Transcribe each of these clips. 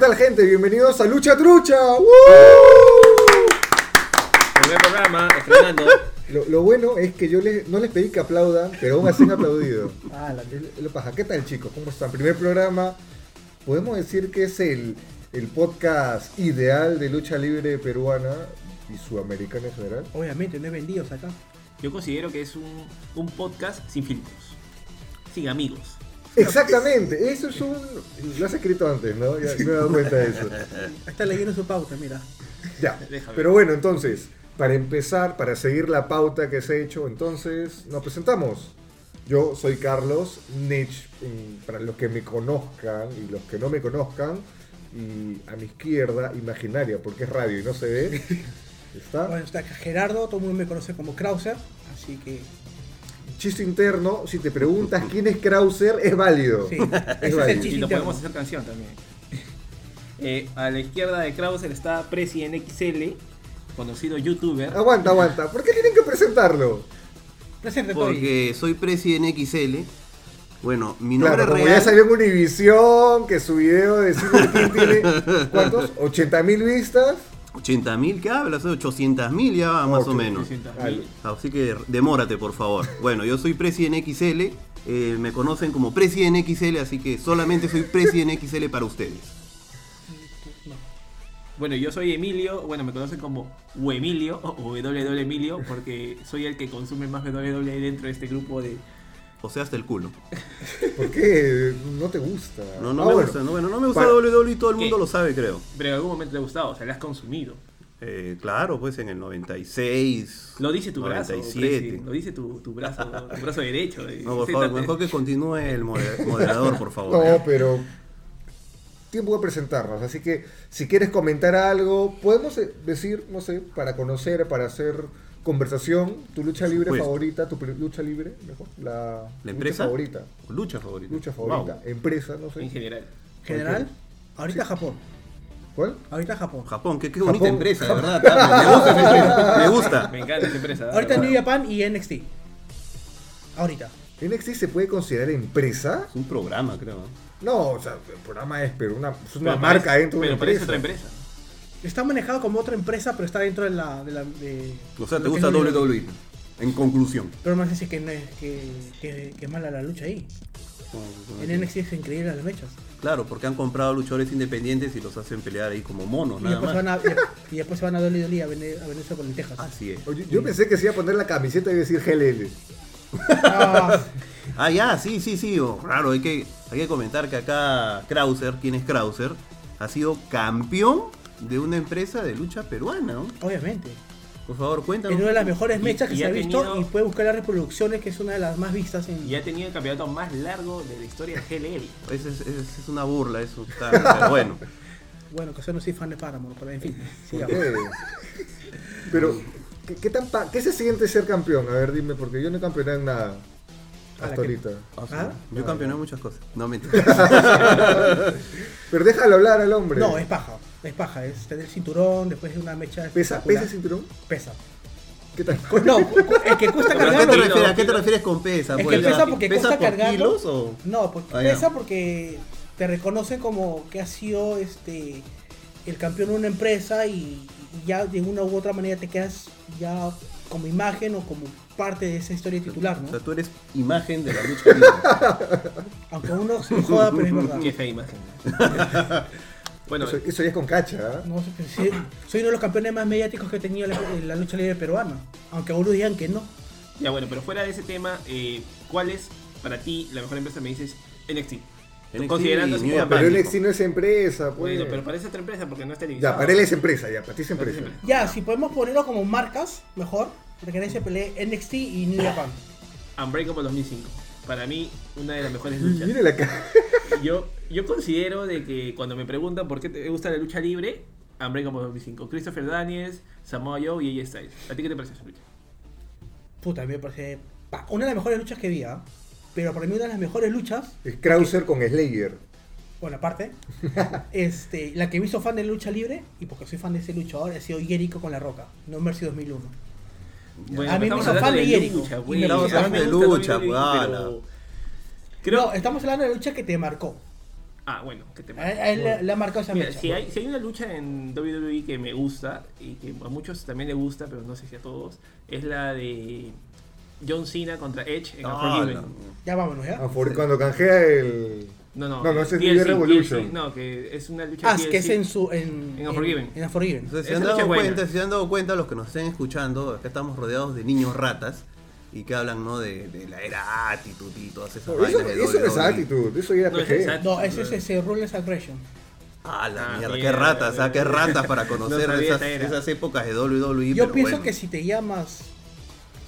tal, gente? Bienvenidos a Lucha Trucha. ¡Woo! Primer programa, estrenando. Lo, lo bueno es que yo les, no les pedí que aplaudan, pero aún así han aplaudido. Ah, la tele. Lo pasa, ¿qué tal, chicos? ¿Cómo están? Primer programa. Podemos decir que es el, el podcast ideal de lucha libre peruana y sudamericana en general. Obviamente, no es vendidos acá. Yo considero que es un, un podcast sin filtros. Sin amigos. Exactamente, eso es un. Lo has escrito antes, ¿no? Ya me he dado cuenta de eso. Está leyendo su pauta, mira. Ya. Déjame. Pero bueno, entonces, para empezar, para seguir la pauta que se ha hecho, entonces nos presentamos. Yo soy Carlos Nech, mm, para los que me conozcan y los que no me conozcan, y a mi izquierda, imaginaria, porque es radio y no se ve, está. Bueno, está acá Gerardo, todo el mundo me conoce como Krauser, así que. Chiste interno, si te preguntas quién es Krauser, es válido. Sí, ese Es es el válido. chiste. Y lo interno. podemos hacer canción también. Eh, a la izquierda de Krauser está Prezi NXL, conocido Ah, youtuber. Aguanta, aguanta. ¿Por qué tienen que presentarlo? Presente, Toby. Porque soy presidente XL. Bueno, mi nombre Claro, como ya real. salió en Univisión, que su video de Silver King tiene, ¿cuántos? ¿80 mil vistas? 80.000, ¿qué hablas? 800.000 ya más o menos. 800.000. Al- Así que demórate, por favor. Bueno, yo soy presidente XL. eh, me conocen como presidente XL, así que solamente soy presidente XL para ustedes. Bueno, yo soy Emilio, bueno, me conocen como Emilio o WW Emilio porque soy el que consume más WW dentro de este grupo de... O sea, hasta el culo. ¿Por qué? No te gusta. No, no Ah, me bueno. gusta, no, bueno, no me gusta Para- WWE y todo el ¿Qué? mundo lo sabe, creo. Pero en algún momento te ha gustado, o sea, le has consumido. Eh, claro, pues en el 96. Lo dice tu brazo. 97. Prezi, Lo dice tu, tu brazo, tu brazo derecho. eh. No, por favor, Siéntate. mejor que continúe el moder- moderador, por favor. No, pero tiempo de presentarnos, así que si quieres comentar algo, podemos eh, decir, no sé, para conocer, para hacer conversación, tu lucha libre supuesto. favorita, tu pri- lucha libre, mejor, la, ¿La lucha empresa? favorita, Lucha favorita. lucha favorita, empresa, no sé. En general. General, ahorita Japón. ¿Cuál? Ahorita Japón. Wow. Japón, qué, qué bonita Japón. empresa, de verdad. Me gusta esa empresa, Me gusta. Me encanta esa empresa. ¿eh? Ahorita New Bueno, Japan y NXT. Ahorita. NXT se puede considerar empresa? Es un programa, creo. No, o sea, el programa es, pero una, es una pero marca parece- dentro de Pero una parece empresa. otra empresa. Está manejado como otra empresa, pero está dentro de la. De la de, O sea, lo te que gusta E. es la- WWE. En conclusión. Pero no sé si que, no es- que, que, que es mala la lucha ahí. En NXT es increíble las mechas. Claro, porque han comprado luchadores independientes y los hacen pelear ahí como monos, Y nada después, se más. van a, y- y después se van a WWE a vender, a vender eso con lentejas. Así es. Oye, Yo pensé que se iba a poner la camiseta y iba a decir GLL. Ah, Ah, ya, sí, sí, sí. oh, claro, hay que, hay que comentar que acá Krauser, ¿quién es Krauser? Ha sido campeón de una empresa de lucha peruana. ¿no? obviamente. Por favor, Es cuéntanos. una de las mejores Y- mechas que y se ha ha visto tenido- y puede buscar las reproducciones, que es una de las más vistas en. Y ha tenido el campeonato más largo de la historia de GLL. Esa es, esa es una burla, eso está. pero bueno. Bueno, que yo no soy fan de Paramount, pero en fin. ¿Por sigamos. qué? Pero, ¿qué, qué tan pa- qué se siente ser campeón? A ver, dime, porque yo no he campeonado en nada A la hasta que- ahorita. O sea, Ah, Yo campeoné muchas cosas. No mentira. Pero déjalo hablar al hombre. No, es paja. Es paja. Es tener cinturón después de una mecha. ¿Pesa, espectacular. pesa el cinturón? Pesa. ¿Qué tal? Cu- No, cu- cu- el que cuesta ¿Pero a qué, te cargarlo. Kilo, refieres, ¿A qué te kilo. refieres con pesa? Es que Pues, pesa ya. porque ¿Pesa cuesta por cargarlo. kilos o...? No, porque Ah, ya. pesa porque te reconocen como que has sido este el campeón de una empresa y, y ya de una u otra manera te quedas ya como imagen o como parte de esa historia titular, O ¿no? sea, tú eres imagen de la lucha libre. Ah, Aunque uno se joda, pero es verdad. Qué fea imagen. bueno, Eso, eso ya es con cacha. ¿ah? No, sé, pero sí, soy uno de los campeones más mediáticos que ha tenido la, la lucha libre peruana. Aunque algunos digan que no. ya bueno, pero fuera de ese tema, eh, ¿cuál es para ti la mejor empresa? Me dices NXT. NXT Considerando y así New como Japan. Pero pánico. NXT no es empresa, pues. Bueno, pero parece otra empresa porque no está televisado. ya, para él es empresa, ya, para ti es Para ti es empresa. empresa. Ya, si podemos ponerlo como marcas, mejor. Porque en se pelea NXT y New Japan. Unbreakable 2005. Para mí, una de las mejores luchas. Mira la cara. Yo, yo considero de que cuando me preguntan por qué te gusta la lucha libre, Unbreakable 2005. Christopher Daniels, Samoa Joe y AJ Styles. ¿A ti qué te parece esa lucha? Puta, a mí me parece pa- una de las mejores luchas que vi, ¿ah? Pero para mí una de las mejores luchas Es Krauser con Slayer. Bueno, aparte, este, la que me hizo fan de lucha libre, y porque soy fan de ese luchador, ha sido Jericho con La Roca, no Mercy 2001. Bueno, A mí me estamos hizo hablando fan de Jericho. lucha, Y güey. me Estamos hizo A mí me hablando de gusta lucha, WWE, pues, pero ala. Creo, No, estamos hablando de la lucha que te marcó. Ah, bueno, que te A él, a él le- le ha marcado esa Mira, mecha. si hay, si hay una lucha en WWE que me gusta y que a muchos también le gusta, pero no sé si a todos, es la de John Cena contra Edge en Ah, Unforgiven. Ya vámonos, ¿ya? Afor- Cuando canjea el. No, no, No, no, ese es TLC, New Revolution. TLC, no, que es una lucha Ah, TLC. que es en su. En, En Unforgiven. En, en Unforgiven. Entonces, si Esa han, lucha dado es buena. cuenta, si se han dado cuenta, los que nos estén escuchando, acá estamos rodeados de niños ratas y que hablan ¿no? de, de la era actitud y todas esas No, vainas eso, de E. eso no es WWE. actitud, eso ya era No, es PG. exacto. no, ese eh, es ese Rules Aggression. Ah, la Ah, mierda, mierda. qué ratas, ah, qué ratas para conocer No sabía esas, esa era. esas épocas de WWE. Yo pero pienso bueno. que si te llamas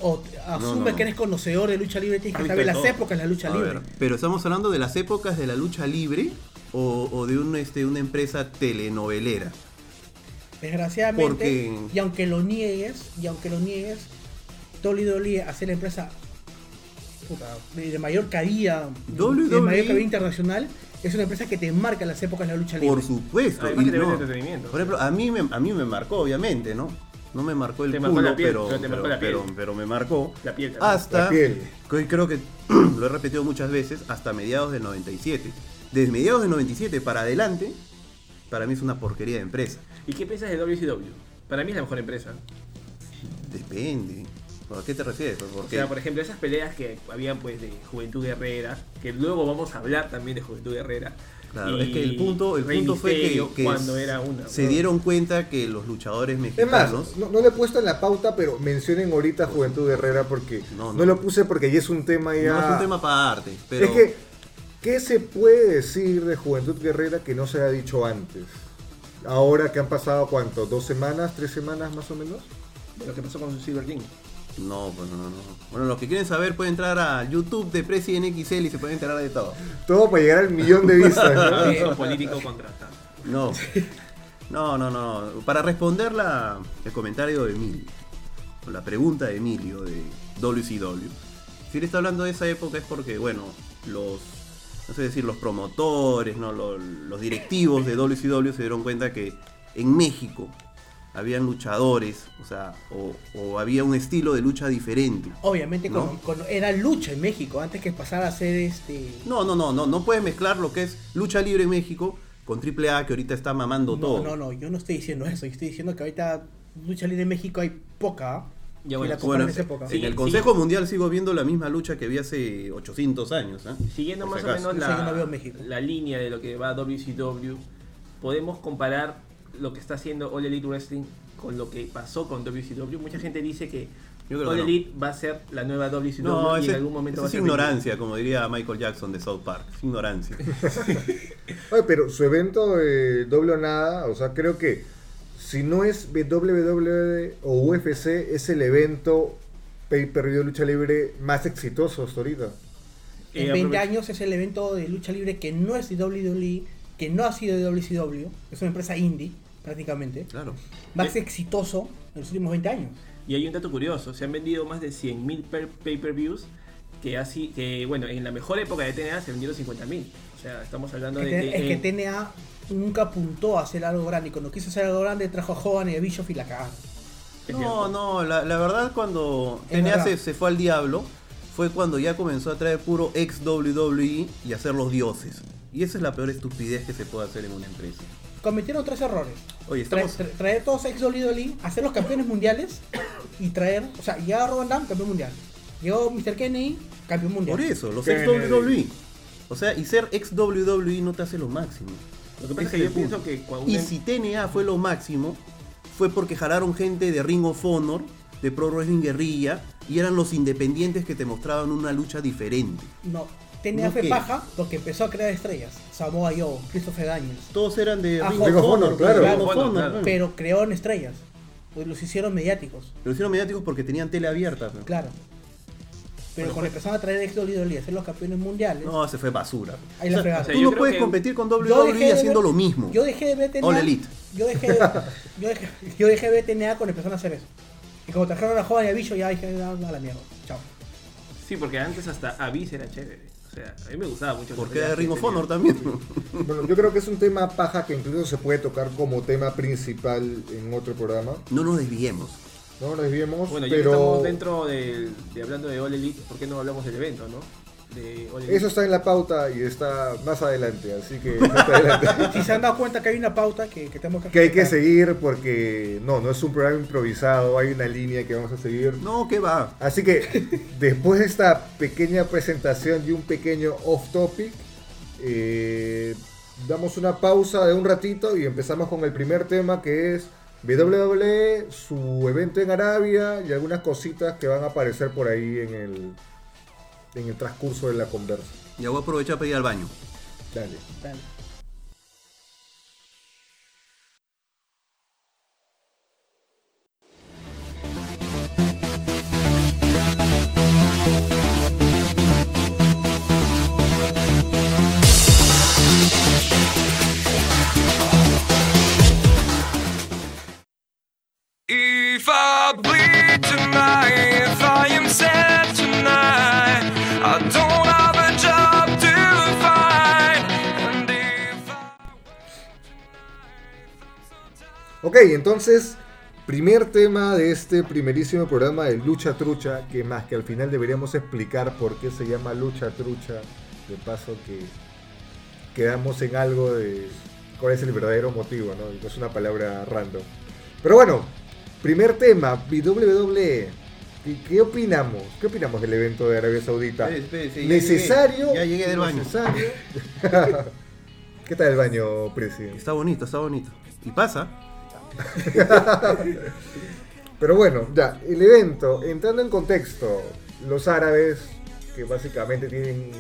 o te- asume no, no. que eres conocedor de lucha libre, tienes Has que visto saber de las todo. épocas de la lucha A libre. ver, pero estamos hablando de las épocas de la lucha libre o, o de un, este, una empresa telenovelera. Desgraciadamente, Porque- y aunque lo niegues, y aunque lo niegues, WWE hace la empresa puta, de de mayor cabida, de- de WWE. mayor cabida internacional, es una empresa que te marca las épocas de la lucha libre. Por supuesto. Además y que te vende no. entretenimiento. Por ejemplo, a mí, me, a mí me marcó, obviamente, ¿no? No me marcó el Te culo, marcó la piel, pero, pero te marcó la piel. pero- pero me marcó. La piel también. Hasta, La piel. que creo que lo he repetido muchas veces, hasta mediados del 97. Desde mediados del 97 para adelante, para mí es una porquería de empresa. ¿Y qué piensas de WCW? Para mí es la mejor empresa. Depende. ¿A qué te refieres? Pues, O Porque sea, por ejemplo, esas peleas que habían pues de Juventud Guerrera, que luego vamos a hablar también de Juventud Guerrera. Claro, Y es que el punto, el Rey punto fue que, Misterio que cuando era una. se dieron cuenta que los luchadores Es más, mexicanos no, no le he puesto en la pauta, pero mencionen ahorita Juventud Herrera porque No, no, no. lo puse porque ya es un tema ya. no es un tema aparte, pero Es que, ¿qué se puede decir de Juventud Guerrera que no se ha dicho antes? Ahora que han pasado, ¿cuánto? ¿Dos semanas? ¿Tres semanas más o menos? Lo que pasó con Silver King. no, pues no, no, no. Bueno, los que quieren saber pueden entrar a YouTube de President XL y se pueden enterar de todo. Todo para llegar al millón de vistas. ¿no? Eso político contratado. No. No, no, no. Para responder la, el comentario de Emilio, o la pregunta de Emilio de WCW, si él está hablando de esa época es porque, bueno, los, no sé decir, los promotores, ¿no? los, los directivos de WCW se dieron cuenta que en México habían luchadores, o sea, o, o había un estilo de lucha diferente. Obviamente ¿No? cuando- cuando era lucha en México, antes que pasara a ser este... No, no, no, no, no puedes mezclar lo que es lucha libre en México con AAA que ahorita está mamando todo. No, no, no, yo no estoy diciendo eso, yo estoy diciendo que ahorita lucha libre en México hay poca. Ya, y bueno, la sí, comparan Bueno, en esa en época. sí. el Consejo Mundial sigo viendo la misma lucha que vi hace 800 años. ¿eh? Siguiendo Por más si o acaso. menos Eso yo no veo la, en México. la línea de lo que va WCW, podemos comparar lo que está haciendo All Elite Wrestling con lo que pasó con WCW. Mucha gente dice que Yo creo All que no. Elite va a ser la nueva WCW No, y ese- en algún momento ese va a es ser ignorancia, como diría Michael Jackson de South Park. Es ignorancia. Oye, pero su evento de doble o nada, o sea, creo que si no es WWE E o UFC, es el evento pay-per-view de lucha libre más exitoso hasta ahorita. Eh, En 20 aprove- años es el evento de lucha libre que no es de WWE, que no ha sido de WCW, es una empresa indie prácticamente, claro. más exitoso en los últimos 20 años. Y hay un dato curioso, se han vendido más de 100.000 per- pay-per-views, que así, que bueno, en la mejor época de TNA se vendieron 50.000. O sea, estamos hablando de Que te- que, eh. es en- que TNA nunca apuntó a hacer algo grande y cuando quiso hacer algo grande trajo a Hogan y a Bischoff y la cagaron. es No, cierto. no, la, la verdad cuando Es TNA se, verdad. se fue al diablo fue cuando ya comenzó a traer puro ex WWE y a ser los dioses. Y esa es la peor estupidez que se puede hacer en una empresa. Cometieron tres errores. Oye, Tra- estamos... tra- traer todos a WWE, hacer los campeones mundiales y traer, o sea, llega Roban Damm, campeón mundial. Llegó Mr. Kennedy, campeón mundial. Por eso, los Qué ex WWE. O sea, y ser ex WWE no te hace lo máximo. Lo que pasa es que Ese yo el pienso punto. que cuando Y una- si TNA fue lo máximo, fue porque jalaron gente de Ring of Honor, de Pro Wrestling Guerrilla, y eran los independientes que te mostraban una lucha diferente. No, TNA ¿No fue qué? paja porque empezó a crear estrellas. Samoa Joe, Christopher Daniels. Todos eran de Ah, Ring, Ring of of Honor, Honor, claro. Ring of Ring of Honor, Honor, claro. Pero crearon estrellas. Pues los hicieron mediáticos, Lo hicieron mediáticos porque tenían tele abierta. pero- claro. Pero cuando empezaron a traer ex WWE a ser los campeones mundiales, pues- No, se fue basura. Ahí la fregaron. O sea, tú yo no creo puedes que- competir con Yo dejé WWE de E haciendo ver- lo mismo. Yo dejé de ver TNA. All Elite. Yo dejé, yo dejé, yo dejé de ver TNA cuando empezaron a hacer eso. Y cuando trajeron a la joven y a Bicho, ya dije, "Ah, a la mierda. Chao. Sí, porque antes hasta Avis era chévere. O sea, a mí me gustaba mucho. Porque era de Ring of Honor también. Bueno, yo creo que es un tema paja que incluso se puede tocar como tema principal en otro programa. No nos desviemos. No nos desviemos, Bueno, ya que pero estamos dentro de, de hablando de All Elite, ¿por qué no hablamos del evento, no? de All Elite. Eso está en la pauta y está más adelante, así que no te adelantes. Si se han dado cuenta que hay una pauta que, que tenemos que que hay que respetar. seguir porque no, no es un programa improvisado, hay una línea que vamos a seguir. No, ¿qué va? Así que después de esta pequeña presentación y un pequeño off topic, eh, damos una pausa de un ratito y empezamos con el primer tema que es WWE, su evento en Arabia y algunas cositas que van a aparecer por ahí en el, en el transcurso de la conversa. Ya voy a aprovechar para ir al baño. Dale. Dale. If I bleed tonight, if I am sad tonight, I don't have a job to find. And if I Ok, entonces, primer tema de este primerísimo programa de Lucha Trucha, que más que al final deberíamos explicar por qué se llama Lucha Trucha, de paso que quedamos en algo de cuál es el verdadero motivo, ¿no? Y No es una palabra random. Pero bueno, primer tema, WWE. ¿Qué, qué opinamos? ¿Qué opinamos del evento de Arabia Saudita? Espere, espere, sí, ya ¿Necesario? llegué. Ya llegué del baño. ¿Necesario? ¿Qué tal el baño, presidente? Está bonito, está bonito. Y pasa. Pero bueno, ya, el evento, entrando en contexto, los árabes, que básicamente tienen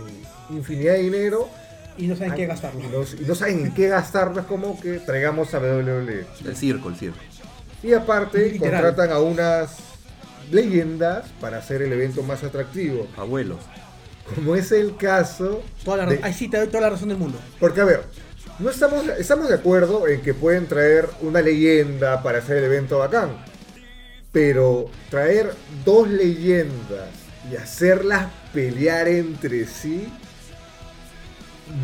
infinidad de dinero, Y no saben qué gastarlo. y no, y no saben en qué gastarlo, es como que traigamos a WWE. El circo, el circo. Y aparte, Literal. contratan a unas leyendas para hacer el evento más atractivo, Abuelos. como es el caso. Toda la ra- de- Ahí sí te doy toda la razón del mundo. Porque, a ver, no estamos, estamos de acuerdo en que pueden traer una leyenda para hacer el evento bacán. Pero traer dos leyendas y hacerlas pelear entre sí.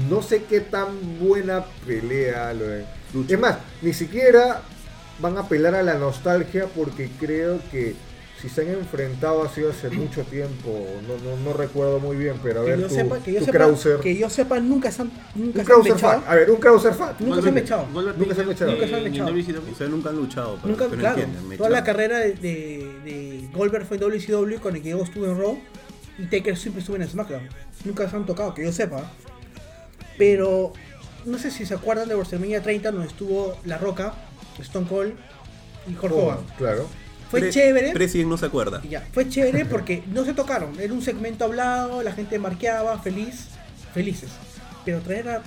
No sé qué tan buena pelea lo es. Lucha. Es más, ni siquiera van a apelar a la nostalgia porque creo que si se han enfrentado ha sido hace mucho tiempo. No, no, no recuerdo muy bien, pero a Que ver, yo tu- sepa, que yo tu sepa, Krauser. que yo sepa, nunca se han, nunca Un se han Krauser pechado. fan. A ver, un Krauser fan. Nunca se han echado. Goldberg Nunca se han Pickett, echado. eh, Nunca se han en echado. WCW. Ustedes nunca han luchado, para Nunca, los que no claro. entienden. me toda la echaron. carrera de, de, de Goldberg fue en WCW, con el que yo estuve en Raw, y Taker siempre estuvo en SmackDown. Nunca se han tocado, que yo sepa. Pero no sé si se acuerdan de WrestleMania 30, donde estuvo La Roca, Stone Cold y Hulk Oh, Hogan. claro. Fue Pre- chévere. Presi no se acuerda. y ya, fue chévere porque no se tocaron. Era un segmento hablado, la gente marqueaba, feliz, felices. Pero traer a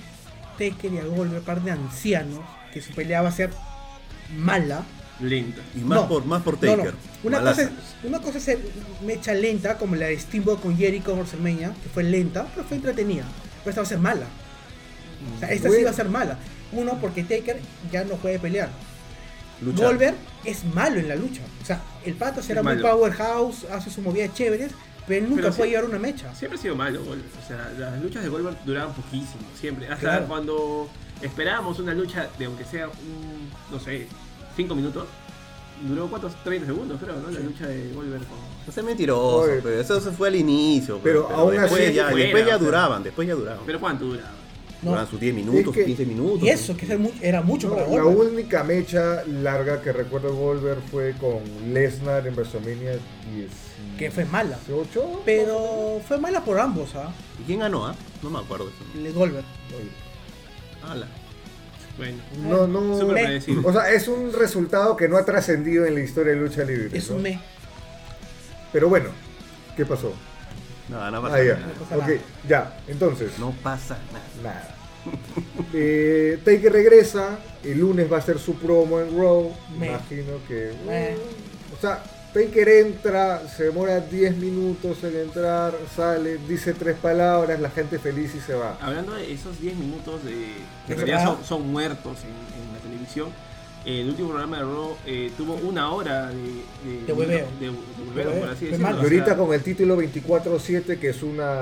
Taker y a Goldberg, par de ancianos, que su pelea va a ser mala. Lenta. Y más, No. por, más por No, no. Taker. Una, cosa Malaza. es, una cosa es el- mecha lenta, como la de Steamboat con Jericho en WrestleMania, que fue lenta, pero fue entretenida. Pero esta va a ser mala. O sea, esta sí Bueno. va a ser mala. Uno, porque Taker ya no puede pelear. Luchar. Goldberg es malo en la lucha. O sea, el pato será Es muy malo. powerhouse, hace sus movidas chéveres, pero él nunca Pero sí. puede llevar una mecha. Siempre ha sido malo Goldberg. O sea, las luchas de Goldberg duraban poquísimo, siempre. Hasta Claro. cuando esperábamos una lucha de aunque sea un, no sé, 5 minutos, duró cuántos 30 segundos, creo, ¿no? La lucha de Goldberg con. No seas mentiroso, Oye. pero eso se fue al inicio. pues. Pero aún después así- ya, Fuera, después ya o sea. duraban, después ya duraban. Pero ¿cuánto duraba? No. Duraban sus 10 minutos, Es sus que- 15 minutos. Y eso, que era mu- era mucho No, para la Goldberg. única mecha larga que recuerdo de Goldberg fue con Lesnar en WrestleMania 10. Que fue mala. 18. Pero fue mala por ambos, ¿ah? ¿Y quién ganó? ah? No me acuerdo. El de Goldberg. Ala. Bueno. No, no. Súper me- predecible. O sea, es un resultado que no ha trascendido en la historia de lucha libre. Es ¿no? un me. Pero bueno, ¿qué pasó? No, no pasa Ah, ya. nada. pasa Ok, nada. ya. Entonces, No pasa nada. nada. Eh, Taker regresa. El lunes va a ser su promo en Raw. Me. Imagino que. uh, Me. O sea, Taker entra, se demora 10 minutos en entrar, sale, dice tres palabras, la gente feliz y se Ah, va. Hablando de esos 10 minutos de que ¿De en realidad verdad? son, son muertos en, en la televisión, el último programa de Raw eh, tuvo una hora de, de, De hueveo. de- de hueveo, hueveo. por así Fue decirlo. Y malo. O ahorita sea, con el título 24-7, que es una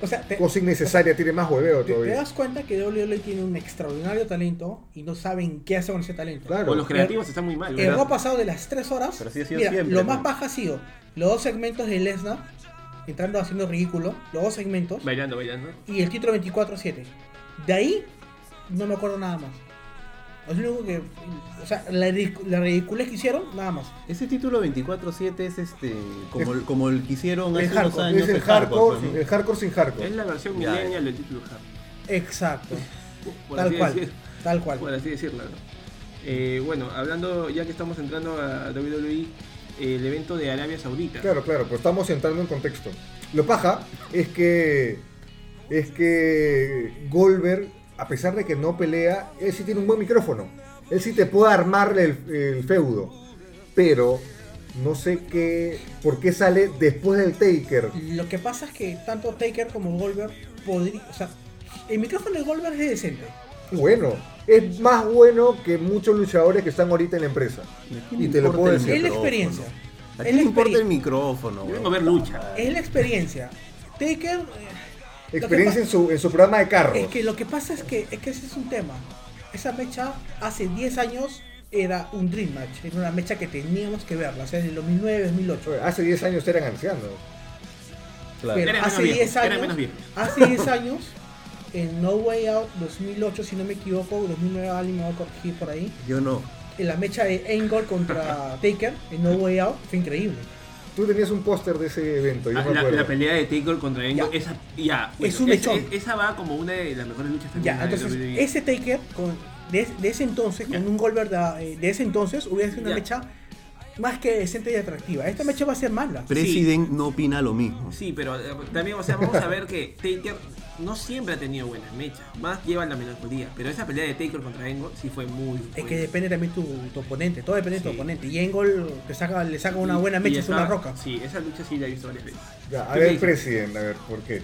O sea, te- cosa innecesaria, tiene más hueveo ¿Te, te todavía. das cuenta que WWE tiene un extraordinario talento y no saben qué hacer con ese talento? Claro. con los creativos están muy mal. El ¿verdad? Raw pasado de las 3 horas, Pero así ha sido mira, siempre, lo ¿no? más baja ha sido los dos segmentos de Lesnar entrando haciendo ridículo, los dos segmentos, Bailando, bailando. y el título 24-7. De ahí, no me acuerdo nada más. Es lo único que. O sea, la, ridic- la ridiculez que hicieron, nada más. Ese título 24-7 es este como, el, como el que hicieron Es hace unos hardcore, años. es el hardcore, hardcore, pues, ¿no? el hardcore sin Es hardcore. la versión Ya, millennial del título Hard. Exacto. Por tal así cual. decir- Tal cual. por así decirlo. ¿no? Eh, bueno, hablando, ya que estamos entrando a WWE, el evento de Arabia Saudita. Claro, claro, pues estamos entrando en contexto. Lo paja es que es que Goldberg, a pesar de que no pelea, él sí tiene un buen micrófono. Él sí te puede armarle el, el feudo. Pero no sé qué. ¿Por qué sale después del Taker? Lo que pasa es que tanto Taker como Goldberg podría. O sea, el micrófono de Goldberg es decente. Bueno, es más bueno que muchos luchadores que están ahorita en la empresa. ¿A quién Y te lo importa puedo el decir. Es la micrófono? experiencia. ¿A Es quién la le importa el experiencia. micrófono? Yo vengo a weón? ver lucha. Es la experiencia. Taker. eh, lo Experiencia que en su, en su programa de pa- carros. Es que lo que pasa es que, es que ese es un tema. Esa mecha hace 10 años era un Dream Match. Era una mecha que teníamos que verla. O sea, en el 2009, 2008. Hace 10 años eran ancianos. Claro. Pero Eran menos hace viejos, 10 eran años. menos viejos. Hace 10 años. En No Way Out 2008, si no me equivoco, 2009, alguien me va a corregir por ahí. Yo no. en la mecha de Angle contra Taker en No Way Out fue increíble. Tú tenías un póster de ese evento, yo Ah, me la, acuerdo. la pelea de Taker contra Angle, Ya. esa, ya, Es un esa, mechón. esa va como una de las mejores luchas también Ya, de entonces WWE. ese Taker con, de, es- de ese entonces, Ya. con un Goldberg de, eh, de ese entonces, hubiera sido una Ya. mecha más que decente y atractiva. Esta mecha va a ser mala. President no opina lo mismo. Sí, pero eh, también, o sea, vamos a ver que Taker no siempre ha tenido buenas mechas, más llevan la melancolía, pero esa pelea de Taker contra Angle sí fue muy Es buena. que depende también tu, tu oponente, todo depende de Sí. tu oponente. Y Angle te saca, le saca una Y- buena y mecha, es esa- una roca. Sí, esa lucha sí la he visto varias veces. Ya, a ¿Tú qué ver, dices? presidente, a ver, ¿por qué?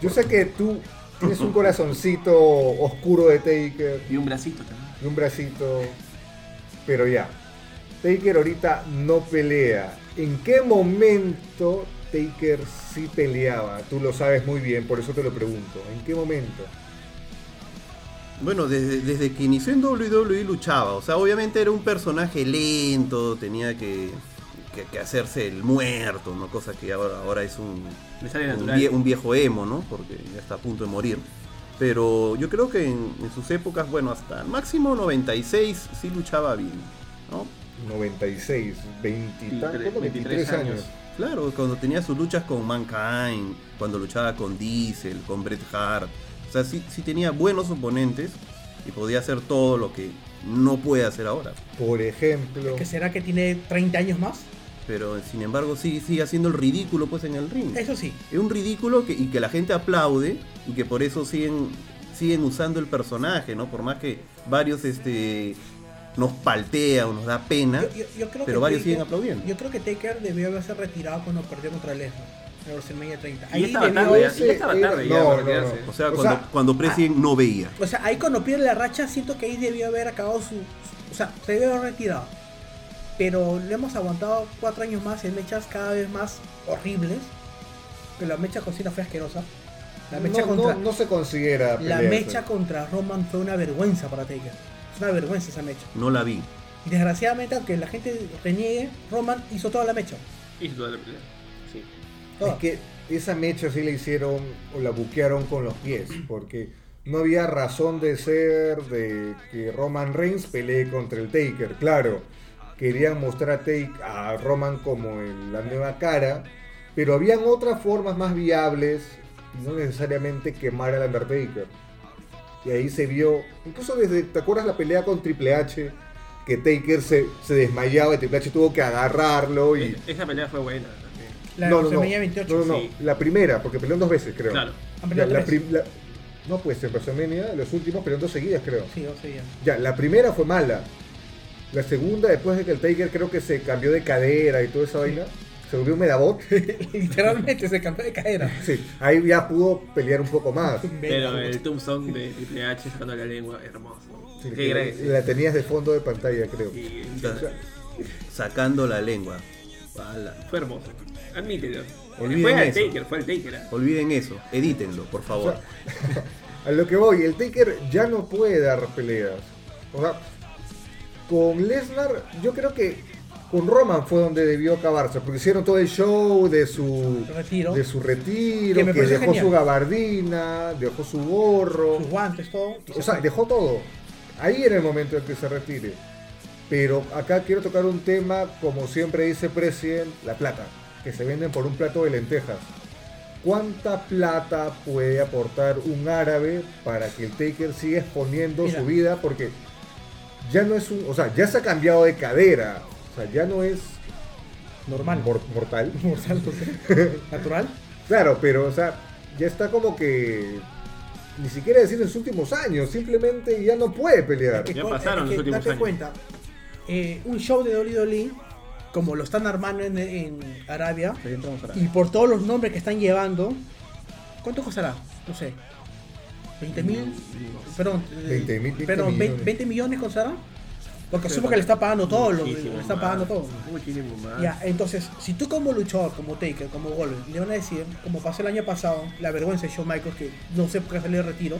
Yo sé que tú tienes un corazoncito oscuro de Taker Y un bracito también. y un bracito, pero ya. Taker ahorita no pelea. ¿En qué momento Taker sí peleaba? Tú lo sabes muy bien, por eso te lo pregunto. ¿En qué momento? Bueno, desde, desde que inició en WWE luchaba. O sea, obviamente era un personaje lento, tenía que, que- que hacerse el muerto, ¿no? Cosa que ahora, ahora es un, Le sale un, natural. vie- un viejo emo, ¿no? Porque ya está a punto de morir. Pero yo creo que en, en sus épocas, bueno, hasta máximo 96 sí luchaba bien, ¿no? 96, 20, y tan- ¿cuánto? 23 años. Claro, cuando tenía sus luchas con Mankind, cuando luchaba con Diesel, con Bret Hart. O sea, sí, sí tenía buenos oponentes y podía hacer todo lo que no puede hacer ahora. Por ejemplo, ¿Que será que tiene 30 años más? Pero sin embargo sí sigue haciendo el ridículo pues en el Mm. ring. Eso sí, Es un ridículo que, y que la gente aplaude y que por eso siguen, siguen usando el personaje, ¿no? Por más que varios este, nos paltea o nos da pena. Yo- yo- yo creo Pero que varios Taker- siguen aplaudiendo. Yo creo que Taker debió haberse retirado cuando perdió contra Lesnar en WrestleMania 30. Y Ahí estaba debió- tarde, ya, ese ya estaba era- tarde no, ya no, para no. retirarse. O sea, O cuando, sea- cuando President no veía. O sea, ahí cuando pierde la racha, siento que ahí debió haber acabado su. su- o sea, se debió haber retirado. Pero le hemos aguantado cuatro años más en mechas cada vez más horribles. Que la mecha con Cena fue asquerosa. La mecha no, contra. no- no se considera la pelea mecha esa. contra Roman fue una vergüenza para Taker. Es una vergüenza esa mecha. No la vi. Y desgraciadamente, aunque la gente reniegue, Roman hizo toda la mecha. Hizo toda la pelea. Sí. Toda. Es que esa mecha sí la hicieron o la buquearon con los pies, porque no había razón de ser de que Roman Reigns pelee contra el Taker, claro. Querían mostrar a, Take, a Roman como el- la nueva cara, pero habían otras formas más viables, y no necesariamente quemar al Undertaker. Y ahí se vio, incluso desde, ¿te acuerdas la pelea con Triple H? Que Taker se, se desmayaba y Triple H tuvo que agarrarlo y... Es- Esa pelea fue buena también. La de WrestleMania 28. No, no, no. sí. La primera, porque peleó dos veces, creo. Claro. Ya, Han peleado la Ah, tres. prim- la- No, pues en WrestleMania los últimos pelearon dos seguidas, creo. Sí, o sea, ya. Ya, la primera fue mala. La segunda, después de que el Taker creo que se cambió de cadera y toda esa vaina, se volvió un medabot. Literalmente se cambió de cadera. sí, ahí ya pudo pelear un poco más. Pero el tombstone de Triple H sacando la lengua, hermoso. Sí, Qué que gracia. la tenías de fondo de pantalla, creo. Sí, O sea, Sacando la lengua. Ala. Fue hermoso. Admítelo. Olviden fue al eso. Taker, fue al Taker. ah. Olviden eso. Edítenlo, por favor. a lo que voy, el Taker ya no puede dar peleas. O sea, con Lesnar, yo creo que con Roman fue donde debió acabarse, porque hicieron todo el show de su Retiro. de su retiro, Que me que, parece dejó genial. su gabardina, dejó su gorro, Sus guantes, todo. y se o sea, fue. dejó todo. Ahí era el momento en que se retire. Pero acá quiero tocar un tema, como siempre dice President, la plata, que se venden por un plato de lentejas. ¿Cuánta plata puede aportar un árabe para que el Taker siga exponiendo Mira. su vida? Porque ya no es un. O sea, ya se ha cambiado de cadera. O sea, ya no es Normal. mor- mortal. Mortal, Natural. Claro, pero, o sea, ya está como que. Ni siquiera decir en sus últimos años, simplemente ya no puede pelear. Es que Ya con- pasaron los es que últimos date años. cuenta, eh, un show de WWE, como lo están armando en, en Arabia, Ahí entramos para- y por todos los nombres que están llevando, ¿cuánto costará? No sé. ¿20 Mm, mil? Perdón. eh, 20.000, 20 perdón, ve- millones. 20 millones costará? Porque supongo que le está pagando todo, lo, Muchísimo le está más, pagando todo. Muchísimo más. Ya, entonces, si tú como luchador, como Taker, como Golden, le van a decir, como pasó el año pasado, la vergüenza de Shawn Michaels, que no sé por qué salió de retiro,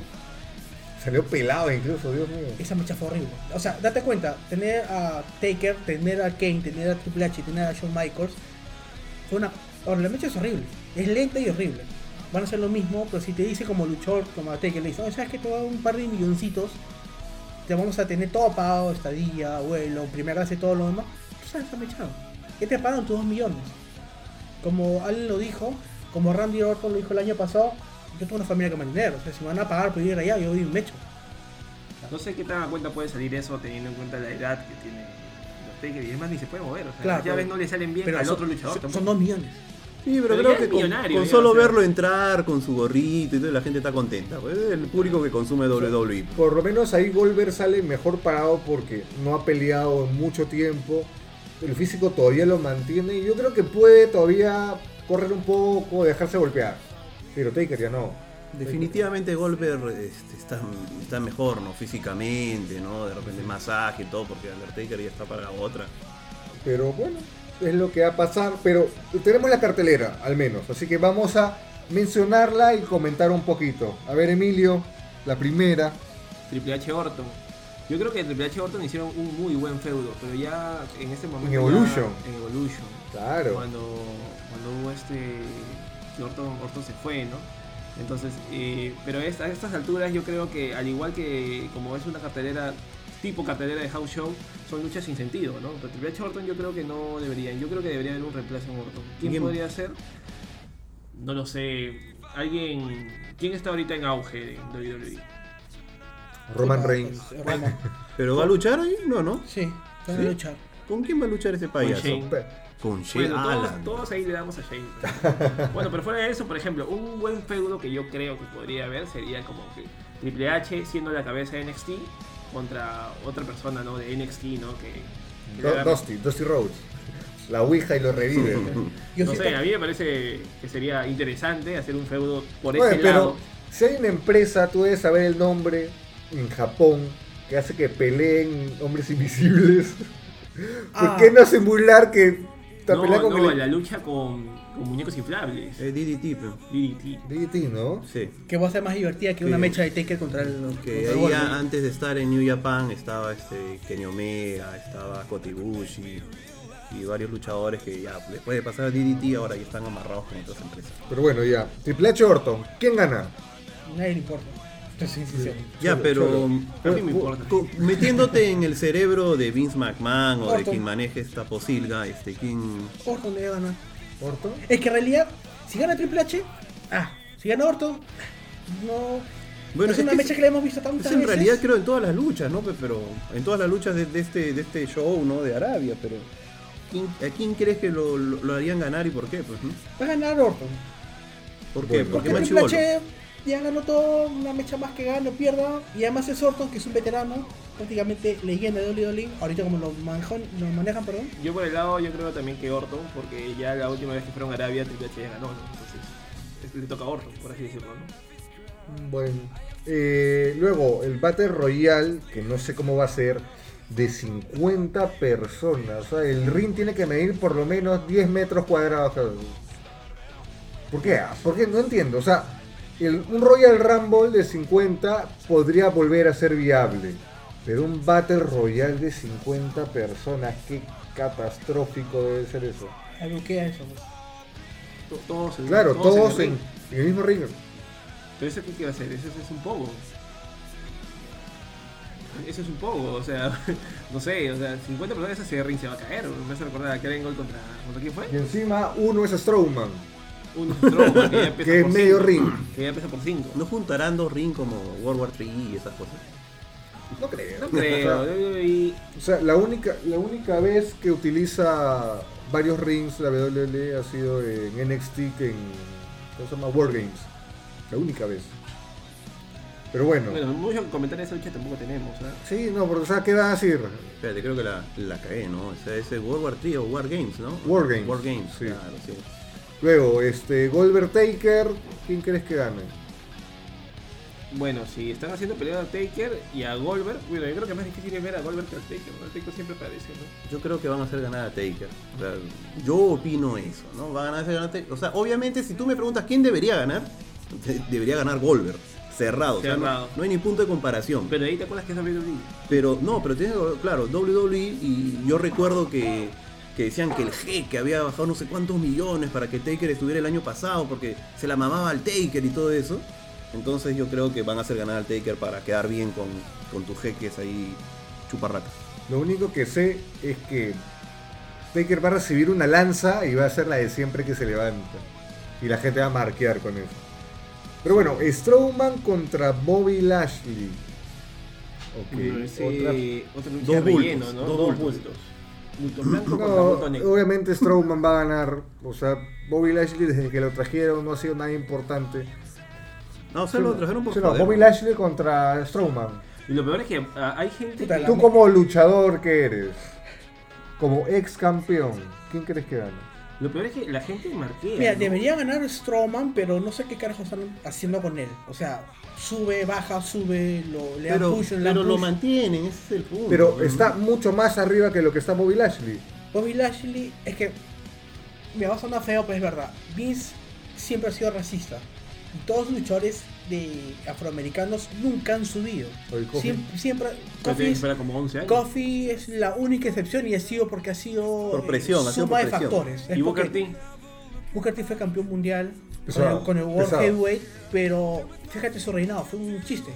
Salió pelado incluso, Dios mío. esa mecha fue horrible. O sea, date cuenta, tener a Taker, tener a Kane, tener a Triple H, tener a Shawn Michaels, fue una... Ahora, la mecha es horrible, es lenta y horrible. Van a hacer lo mismo, pero si te dice como luchador, como a Taker, le dice, "Oye, ¿sabes que te voy a dar un par de milloncitos? Te vamos a tener todo pagado, estadía, vuelo, primera clase y todo lo demás. Tú sabes esa mecha. ¿Qué te pagan tus dos millones? Como Allen lo dijo, como Randy Orton lo dijo el año pasado, yo tengo una familia que me dinero. O sea, si me van a pagar por ir allá, yo doy un mecho. No sé qué tan a cuenta puede salir eso teniendo en cuenta la edad que tiene los Taker y demás, ni se puede mover. O sea, Claro, las llaves no le salen bien al son- otro luchador son, tampoco. son dos millones. Sí, Pero pero, ya creo es que con, millonario, con ya, solo o sea. verlo entrar con su gorrito y todo, la gente está contenta. pues, es el público que consume E. WWE. Por lo menos ahí Goldberg sale mejor parado porque no ha peleado en mucho tiempo. El físico todavía lo mantiene y yo creo que puede todavía correr un poco, dejarse golpear. Pero Taker ya no. Definitivamente Goldberg este, está, está mejor, ¿no? Físicamente, ¿no? De repente masaje y todo, porque Undertaker ya está para otra. Pero bueno, es lo que va a pasar. Pero tenemos la cartelera, al menos. Así que vamos a mencionarla y comentar un poquito. A ver, Emilio, la primera. Triple H Orton. Yo creo que Triple H Orton hicieron un muy buen feudo, pero ya en este momento. En ya- Evolution. en Evolution. Claro. Cuando, cuando hubo este. que Orton, Orton se fue, ¿no? Entonces, eh, pero es- a estas alturas yo creo que, al igual que como es una cartelera, tipo cartelera de house show, son luchas sin sentido, ¿no? Pero Triple H Orton yo creo que no deberían. Yo creo que debería haber un reemplazo en Orton. ¿Quién Bien. podría ser? No lo sé. Alguien. ¿Quién está ahorita en auge en E? WWE? Roman Sí, Reigns. Roman. ¿Pero va a luchar ahí? No, ¿no? Sí, van a ¿Sí? luchar. ¿Con quién va a luchar ese Shane. payaso? Con Shane Bueno, todos, Alan. todos ahí le damos a Shane. bueno, pero fuera de eso, por ejemplo, un buen feudo que yo creo que podría haber sería como que Triple H siendo la cabeza de NXT contra otra persona ¿no? de NXT, ¿no? Que, que le Do- haga- Dusty, Dusty Rhodes. La Ouija y lo revive. Yo no sí sé, a mí me parece que sería interesante hacer un feudo por Oye, ese pero lado. si hay una empresa, tú debes saber el nombre en Japón que hace que peleen hombres invisibles. Ah. ¿Por qué no hace burlar que esta No, pelea con no, el- la lucha con, con muñecos inflables. Eh, DDT, pero- DDT. DDT, ¿no? Sí. que va a ser más divertida que una Sí. mecha de Taker contra el. Que contra el ahí Goldberg. a- antes de estar en New Japan estaba este Kenny Omega, estaba Kota Ibushi y varios luchadores que ya después de pasar a DDT ahora ya están amarrados con otras empresas. Pero bueno, ya. Triple H Orton, ¿quién gana? Nadie le importa. Esto es sincero. Ya, Solo, pero solo. A mí me importa. co- metiéndote en el cerebro de Vince McMahon o de Orton. quien maneje esta posilga, este quien Orton le va a ganar. ¿Orton? Es que en realidad, si gana Triple H, ah, si gana Orton, no. Bueno, es, es una que mecha es- que le hemos visto tantas es en veces. realidad creo en todas las luchas, ¿no? Pe- Pero en todas las luchas de, de este de este show, ¿no? De Arabia, pero ¿quién- ¿a quién crees que lo, lo- lo harían ganar y por qué? Pues, ¿no? Va a ganar Orton. ¿Por qué? Bueno. Porque Porque es más Triple chibolo. H ya ganó todo, una mecha más que gane o pierda. Y además es Orton, que es un veterano, prácticamente leyenda de WWE. Ahorita como lo, manjan- lo manejan, perdón. Yo por el lado, yo creo también que Orton, porque ya la última vez que fueron a Arabia, Triple H ya ganó, ¿no? Entonces, es- le toca a Orton, por así decirlo, ¿no? Bueno. Eh, luego, el Battle Royale, que no sé cómo va a ser, de 50 personas. O sea, el ring tiene que medir por lo menos 10 metros cuadrados. cada uno. ¿Por qué? Ah, ¿Por qué? No entiendo. O sea, el- un Royal Rumble de 50 podría volver a ser viable. Pero un Battle Royale de 50 personas, ¿qué catastrófico debe ser eso. Algo que a eso. pues. To- Todos en Claro, todos el en, ring. en el mismo ring. Pero eso qué quiere hacer, eso es un poco. Eso es un poco, o sea, no sé, o sea, 50 personas ese ring se va a caer, me hace recordar a Karen Gold contra, contra quién fue? Y encima uno es Strowman, Un Strowman que ya pesa que es por medio cinco, ring. Que ya pesa por 5. ¿No juntarán dos ring como World War 3 y esas cosas? No creo. No creo, O sea, WWE, o sea, la única, la única vez que utiliza varios rings la WWE ha sido en NXT, que en. ¿Cómo se llama? Wargames. La única vez. Pero bueno. bueno, muchos comentarios de esa lucha tampoco tenemos, ¿ah? Sí, no, porque o sea, ¿qué va a decir? Espérate, creo que la, la cagué, ¿no? O sea, ese World War 3 o War Games, ¿no? War Games, War Games, sí. claro, sí. Luego, este, Goldberg Taker, ¿quién crees que gane? Bueno, si están haciendo pelea a Taker y a Goldberg, bueno, yo creo que más difícil es ver a Goldberg que a Taker, ¿no? Taker siempre aparece, ¿no? Yo creo que van a hacer ganar a Taker. O sea, yo opino eso, ¿no? Van a hacer ganar a Taker. O sea, obviamente, si tú me preguntas quién debería ganar, de- debería ganar Goldberg. Cerrado, o sea, no- Cerrado. no, hay ni punto de comparación. Pero ahí te acuerdas que es WWE. Pero no, pero tienes que- claro, WWE y yo recuerdo que, que decían que el jeque había bajado no sé cuántos millones para que Taker estuviera el año pasado porque se la mamaba al Taker y todo eso. Entonces yo creo que van a hacer ganar al Taker para quedar bien con, con tus jeques ahí chuparracas. Lo único que sé es que Taker va a recibir una lanza y va a ser la de siempre que se levanta. Y la gente va a marquear con eso. Pero bueno, Strowman contra Bobby Lashley. Ok, Bueno, ese- otra- otra lucha Dos de relleno, bultos, ¿no? dos Dos bultos. bultos. Bulto blanco contra No, bulto negro. obviamente Strowman va a ganar. O sea, Bobby Lashley desde que lo trajeron no ha sido nada importante. No, se lo trajeron por Sí, no, joder. Bobby Lashley contra Strowman. Y lo peor es que ah, hay gente Puta, que... la- Tú como luchador que eres, como ex campeón, ¿quién crees que gana? Lo peor es que la gente marquea. Mira, ¿no? debería ganar Strowman, pero no sé qué carajo están haciendo con él. O sea, sube, baja, sube, lo, le dan Pero, push, le dan pero lo push. mantienen, ese es el punto. Pero ¿no? está mucho más arriba que lo que está Bobby Lashley. Bobby Lashley es que me va a sonar feo, pero es verdad. Vince siempre ha sido racista. Y todos los luchadores de afroamericanos nunca han subido. Oye, Kofi. Siempre, siempre Pero Kofi tiene que es, esperar como 11 años. Kofi es la única excepción y ha sido porque ha sido Por eh, presión, ha sido suma por de presión. factores. Es y Booker porque- T. Booker T fue campeón mundial Pesado, con el, con el World pesado. Heavyweight, pero fíjate su reinado, fue un chiste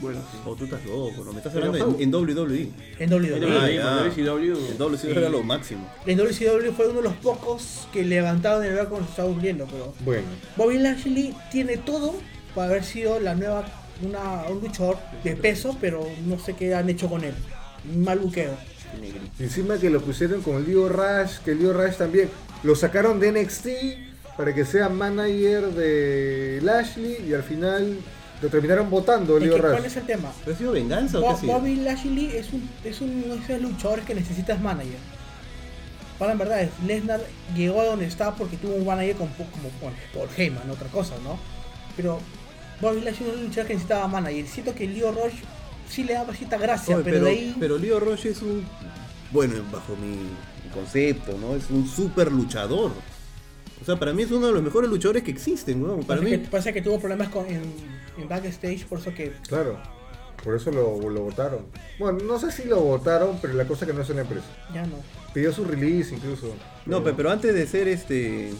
Bueno, O Oh, tú estás loco, no me estás Pero hablando en, fue- en WWE. en sí. WWE. Ah, ya. WCW. En WWE era lo máximo. En WCW fue uno de los pocos que levantaron el barco cuando se estaba hundiendo, pero Bueno, Bobby Lashley tiene todo para haber sido la nueva una, un luchador de peso, pero no sé qué han hecho con él. Un Mal buqueo. encima que lo pusieron con Leo Rush, que Leo Rush también lo sacaron de NXT para que sea manager de Lashley y al final lo terminaron votando Es que, Leo ¿Cuál es Rush. el tema? ¿Pero ha sido venganza o qué ha Bo- sido? Bobby Lashley es, un, es uno de esos luchadores que necesitas manager. Para en verdad, Lesnar llegó a donde está porque tuvo un manager con, po- como Paul, Paul Heyman, otra cosa, ¿no? Pero Bobby Lashley es un luchador que necesitaba manager. Siento que Leo Rush sí le daba cierta gracia, Oye, pero, de ahí. pero Leo Rush es un. Bueno, bajo mi concepto, ¿no? Es un super luchador. O sea, para mí es uno de los mejores luchadores que existen, ¿no? Para pasa, mí. que, pasa que tuvo problemas con, en, en backstage, por eso que. Claro, por eso lo, lo votaron. Bueno, no sé si lo votaron, pero la cosa que no es en la empresa. Ya no. Pidió su release incluso. No, pe- pero antes de ser este.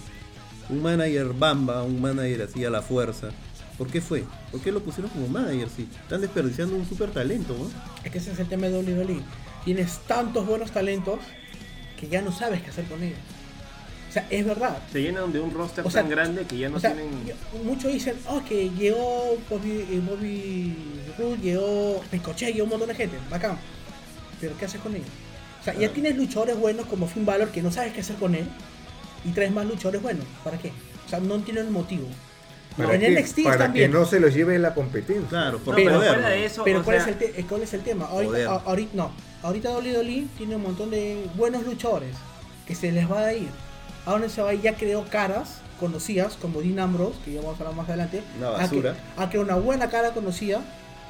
Un manager bamba, un manager así a la fuerza. ¿Por qué fue? ¿Por qué lo pusieron como manager? Sí, están desperdiciando un super talento, ¿no? Es que ese es el tema de WWE. Tienes tantos buenos talentos que ya no sabes qué hacer con ellos. O sea, es verdad. Se llenan de un roster O sea, tan grande que ya no O sea, tienen... yo- muchos dicen, oh, que llegó Bobby, eh, Bobby Roode, llegó Ricochet, llegó un montón de gente, bacán. Pero ¿qué haces con ellos? O sea, ya tienes luchadores buenos como Finn Balor que no sabes qué hacer con él y traes más luchadores buenos. ¿Para qué? O sea, no tienen motivo. ¿Para en qué? NXT para están que bien. no se los lleve la competencia. Claro, No, por pero poder, fuera ¿no? de eso, Pero o ¿cuál, sea, es el te- eh, cuál es el tema? joder. Ahorita, a- ahorita- no. Ahorita WWE tiene un montón de buenos luchadores que se les va a ir. A dónde se va a ir? ya creó caras conocidas como Dean Ambrose, que ya vamos a hablar más adelante. Una Ha basura. cre- Ha creado una buena cara conocida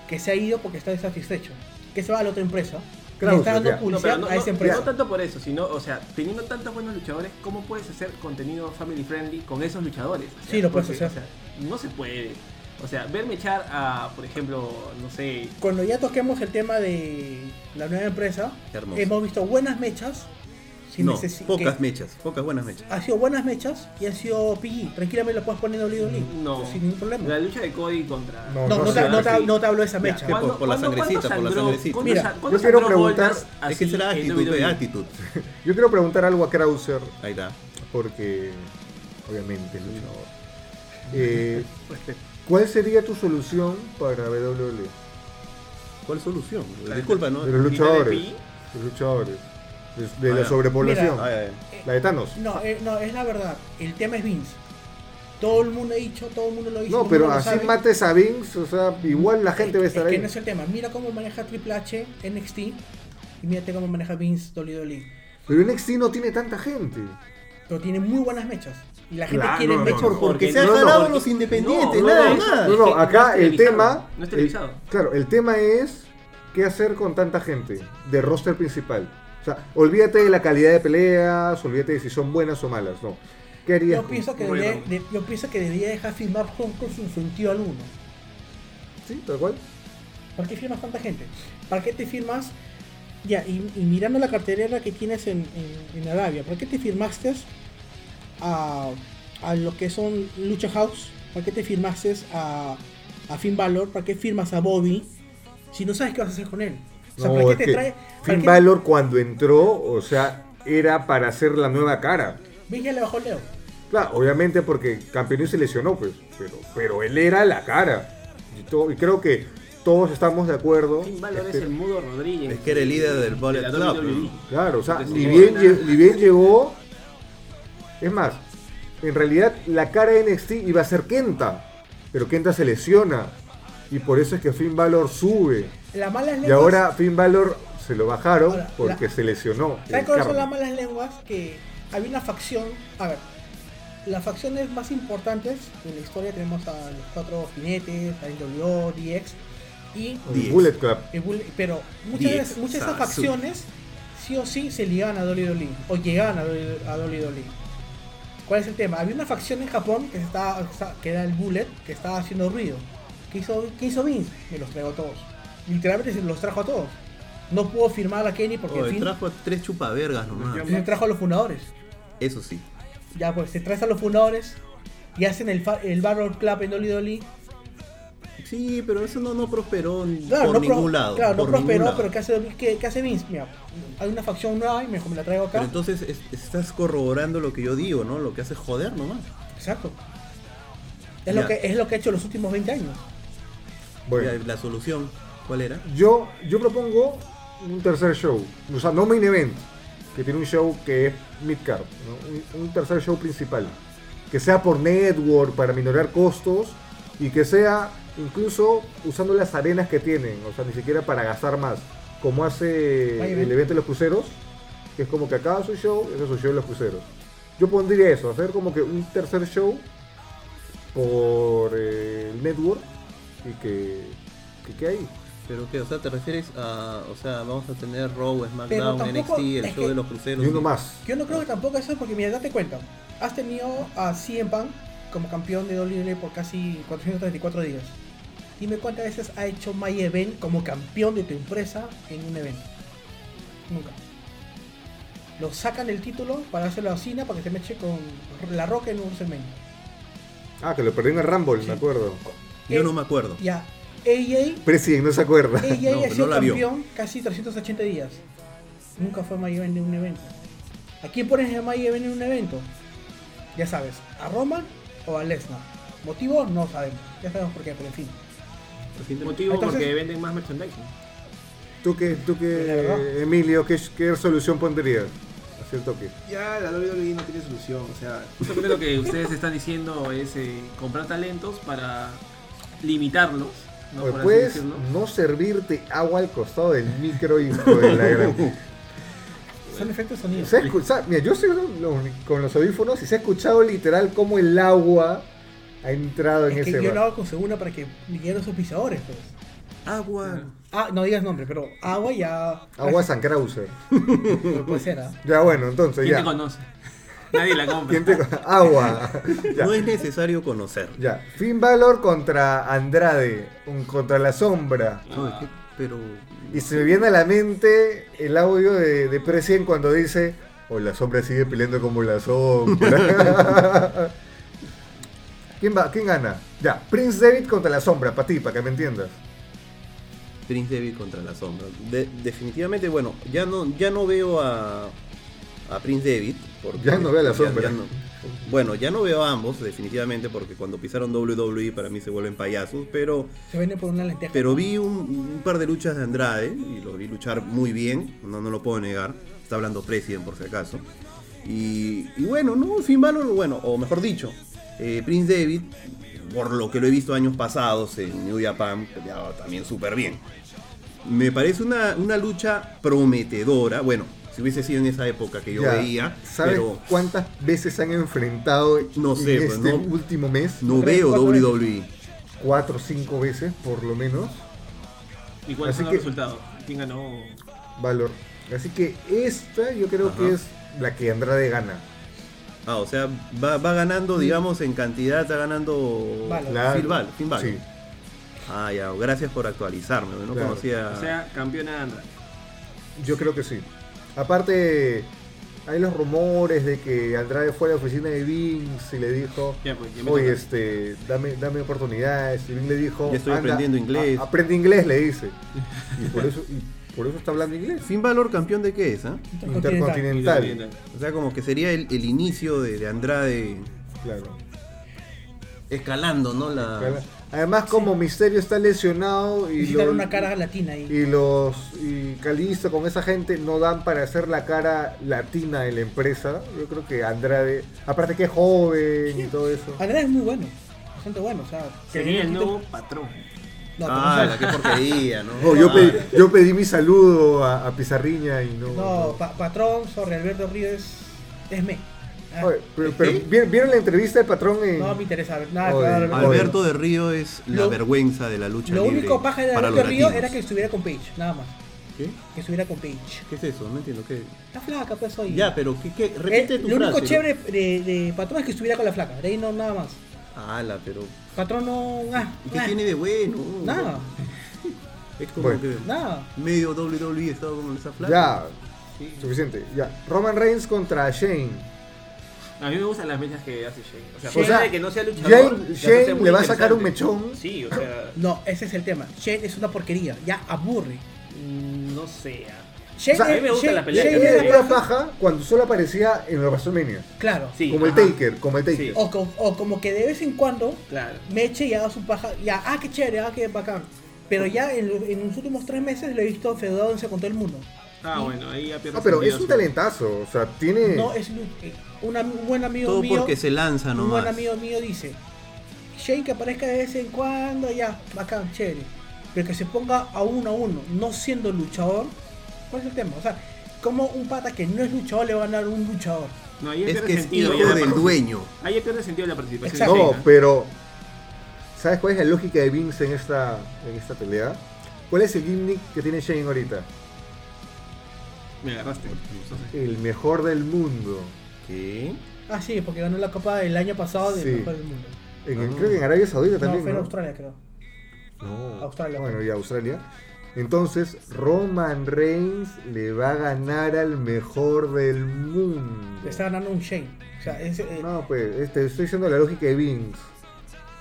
que se ha ido porque está desatisfecho. Que se va a la otra empresa. que le Krauser, está dando ya. No, publicidad pero no, a esa no- empresa. no tanto por eso, sino, o sea, teniendo tantos buenos luchadores, ¿cómo puedes hacer contenido family friendly con esos luchadores? O sea, Sí, lo puedes porque, hacer. o sea, no se puede. O sea, verme echar a, por ejemplo, no sé, Cuando ya toquemos el tema de la nueva empresa, Hermoso. hemos visto buenas mechas sin No, necesi- pocas que mechas, pocas buenas mechas. Ha sido buenas mechas y han sido PG. Tranquilamente lo puedes poner en WWE No. sin ningún problema. La lucha de Cody contra. No, No, no, te, Ciudad no, te, Murphy. no te hablo de esa Ya, mecha. que por- por la ¿Cuándo- cuándo sangrecita, por la sangró- sangrecita. cuándo Mira, sa- yo cuándo quiero sangró preguntar- Goldas Es que así será en actitud, WWE? eh, actitud. Yo quiero preguntar algo a Krauser, Ahí está. porque obviamente es luchador. Pues Eh, ¿Cuál sería tu solución para WWE? ¿Cuál solución? Disculpa, ¿no? De los ¿Quitar el luchadores. pi? De los luchadores. De, de Ah, la ya. sobrepoblación. Ay, ay, La de Thanos. No, eh, no, es la verdad. El tema es Vince. Todo el mundo ha dicho, todo el mundo lo dice. todo No, el pero mundo lo así sabe. mates a Vince, o sea, igual la gente es, va a estar es que ahí. no es el tema. Mira cómo maneja Triple H NXT y mírate cómo maneja Vince Dolly Dolly. Pero NXT no tiene tanta gente. Pero tiene muy buenas mechas. Y la gente Claro, quiere Ah, no, mechas. no, Porque, se no, han no, jalado porque- los independientes, no, no, nada no, más. No, Es que no, no acá es el televisado, tema. no es el- televisado. claro, el tema es qué hacer con tanta gente de roster principal. O sea, olvídate de la calidad de peleas, olvídate de si son buenas o malas, no. ¿Qué harías? Yo pienso, que Ruido. debería, de- yo pienso que debería dejar firmar juntos sin sentido alguno. Sí, tal cual. ¿Para qué firmas tanta gente? ¿Para qué te firmas? Ya, y, y mirando la cartelera que tienes en, en- en Arabia, ¿para qué te firmaste a, a lo que son Lucha House? ¿Para qué te firmaste a, a Finn Balor? ¿Para qué firmas a Bobby? Si no sabes qué vas a hacer con él. O sea, No, ¿para es qué te que trae? Finn ¿para qué- Balor cuando entró, o sea, era para hacer la nueva cara. Ve, ya le bajó Leo. Claro, obviamente porque Campeón se lesionó, pues, pero, pero él era la cara. Y, todo- y creo que todos estamos de acuerdo. Finn Balor es Este, el mudo Rodríguez. Es que era el líder del Bullet de la Club, WWE. ¿no? Claro, o sea, Porque ni si bien, no- lle- ni bien llegó. Es más, en realidad la cara de NXT iba a ser Kenta, pero Kenta se lesiona. Y por eso es que Finn Balor sube. Las malas lenguas. Y ahora Finn Balor se lo bajaron Ahora, porque la- se lesionó. ¿Sabes el cuáles son karma. las malas lenguas? Que había una facción. A ver, las facciones más importantes de la historia tenemos a los cuatro jinetes, a NWO, DX y. El DX. Bullet Club. el Bull- Pero muchas, de, DX, las- muchas de esas Sasuke. facciones sí o sí se ligaban a Dolly Dolly o llegaban a Dolly, a Dolly Dolly. ¿Cuál es el tema? Había una facción en Japón que, se estaba, que era el Bullet que estaba haciendo ruido. ¿Qué hizo, qué hizo Vince? Me los traigo a todos. Literalmente se los trajo a todos. No pudo firmar a Kenny porque Oh, en fin, trajo a tres chupavergas nomás. se trajo a los fundadores. Eso sí. Ya, pues se traes a los fundadores y hacen el, fa- el Barrel Club en Dolly Dolly. Sí, pero eso no, no prosperó ni- Claro, por no pro- ningún lado. Claro, por no ningún prosperó, lado. pero ¿qué hace, qué, qué hace Vince? Mira, hay una facción nueva y mejor me la traigo acá. Pero entonces es- estás corroborando lo que yo digo, ¿no? Lo que hace es joder nomás. Exacto. Es Ya. lo, que, es lo que ha hecho los últimos 20 años. Bueno. Ya, La solución, ¿cuál era? Yo, yo propongo un tercer show, o sea, no main event, que tiene un show que es mid-card, ¿no? un, un tercer show principal, que sea por network para minorar costos y que sea incluso usando las arenas que tienen, o sea, ni siquiera para gastar más, como hace Main el event. evento de los cruceros, que es como que acaba su show, ese es su show de los cruceros. Yo pondría eso, hacer como que un tercer show por eh, el network y que, que quede ahí. Pero que, o sea, te refieres a, o sea, vamos a tener Raw, Pero SmackDown, tampoco- NXT, el es show que- de los cruceros. Y uno más. Yo no creo que tampoco eso, porque mira, date cuenta. Has tenido a CM Punk como campeón de WWE por casi 434 días. Dime cuántas veces ha hecho My Event como campeón de tu empresa en un evento. Nunca. Lo sacan el título para hacerlo a Cena para que se meche con La Roca en un WrestleMania. Ah, que lo perdió en el Rumble, Sí. me acuerdo. Yo Eh, no me acuerdo. Ya. AJ Presi, no se acuerda. Ella No, ha pero sido no la vio. campeón casi 380 días. Nunca fue mayor en un evento. ¿A quién pones de mayor en un evento? Ya sabes, ¿a Roman o a Lesnar? Motivo no sabemos. Ya sabemos por qué, pero en fin. Motivo Entonces- porque venden más merchandising. ¿Tú qué, tú La verdad. qué Emilio, qué, qué solución pondrías? A cierto que. Ya la WWE no tiene solución, o sea, Justamente lo que ustedes están diciendo es eh, comprar talentos para limitarlos, ¿no? Pues Por así puedes decirlo. no servirte agua al costado del micro hijo de la gran. Son efectos sonidos. Se ha escuchado- mira, yo estoy con los- con los audífonos y se ha escuchado literal cómo el agua ha entrado en Es que ese yo lo bar. hago con segunda para que lleguen sus pisadores. Pues. Agua. Ah, no digas nombre, pero agua ya. Agua San Krauser. Puede ser, ¿ah? Ya bueno, entonces ¿Quién ya. te conoce? Nadie la compra. ¿Quién te con- Agua. Ya. No es necesario conocer. ya. Finn Balor contra Andrade. un- Contra la sombra. No, es que- pero Y se me viene a la mente el audio de, de Presien cuando dice, O la sombra sigue peleando como la sombra. ¿Quién va? ¿Quién gana? Ya, Prince David contra la sombra, para ti, para que me entiendas. Prince David contra la sombra. De- definitivamente, bueno, ya no, ya no veo a, a Prince David. Porque, Ya no veo a la sombra. no- bueno, ya no veo a ambos, definitivamente, porque cuando pisaron WWE para mí se vuelven payasos. Pero, Se vende por una lenteja. pero vi un, un par de luchas de Andrade y los vi luchar muy bien, no, no lo puedo negar. Está hablando President por si acaso. Y, y bueno, no, Finn Balor, bueno, o mejor dicho, eh, Prince David, por lo que lo he visto años pasados en New Japan, peleaba también súper bien. Me parece una, una lucha prometedora. Bueno, si hubiese sido en esa época que yo Ya, veía, ¿Sabes pero cuántas veces se han enfrentado No sé, en pues, este no- último mes? no Tres, veo E. cuatro WWE. Cuatro o cinco veces, por lo menos. ¿Y cuáles Así son que- los resultados? ¿Quién ganó? Valor. Así que esta yo creo Ajá. que es la que Andrade gana. Ah, o sea, va, va ganando, digamos, en cantidad, está ganando Balor. La- Finn Balor, Finn Balor. Sí. Ah, ya, gracias por actualizarme, no Claro. conocía... O sea, campeona Andrade. Yo creo que sí. Aparte, hay los rumores de que Andrade fue a la oficina de Vince y le dijo, Ya, pues, ya me oye, toca. este, dame, dame oportunidades. Y Vince le dijo, Ya estoy "Anda, aprendiendo inglés". a- aprende inglés, le dice. Y por eso, y por eso está hablando inglés. Finn Balor campeón de qué es, ah? Intercontinental. Intercontinental. O sea, como que sería el, el inicio de, de Andrade Claro. escalando, ¿no? Ah. La... Además, como Misterio está lesionado y, Necesitan lo- una cara latina ahí. y los y Calisto con esa gente no dan para hacer la cara latina de la empresa, yo creo que Andrade, aparte que es joven y todo eso. Andrade es muy bueno. Bastante bueno, o sea. Sería el no. nuevo patrón. No, Ah, la qué porquería, ¿no? No, Oh, yo, Ah, pedí, yo pedí mi saludo a, a Pizarriña y no. no, no. pa- patrón, sobre Alberto Ríos es me. Ah, Oye, pero, pero ¿vi- ¿vieron la entrevista del patrón en.? no me interesa ver nada. Oye, claro, no. Alberto de Río es la Lo- vergüenza de la lucha Lo libre único paja de para Alberto los Ríos latinos. era que estuviera con Page, nada más. ¿Qué? Que estuviera con Page. ¿Qué es eso? No entiendo qué... Está flaca, pues hoy. Ya, pero ¿qué? qué? Eh, Repite tu lo único frase, ¿no? chévere de, de Patrón es que estuviera con la flaca. De ahí no, nada más. Ala, pero... Patrón no. Ah, ¿y ¿Qué ah, tiene de bueno? Nada, Es como Bueno. que nada. medio WWE estaba con esa plata. Ya, Sí. suficiente. Ya. Roman Reigns contra Shane. A mí me gustan las mechas que hace Shane. O sea, O fuera sea, de que no sea luchador. Shane, ya Shane sea muy le va a sacar un interesante. mechón. Sí, o sea, No, ese es el tema. Shane es una porquería. Ya aburre. mm, no sé. ah. Shane, sea, a mí me gusta Shane- la pelea Shane de Shane Camille era Camille. era una paja. paja cuando solo aparecía en los WrestleMania. Claro. Sí, como el ajá. Taker, como el Taker. Sí. O, co- o como que de vez en cuando Claro. Meche y haga su paja. Ya, ah, qué chévere, ah, qué bacán. Pero ya en, lo- en los últimos tres meses lo he visto feudándose con todo el mundo. Ah, bueno, ahí ya pierde Ah, pero sentido, es un sí. talentazo. O sea, tiene. No, es lu- eh, un, ami- un buen amigo Todo mío. porque se lanza un nomás. buen amigo mío dice: Shane que aparezca de vez en cuando, ya, bacán, chévere. Pero que se ponga a uno a uno, no siendo luchador. ¿Cuál es el tema? O sea, como un pata que no es luchador le va a ganar un luchador. No, ahí ya Es pierde que es sentido. hijo ya la del participación. dueño. Ahí ya pierde sentido la participación. Exacto. de No, Shane, ah. pero. ¿Sabes cuál es la lógica de Vince en esta, en esta pelea? ¿Cuál es el gimmick que tiene Shane ahorita? Me agarraste. Entonces, El mejor del mundo. ¿Qué? Ah, sí, porque ganó la copa del año pasado de Sí. mejor del mundo. En el- Ah. Creo que en Arabia Saudita no, también. fue en ¿no? Australia, creo. No. Australia. Bueno, y Australia. Entonces, Roman Reigns le va a ganar al mejor del mundo. Le está ganando un Shane. O sea, es, eh, No, pues, este, estoy diciendo la lógica de Vince.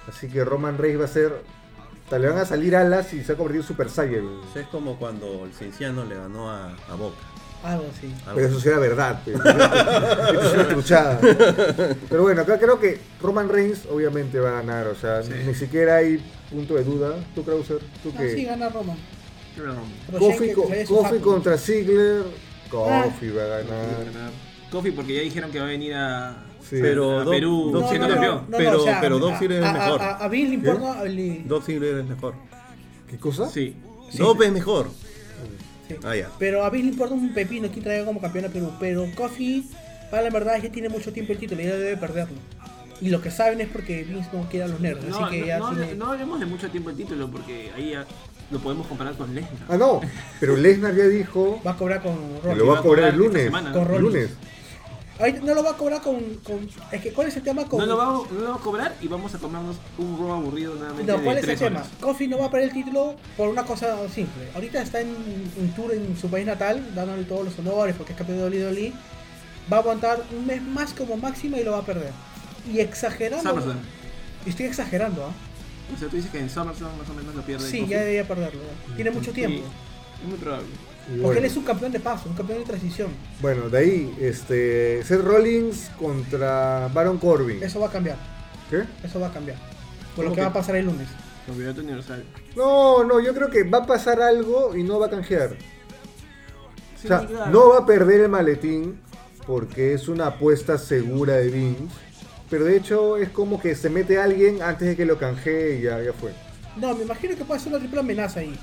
Así que Roman Reigns va a ser. o sea, Le van a salir alas y se va a convertir en Super Saiyan. O sea, es como cuando el Cienciano le ganó a, a Boca. algo así. Algo Pero eso sí era verdad. Pero, esto es una truchada. Pero bueno, acá creo que Roman Reigns obviamente va a ganar. O sea, Sí. ni siquiera hay punto de duda. Tú, Krauser, tú Ah, sí, que. gana Roma. no, Pero Shane Kofi que- co- que se ve su Ah. Kofi saco. contra Ziggler. Kofi va a no, ganar. no. Coffee, porque ya dijeron que va a venir a, Ah. Sí. Pero a Doc- Perú Doc siendo Ziggler- campeón. Pero- o sea, pero a- Doc Ziggler es a- mejor. A, a, a Vince le importa. le- Doc Ziggler es mejor. ¿Qué cosa? Sí. Sí, Dope es mejor. sí. Ah, ya. Pero a Vince le importa un pepino quién traiga como campeón a Perú. Pero Kofi, para la verdad, es que tiene mucho tiempo el título y ya debe perderlo. Y lo que saben es porque Vince no quiere a los nerds. No, así que no, ya no, tiene- no hablemos de mucho tiempo el título porque ahí ya lo podemos comparar con Lesnar. Ah, no. Pero Lesnar ya dijo va a cobrar con que Rocky. lo va a cobrar el esta lunes. semana, ¿no? Con El Rollins. lunes. Ahorita no lo va a cobrar con, con- Es que, ¿cuál es el tema con.? No lo, vamos, no lo vamos a cobrar y vamos a comernos un robo aburrido nuevamente. No, ¿cuál de es el tres tema? horas. Kofi no va a perder el título por una cosa simple. Ahorita está en un tour en su país natal, dándole todos los honores porque es campeón de WWE. E. va a aguantar un mes más como máxima y lo va a perder. Y exagerando. SummerSlam. Estoy exagerando, ¿ah? O sea, tú dices que en SummerSlam más o menos lo pierde. Sí, Kofi. ya debería perderlo. ¿ah? Tiene mucho tiempo. Sí, es muy probable. Y Porque bueno. él es un campeón de paso, un campeón de transición. Bueno, de ahí, este, Seth Rollins contra Baron Corbin. Eso va a cambiar. ¿Qué? Eso va a cambiar. Por lo ¿Cómo que? que va a pasar el lunes. Campeonato universal. No, no, yo creo que va a pasar algo y no va a canjear. Sí, o sea, claro. no va a perder el maletín porque es una apuesta segura de Vince. Pero de hecho es como que se mete alguien antes de que lo canjee y ya, ya fue. No, me imagino que puede ser una triple amenaza ahí.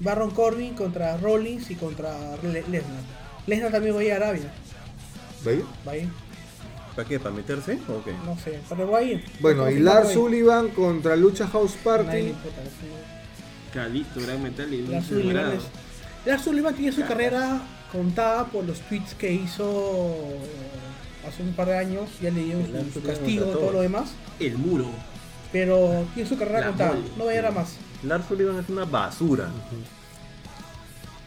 Baron Corbin contra Rollins y contra Le- Lesnar. Lesnar también va a ir a Arabia. ¿De ahí? Va a ir, ¿Para qué? ¿Para meterse? ¿O qué? no sé, pero va a ir. Bueno, y Confirmado Lars ahí. Sullivan contra Lucha House Nadie le Party. importa, Lars Sullivan. Calisto, gran metal y Lars Vince Sullivan Dorado. es- Lars Sullivan tiene su carrera contada por los tweets que hizo eh, hace un par de años. Ya le dieron Lars su- su Sullivan castigo contra todo todos. lo demás. El muro. Pero tiene su carrera La contada. mole. No va a ir a más. Lars Sullivan es una basura.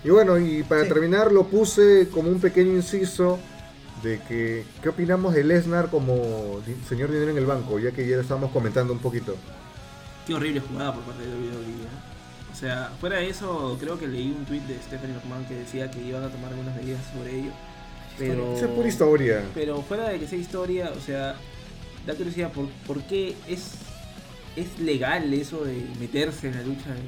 Y bueno, y para Sí. terminar lo puse como un pequeño inciso de que qué opinamos de Lesnar como di- señor dinero en el banco, ya que ya lo estábamos comentando un poquito. Qué horrible jugada por parte de WWE. ¿eh? O sea, fuera de eso, creo que leí un tweet de Stephanie McMahon que decía que iban a tomar algunas medidas sobre ello. Pero... Esa es pura historia. Pero fuera de que sea historia, o sea, da curiosidad por, por qué es, es legal eso de meterse en la lucha de,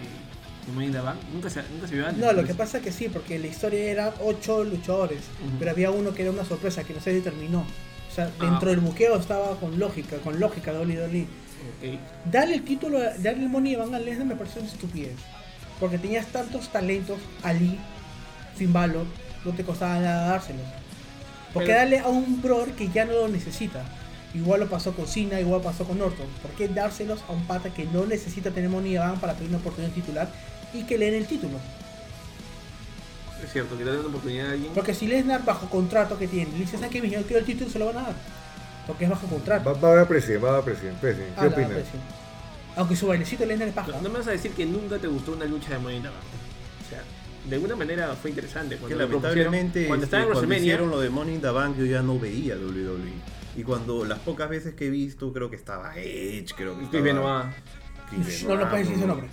de Money in the Bank. Nunca se, nunca se vio antes. No, lo pues. que pasa es que sí, porque la historia era ocho luchadores, Ujú. pero había uno que era una sorpresa que no se determinó. O sea, Ah. dentro del buqueo estaba con lógica, con lógica E. Dolly Dolly. Ok. Darle el título, darle el money van a Lesnar me pareció una estupidez. Porque tenías tantos talentos, Ali, sin valor, no te costaba nada dárselos. Porque Pero- darle a un brother que ya no lo necesita. Igual lo pasó con Cena, igual pasó con Norton. ¿Por qué dárselos a un pata que no necesita tener money van para tener una oportunidad titular y que le den el título? Es cierto, que le dan una oportunidad a alguien. Porque si Lesnar bajo contrato que tiene, le dice, ¿sabes qué? Mi quiero el título, se lo van a dar. Porque es bajo contrato. Va, va a haber presidente, va a haber presidente. presidente. Ah, ¿Qué la opinas? presión. Aunque su bailecito de Lesnar es paja. No, no me vas a decir que nunca te gustó una lucha de Money in the Bank. O sea, de alguna manera fue interesante. Que Cuando lo lamentablemente propusieron. cuando este, estaba en WrestleMania, hicieron lo de Money in the Bank yo ya no veía WWE. Y cuando las pocas veces que he visto creo que estaba Edge, creo que Chris estaba... Benoit. Chris No, no Benoit, puede decir ese nombre.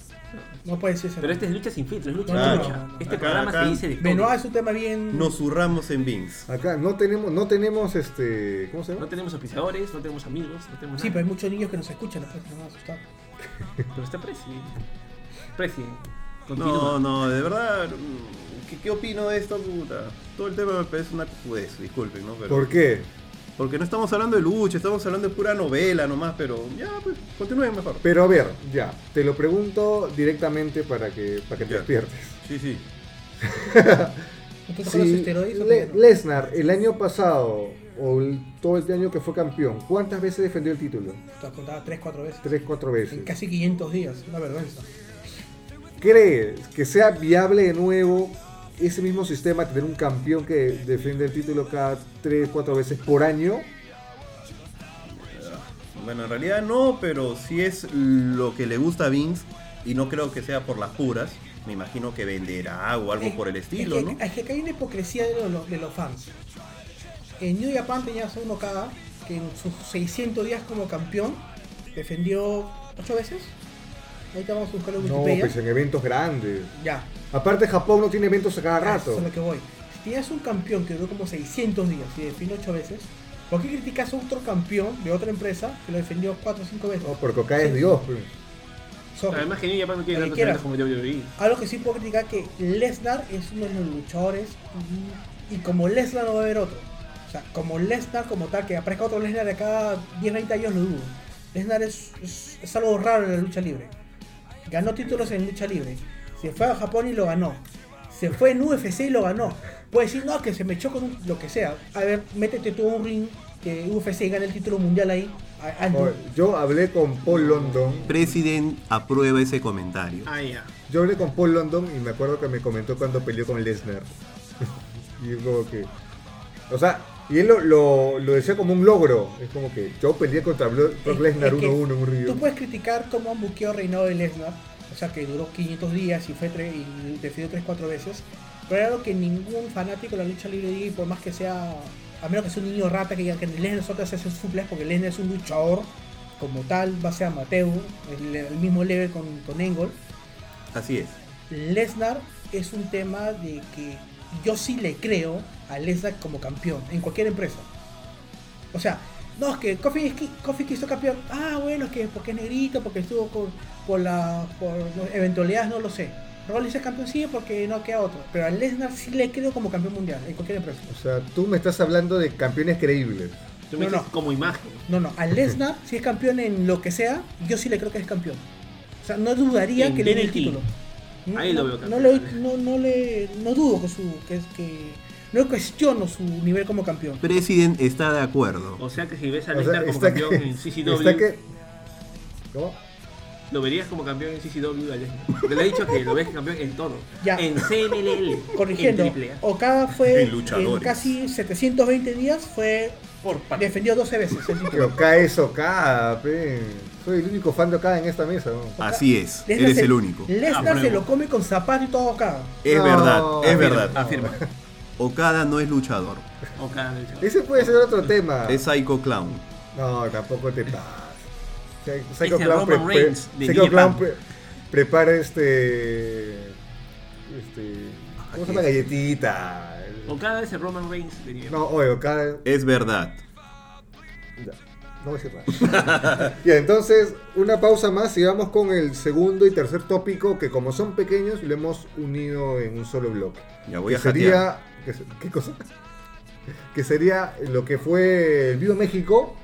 No puede decir ese Pero este nombre. es lucha sin filtro, es lucha Claro. sin lucha. Este Acá, programa acá. se dice de todo. Benoit es un tema bien... Nos zurramos en Vince. Acá no tenemos, no tenemos este. ¿Cómo se No llama? tenemos auspiciadores, no tenemos amigos, no tenemos Sí, pero nada. hay muchos niños que nos escuchan, así que nos van a asustar. Pero está Presi. Presi. Continúa. No, no, de verdad... mm, ¿Qué, qué opino de esto, puta? Todo el tema me parece una cojudez, disculpen, ¿no? Pero, ¿Por qué? Porque no estamos hablando de lucha, estamos hablando de pura novela nomás, pero ya, pues, continúen mejor. Pero a ver, ya, te lo pregunto directamente para que, para que te Ya. despiertes. Sí, sí. ¿Entonces Sí, con los esteroides o Le- qué? Lesnar, el año pasado, o el- todo el año que fue campeón, ¿cuántas veces defendió el título? Te has contado tres, cuatro veces. Tres, cuatro En veces. casi 500 días, una vergüenza. ¿Crees que sea viable de nuevo ese mismo sistema, tener un campeón que defiende el título cada tres, cuatro veces por año? Bueno, en realidad no, pero sí es lo que le gusta a Vince y no creo que sea por las puras. Me imagino que venderá o algo Es- por el es estilo, que- ¿no? Es que acá hay una hipocresía de los, de los fans. En New Japan tenías a uno cada que en sus 600 días como campeón defendió 8 veces. Ahí te vamos a buscar en No, Wikipedia. pues en eventos grandes. ya, Aparte, Japón no tiene eventos a cada eso rato. es lo Ah, que voy. Si tienes un campeón que duró como 600 días y defendió 8 veces, ¿por qué criticas a otro campeón de otra empresa que lo defendió 4 o 5 veces? No, porque acá es Dios. pues. Sorry. Además que New Japan no tiene Lo que tantos quieras. eventos como E. WWE. Algo que sí puedo criticar que Lesnar es uno de los luchadores y, y como Lesnar no va a haber otro. O sea, como Lesnar como tal, que aparezca otro Lesnar de cada 10, 20 años, lo dudo. Lesnar es, es- es algo raro en la lucha libre. Ganó títulos en lucha libre. Se fue a Japón y lo ganó. Se fue en UFC y lo ganó. Puede decir, no, que se me echó con un- lo que sea. A ver, métete tú a un ring de UFC y gana el título mundial ahí. A- hazlo. Oye, Yo hablé con Paul London. President aprueba ese comentario. Ah, ya. Yo hablé con Paul London y me acuerdo que me comentó cuando peleó con Lesnar. y es como que. O sea, y él lo, lo- lo decía como un logro. Es como que yo peleé contra Bro- Brock Es- Lesnar es que 1-1 en un río. Tú puedes criticar cómo han buqueado el reinado de Lesnar, o sea que duró 500 días y fue tre- y defendió 3-4 veces, pero era algo que ningún fanático de la lucha libre diga y por más que sea a menos que sea un niño rata que diga que Lesnar solo hace sus suplex porque Lesnar es un luchador como tal, va a ser amateur, el, el mismo level con, con Engel. Así es. Lesnar es un tema de que yo sí le creo a Lesnar como campeón en cualquier empresa. O sea, no, es que Kofi, es que- Kofi quiso campeón. Ah, bueno, es que porque es negrito, porque estuvo con, por la por eventualidades, no lo sé. Rollins es campeón, sí, porque no queda otro. Pero a Lesnar sí le creo como campeón mundial en cualquier empresa. O sea, tú me estás hablando de campeones creíbles. Tú me No, dices no. como imagen. No, no, a Lesnar, si es campeón en lo que sea, yo sí le creo que es campeón. O sea, no dudaría En que le den el DDT. título. No, Ahí lo no- veo no campeón. le, no, no le no dudo que su que, que no cuestiono su nivel como campeón. President está de acuerdo. O sea que si ves a O sea, Lesnar como está campeón que, en CCW, está que- ¿Cómo? lo verías como campeón en CCW a Lesnar. Porque le he dicho que lo ves campeón en todo. Ya. En CMLL. Corrigiendo, En AAA. Okada fue En luchadores. en casi 720 días fue Por parte. defendió 12 veces. el título. Que Okada es Okada, pe. Soy el único fan de Okada en esta mesa. ¿no? Así es, Lesnar eres se- el único. Ah, Lesnar pruebo. se lo come con zapato y todo Okada. Es No, verdad, es afirma, verdad. Afirma. Okada no es luchador, O cada vez. Ese puede ser otro tema. es Psycho Clown. No, tampoco te pasa. Psy- Ese Psycho Clown, Este Roman pre- pre- Reigns de Psycho New Clown Japan. pre- prepara este. este ¿Cómo se llama? Galletita. O cada vez el Roman Reigns de New York. No, oye, Okada. Es verdad. Ya, No voy a decir nada. Bien, entonces, una pausa más y vamos con el segundo y tercer tópico que, como son pequeños, lo hemos unido en un solo bloque. Ya voy a que jatear. sería, que se- ¿Qué cosa? Que sería lo que fue el Vivo México.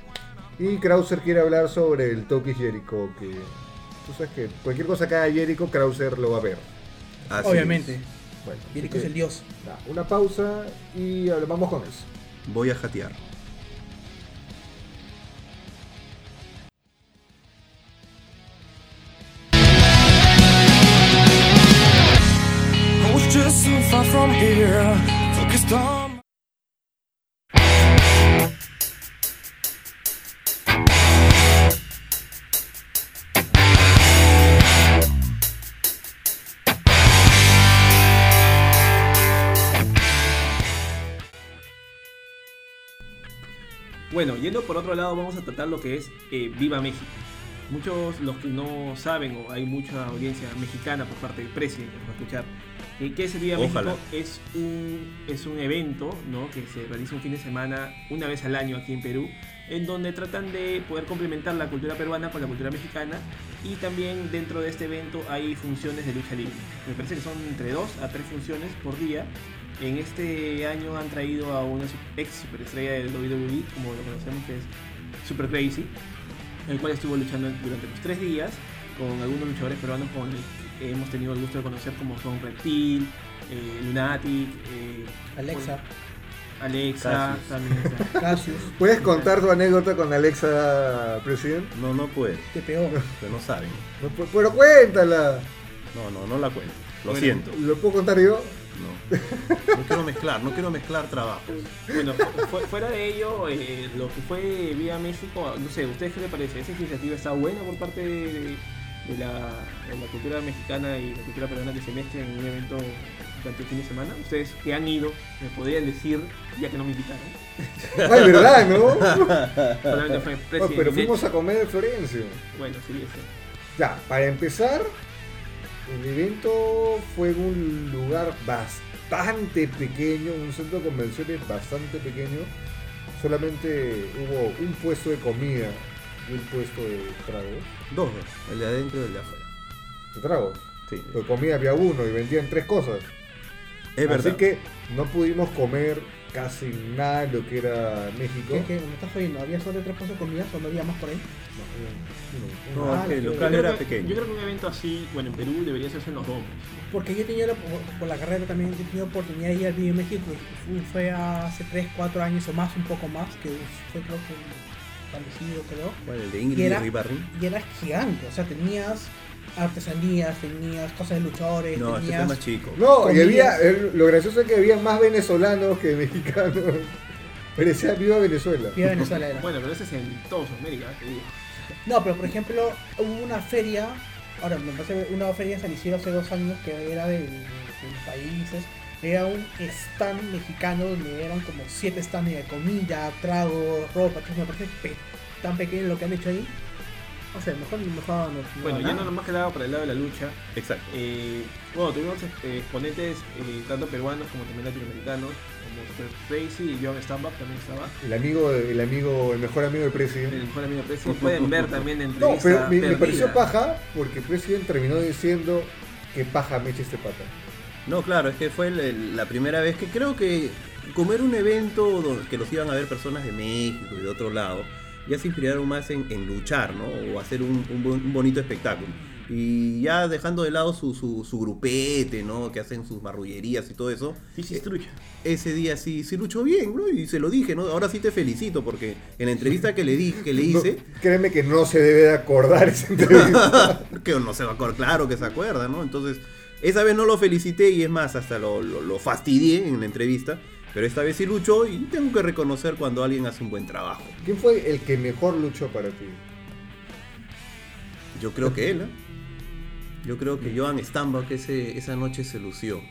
Y Krauser quiere hablar sobre el Tokyo Jericho. Que tú sabes que cualquier cosa que haga Jericho, Krauser lo va a ver. Así Obviamente. Bueno, así Jericho que, es el dios. nada, una pausa y hablamos con eso. es. Voy a jatear. I was just so far from here, focused on. Bueno, yendo por otro lado, vamos a tratar lo que es eh, Viva México. Muchos los que no saben, o hay mucha audiencia mexicana por parte del presidente, por escuchar, eh, que ese Viva Ojalá. México es un, es un evento ¿no? que se realiza un fin de semana, una vez al año aquí en Perú, en donde tratan de poder complementar la cultura peruana con la cultura mexicana y también dentro de este evento hay funciones de lucha libre. Me parece que son entre dos a tres funciones por día. En este año han traído a una su- ex superestrella del WWE, como lo conocemos que es Super Crazy, el cual estuvo luchando durante los tres días con algunos luchadores peruanos con los que hemos tenido el gusto de conocer como son Reptil, eh, Lunatic, eh, Alexa, Alexa, Cassius. también está. Cassius, ¿Puedes contar tu anécdota con Alexa, presidente? No, no puedo, TPO. pero no saben. No, pu- Pero cuéntala. No, no, no la cuento. Lo Bueno. siento. ¿Lo puedo contar yo? No. no quiero mezclar, no quiero mezclar trabajos. Bueno, fu- fuera de ello, eh, lo que fue Vía México, no sé, ¿ustedes qué les parece? ¿Esa iniciativa está buena por parte de, de la, de la cultura mexicana y la cultura peruana que se mezclen en un evento durante el fin de semana? ¿Ustedes que han ido me podrían decir, ya que no me invitaron? Ay, ¿verdad, no? Solamente fue Oh, presidente. pero fuimos a comer en Florencio. Bueno, sí, eso. Ya, para empezar, el evento fue en un lugar bastante pequeño, un centro de convenciones bastante pequeño. Solamente hubo un puesto de comida y un puesto de tragos. Dos, dos. El de adentro y el de afuera. ¿De tragos? Sí. De comida había uno y vendían tres cosas. Es verdad. Así que no pudimos comer casi nada de lo que era México. ¿Qué, qué? ¿Me estás oyendo? ¿Había solo tres cosas comidas o no había más por ahí? No, Ah, No, no, es que el no. local era pequeño. Yo creo que un evento así, bueno, en Perú debería hacerse en los domos. Porque yo tenía la, por, por la carrera también, yo tenía oportunidad de ir al Vive México. y fui- fue hace 3, 4 años o más, un poco más, que fue creo que establecido, creo. Bueno, el de Y Ingrid y era- Ribarri. Y era gigante, o sea, tenías artesanías, tenías cosas de luchadores, No, este tenías... fue más chico. No, y Comidas. había, el- lo gracioso es que había más venezolanos que mexicanos. Parecía viva Venezuela. Viva Venezuela era. Bueno, pero ese es en todos América, te digo. No, pero por ejemplo, hubo una feria, ahora me parece una feria en San Isidro hace dos años que era de, de- de los países, Era un stand mexicano donde eran como siete stands de comida, trago, ropa, que me parece pe- tan pequeño lo que han hecho ahí. O sea, mejor, mejor no. no Bueno, nada. ya no nomás quedaba para el lado de la lucha. Exacto. Eh, bueno, tuvimos eh, exponentes eh, tanto peruanos como también latinoamericanos, como Super Crazy y John Stambach también estaba. El amigo, de- el amigo, el mejor amigo de El President. mejor amigo Crazy. Pueden ver también la No, entrevista pero me, me perdida. pareció paja porque President terminó diciendo que paja me echa este pata. No, claro, es que fue el- el- la primera vez que creo que como era un evento donde, que los iban a ver personas de México y de otro lado, ya se inspiraron más en, en luchar, ¿no? O hacer un, un bon- un bonito espectáculo. Y ya dejando de lado su, su- su grupete, ¿no? Que hacen sus marrullerías y todo eso. Sí, sí, trucha. Ese día sí, sí luchó bien, ¿no? Y se lo dije, ¿no? Ahora sí te felicito porque en la entrevista que le, di, que le hice... No, créeme que no se debe de acordar esa entrevista. que no se va a acordar, claro que se acuerda, ¿no? Entonces, esa vez no lo felicité y es más, hasta lo, lo- lo fastidié en la entrevista, pero esta vez sí luchó y tengo que reconocer cuando alguien hace un buen trabajo. ¿Quién fue el que mejor luchó para ti? Yo creo que él, ¿eh? Yo creo que Joan Stambach ese, esa noche se lució.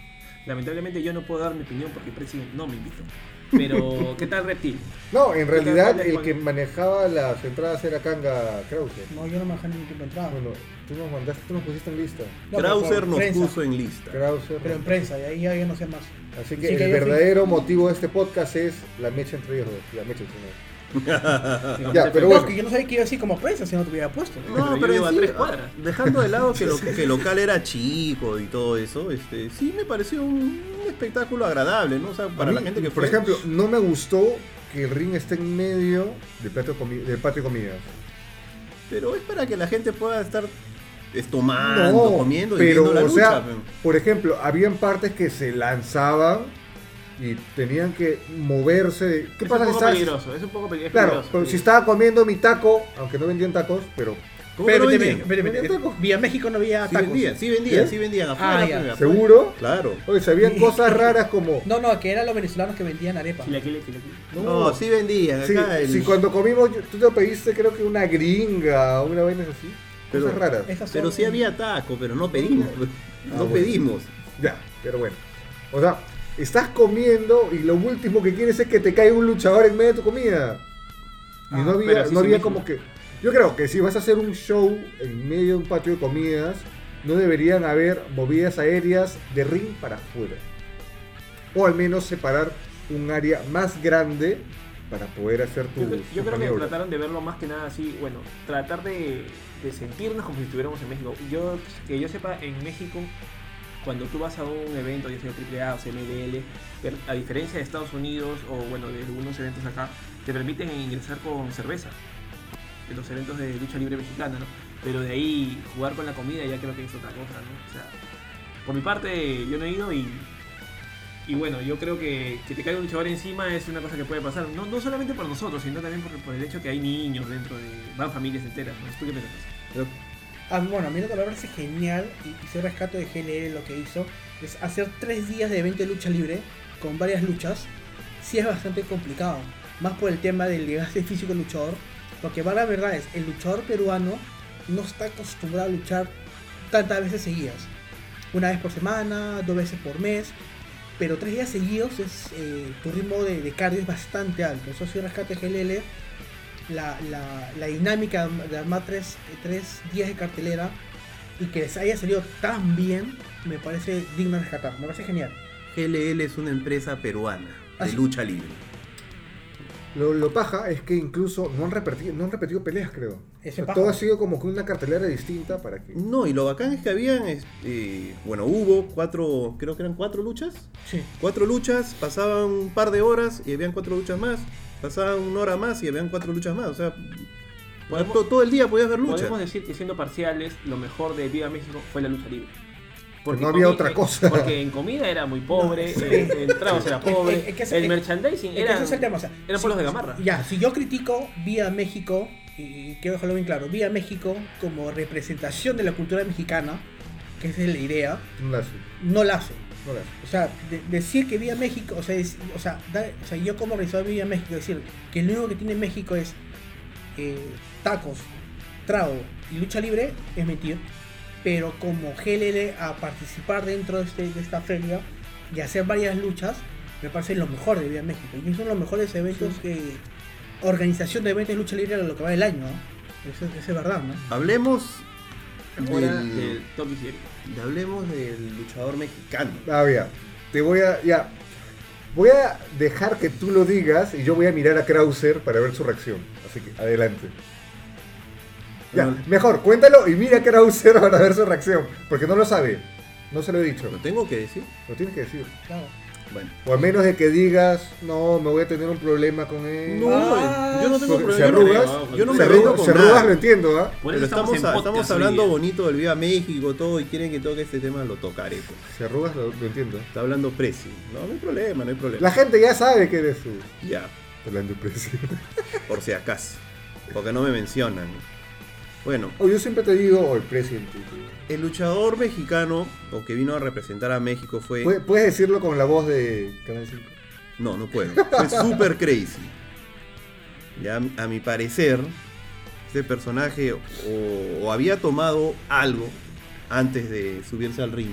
Lamentablemente yo no puedo dar mi opinión porque President no me invitó. Pero, ¿qué tal Reptil? No, en realidad el Juan- que manejaba las entradas era Kanga Krause. No, yo no me dejé ningún tiempo entrado. No, no, tú nos mandaste, tú nos pusiste en lista. No, Krauser pero nos prensa. puso en lista. Krause. Pero en prensa, y ahí ya yo no sé más. Así Sí, que que el yo fui- verdadero motivo de este podcast es la mecha entre ellos dos, la mecha entre ellos. Realmente, Ah, pero No, bueno. que yo no sabía que iba así como prensa si no te hubiera puesto. No, Pero yo pero vivo a en sí, tres cuadras. dejando de lado que, lo- que el local era chico y todo eso, este, sí me pareció un espectáculo agradable, ¿no? O sea, para A la mí, gente que Por fue- ejemplo, no me gustó que el ring esté en medio del plato de comi- del patio de comida. Pero es para que la gente pueda estar estomando, comiendo y pero, viendo la o lucha. sea, pe. por ejemplo, habían partes que se lanzaban y tenían que moverse. ¿Qué es pasa un si poco estás- peligroso, es un poco peli- es Claro, peligroso. pero si sí. estaba comiendo mi taco, aunque no vendían tacos, pero ¿Cómo que no vendían? Vía México no había Sí tacos. vendían, sí vendían, ¿Sí? sí vendían Ah, afuera. ya. pe, afuera. seguro. Claro. Oye, sabían cosas raras como. No, no, que eran los venezolanos que vendían arepa. Chilaquiles, chilaquiles. No, sí vendían. Sí, Acá el- sí, cuando comimos, yo- tú te pediste creo que una gringa o una vaina así. Pero- cosas raras. Esas son- Pero sí había taco, pero no pedimos. pe. Ah, no bueno. pedimos. Ya, pero bueno. O sea, estás comiendo y lo último que quieres es que te caiga un luchador en medio de tu comida. Y no había, Ah, pero así no se había mezcla. como que. Yo creo que si vas a hacer un show en medio de un patio de comidas, no deberían haber movidas aéreas de ring para afuera. O al menos separar un área más grande para poder hacer tu. Yo, creo- yo tu creo que maniobra. trataron de verlo más que nada así, bueno, tratar de, de sentirnos como si estuviéramos en México. Yo, que yo sepa, en México, cuando tú vas a un evento, ya sea AAA o CMDL, per- a diferencia de Estados Unidos o bueno, de algunos eventos acá, te permiten ingresar con cerveza. En los eventos de lucha libre mexicana, ¿no? Pero de ahí jugar con la comida ya creo que es otra cosa, ¿no? O sea, por mi parte, yo no he ido y y bueno, yo creo que que te caiga un luchador encima es una cosa que puede pasar, no, no solamente por nosotros, sino también por, por el hecho que hay niños dentro de. van familias enteras. ¿no? ¿Tú qué piensas? Ah, bueno, a mí lo que me parece genial y, y si rescato de GNL lo que hizo es hacer tres días de evento de lucha libre con varias luchas. Sí es bastante complicado, más por el tema del desgaste físico del luchador, porque va la verdad es el luchador peruano no está acostumbrado a luchar tantas veces seguidas, una vez por semana, dos veces por mes, pero tres días seguidos es eh, tu ritmo de, de cardio es bastante alto. Eso sí rescato de GNL la, la- la dinámica de armar tres, tres días de cartelera y que les haya salido tan bien, me parece digno de rescatar, me parece genial. GLL es una empresa peruana de Así- lucha libre. Lo, lo paja es que incluso no han repetido, no han repetido peleas, creo. Ese O sea, paja. todo ha sido como que una cartelera distinta para que. No, y lo bacán es que habían, es- eh, bueno, hubo cuatro, creo que eran cuatro luchas. Sí. Cuatro luchas, pasaban un par de horas y habían cuatro luchas más. Pasaban una hora más y habían cuatro luchas más. O sea, Podemos- to- todo el día podías ver luchas. Podemos decir que siendo parciales, lo mejor de Viva México fue la lucha libre. no había comi- otra eh, cosa. Porque en comida era muy pobre, No, sí. en, en tragos era Es que- pobre, es que es- el es- merchandising Es que era. ese es el tema, o sea, eran si- polos de gamarra. Ya, si yo critico Vía México, y, y quiero dejarlo bien claro, Vía México como representación de la cultura mexicana, que esa es la idea, No la hace, no la hace. no la hace. O sea, de- decir que Vía México, o sea, es- o, sea, da- o sea, yo como organizador de Vía México, decir que lo único que tiene México es eh, tacos, trago y lucha libre, es mentir. Pero como GLL a participar dentro de, este- de esta feria, y hacer varias luchas, me parece lo mejor de Viva México. Y es uno de los mejores eventos que. Organización de eventos de lucha libre a lo que va del año, ¿no? Eso, eso es verdad, ¿no? Hablemos Ahora del- del Tokyo Fury. de- hablemos del luchador mexicano. Ah, mira, te voy a. Ya. Voy a dejar que tú lo digas y yo voy a mirar a Krauser para ver su reacción. Así que adelante. Ya, No. mejor, cuéntalo y mira a Krauser para ver su reacción. Porque no lo sabe. No se lo he dicho. ¿Lo tengo que decir? Lo tienes que decir. Claro. Bueno. O a menos de que digas, no, me voy a tener un problema con Eh, él. No, Ah, yo no tengo Porque se problema. arruga, arrugas. creo, yo no se me arruga- vengo con se arrugas, nada. lo entiendo, ¿ah? Por eso Pero estamos, en a- podcast estamos hoy hablando día. bonito del Viva México, todo, y quieren que toque este tema, lo tocaré. pues. Se arrugas, lo, lo entiendo. Está hablando Presi. No, no hay problema, no hay problema. La gente ya sabe que eres tú. Ya, Hablando de precio. por si acaso. Porque no me mencionan. Bueno, Oh, yo siempre te digo, oh, el presidente. el luchador mexicano, o que vino a representar a México, fue... Puedes puedes decirlo con la voz de Canal 5. No, no puedo. Fue super crazy. Ya, a mi- a mi parecer, este personaje o, o había tomado algo antes de subirse al ring,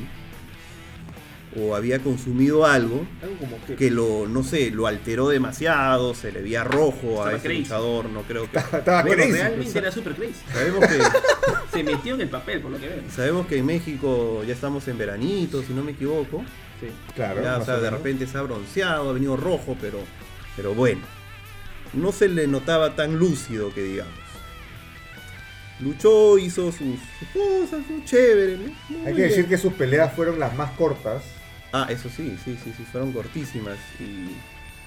o había consumido algo Algo como que. que lo, no sé, lo alteró demasiado, se le veía rojo Estaba a ese crazy. luchador, no creo que... Estaba Bueno, crazy. realmente era super crazy. Sabemos que, Se metió en el papel, por lo que veo. sabemos que en México ya estamos en veranito, si no me equivoco. Sí. Claro. Ya, o más sea, o de menos. repente se ha bronceado, ha venido rojo, pero, pero bueno. No se le notaba tan lúcido que digamos. Luchó, hizo sus, sus cosas, fue chévere. ¿no? Muy Hay que bien. decir que sus peleas fueron las más cortas. Ah, eso sí, sí, sí, sí, fueron cortísimas. Y,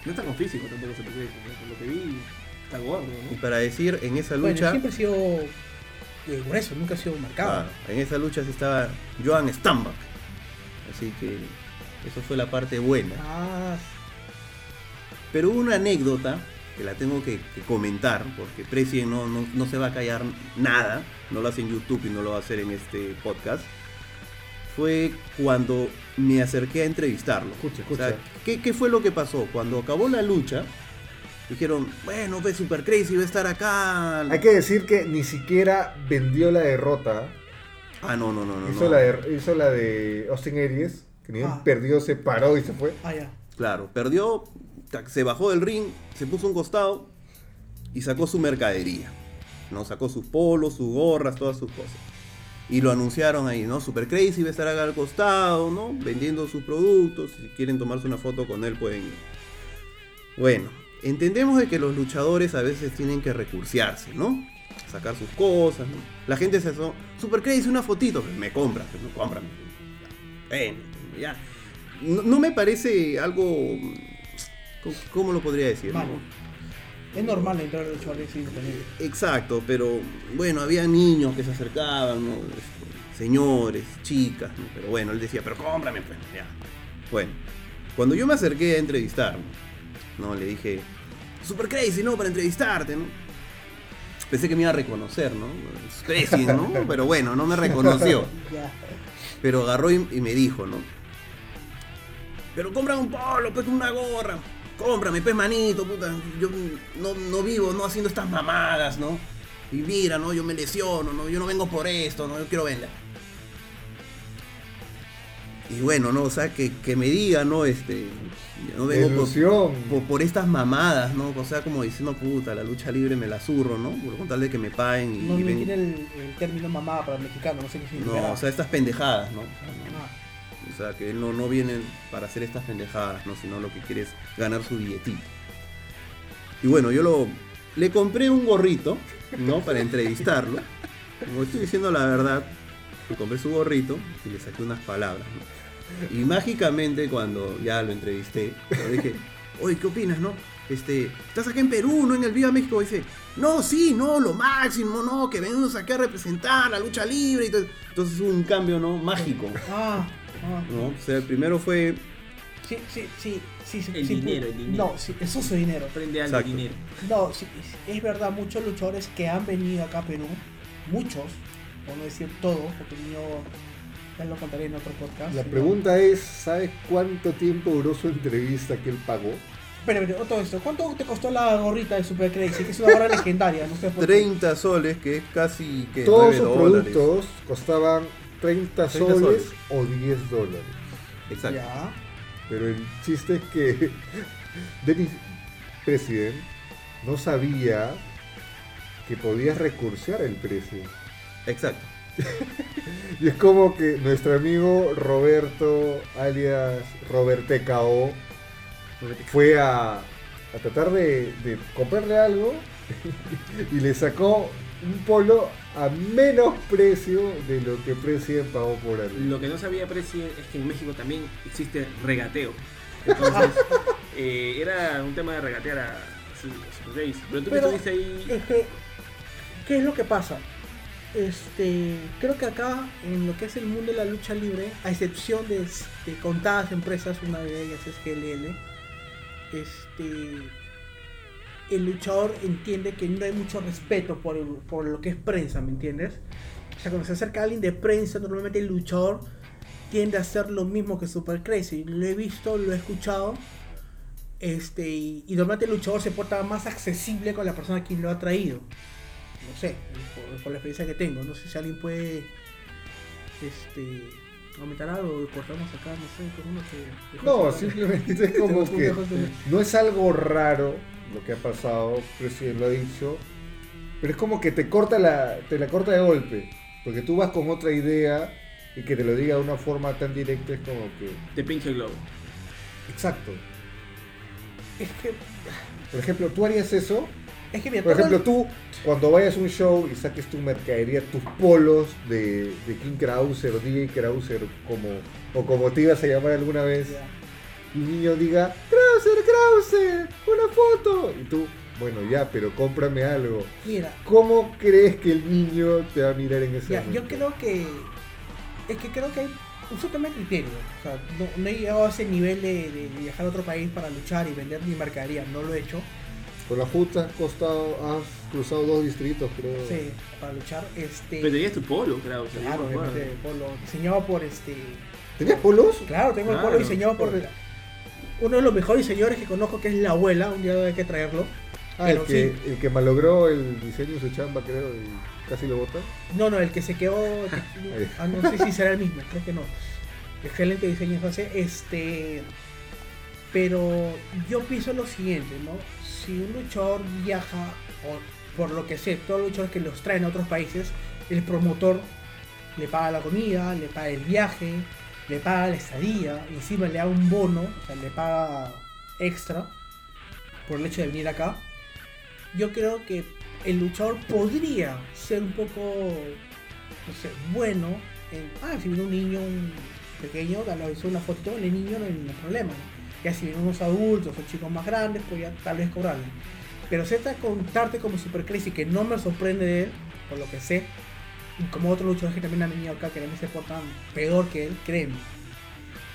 No está con físico tampoco super crazy. ¿no? Por lo que vi, está gordo, y ¿no? para decir, en esa Bueno, lucha. siempre ha sido eh, grueso, nunca ha sido marcado. ah, en esa lucha se estaba Joan Stambach. Así que eso fue la parte buena. Ah, Pero hubo una anécdota que la tengo que, que comentar, porque Preci no, no, no se va a callar nada, no lo hace en YouTube y no lo va a hacer en este podcast. Fue cuando me acerqué a entrevistarlo. Escucha, O sea, escucha. ¿qué, qué fue lo que pasó? Cuando acabó la lucha, dijeron, bueno, ve Super Crazy, va a estar acá. Hay que decir que ni siquiera vendió la derrota. Ah, no, no, no, no. hizo, no. La de, hizo la de Austin Aries, que ni bien Ah. perdió, se paró y se fue. ah, ya. Claro, perdió, ta- se bajó del ring, se puso a un costado y sacó su mercadería. ¿no? Sacó sus polos, sus gorras, todas sus cosas. Y lo anunciaron ahí, ¿no? Super Crazy va a estar acá al costado, ¿no? Vendiendo sus productos. Si quieren tomarse una foto con él, pueden ir. Bueno, entendemos de que los luchadores a veces tienen que recursearse, ¿no? Sacar sus cosas, ¿no? La gente se asó, Super Crazy, una fotito. pues, Me compras, no compran. Ven, ya. No, no me parece algo. ¿cómo- ¿Cómo lo podría decir? Malo. no? Es normal entrar de chavales sin tener. Exacto, pero bueno, había niños que se acercaban, ¿no? Este, señores, chicas, ¿no? pero bueno, él decía, pero cómprame, pues, ya. Bueno, cuando yo me acerqué a entrevistarlo, ¿no? Le dije, super crazy, ¿no? Para entrevistarte, ¿no? Pensé que me iba a reconocer, ¿no? Es Crazy, ¿no? Pero bueno, no me reconoció. Ya. Pero agarró y, y me dijo, ¿no? Pero compra un polo, pues una gorra. Cómprame, pues manito, puta. Yo no, no vivo, no haciendo estas mamadas, ¿no? Y mira, ¿no? Yo me lesiono, ¿no? Yo no vengo por esto, ¿no? Yo quiero vender. Y bueno, ¿no? O sea, que, que me diga, ¿no? Este... yo no vengo por, Ilusión. por, por estas mamadas, ¿no? O sea, como diciendo, puta, la lucha libre me la zurro, ¿no? Por con tal de que me paguen y... No y me ven- tiene el, el término mamá para el mexicano, no sé qué significa. No, o sea, estas pendejadas, ¿no? Ah, O sea, que él no, no viene para hacer estas pendejadas, ¿no? sino lo que quiere es ganar su billetito. Y bueno, yo lo, le compré un gorrito, ¿no? Para entrevistarlo. Como estoy diciendo la verdad, le compré su gorrito y le saqué unas palabras, ¿no? Y mágicamente cuando ya lo entrevisté, le dije, oye, ¿qué opinas, no? Este, estás acá en Perú, ¿no? En el Viva México. dice, no, sí, no, lo máximo, no, que venimos aquí a representar la lucha libre. Y todo". Entonces hubo un cambio, ¿no? Mágico. ah, ah. ¿no? O sea, el primero fue. Sí, sí, sí, sí, sí, El sí, dinero, el dinero. No, sí, eso es su dinero. Aprende algo Exacto. dinero. No, sí, es es verdad, muchos luchadores que han venido acá a Perú, muchos, por no decir todos, porque yo ya lo contaré en otro podcast. La ¿no? pregunta es, ¿sabes cuánto tiempo duró su entrevista que él pagó? Pero, pero, todo esto, ¿cuánto te costó la gorrita de Super Crazy? Que es una gorra legendaria, no sé por qué. 30 soles, que es casi que Todos 9 sus Eh, dólares. productos costaban 30, 30 soles soles. o 10 dólares. Exacto. Ya. Pero el chiste es que Dennis President no sabía que podías recursear el precio. Exacto. Y es como que nuestro amigo Roberto, alias Robert TKO, fue a, a tratar de, de comprarle algo y le sacó un polo a menos precio de lo que President pagó por él. Lo que no sabía Presi es que en México también existe regateo. Entonces, eh, era un tema de regatear a sus a sus gays. Pero tú que Pero- estuviste ahí. Es que, ¿qué es lo que pasa? Este, creo que acá, en lo que es el mundo de la lucha libre, a excepción de, s- de contadas empresas, una de ellas es GLL, este, el luchador entiende que no hay mucho respeto por, el- por lo que es prensa, ¿me entiendes? O sea, cuando se acerca alguien de prensa, normalmente el luchador tiende a hacer lo mismo que Super Crazy. Lo he visto, lo he escuchado. Este, y, y normalmente el luchador se porta más accesible con la persona que lo ha traído. No sé, por, por la experiencia que tengo. No sé si alguien puede este, aumentar algo o cortamos acá, no sé, con uno que. No, simplemente es como Tenemos un que dejo de- no es algo raro lo que ha pasado, President lo ha dicho, pero es como que te corta la, te la corta de golpe, porque tú vas con otra idea y que te lo diga de una forma tan directa es como que, Te pinche el globo. exacto. Es que, Por ejemplo, tú harías eso, es que mira, por todo ejemplo, el- tú cuando vayas a un show y saques tu mercadería, tus polos de, de King Krauser o DJ Krauser como, o como te ibas a llamar alguna vez. Ya. y un niño diga, Krauser, Krauser, una foto. Y tú, bueno, ya, pero cómprame algo. Mira, ¿Cómo crees que el niño te va a mirar en ese Ya, momento? yo creo que. Es que creo que hay un solo tema de criterio. O sea, no, no he llegado a ese nivel de, de viajar a otro país para luchar y vender mi mercadería. No lo he hecho. Con la justa has, costado, has cruzado dos distritos, creo. Sí, para luchar. Este. Venderías tu polo, claro. o sea, yo claro, me acuerdo. obviamente, polo diseñado por este. ¿Tenías polos? Claro, tengo el Claro, polo diseñado por. correcto. Uno de los mejores diseñadores que conozco, que es la abuela. Un día hay que traerlo. Ah, pero el que, sí. el que malogró el diseño de su chamba, creo, y casi lo bota. No, no, el que se quedó. que- ah, no sé si será el mismo, creo que no. Excelente diseño, entonces, este. Pero yo pienso lo siguiente, ¿no? Si un luchador viaja, o por lo que sé, todos los luchadores que los traen a otros países, el promotor le paga la comida, le paga el viaje, le paga la estadía, y encima le da un bono, o sea, le paga extra por el hecho de venir acá. Yo creo que el luchador podría ser un poco, no sé, bueno en, ah, si viene un niño un pequeño, tal vez una foto el niño no hay ningún problema. Ya si vienen unos adultos o chicos más grandes, pues ya tal vez cobrarle. Pero Z contarte como Super Crazy, que no me sorprende de él, por lo que sé, y como otros luchadores que también han venido acá, que también se portan peor que él, créeme.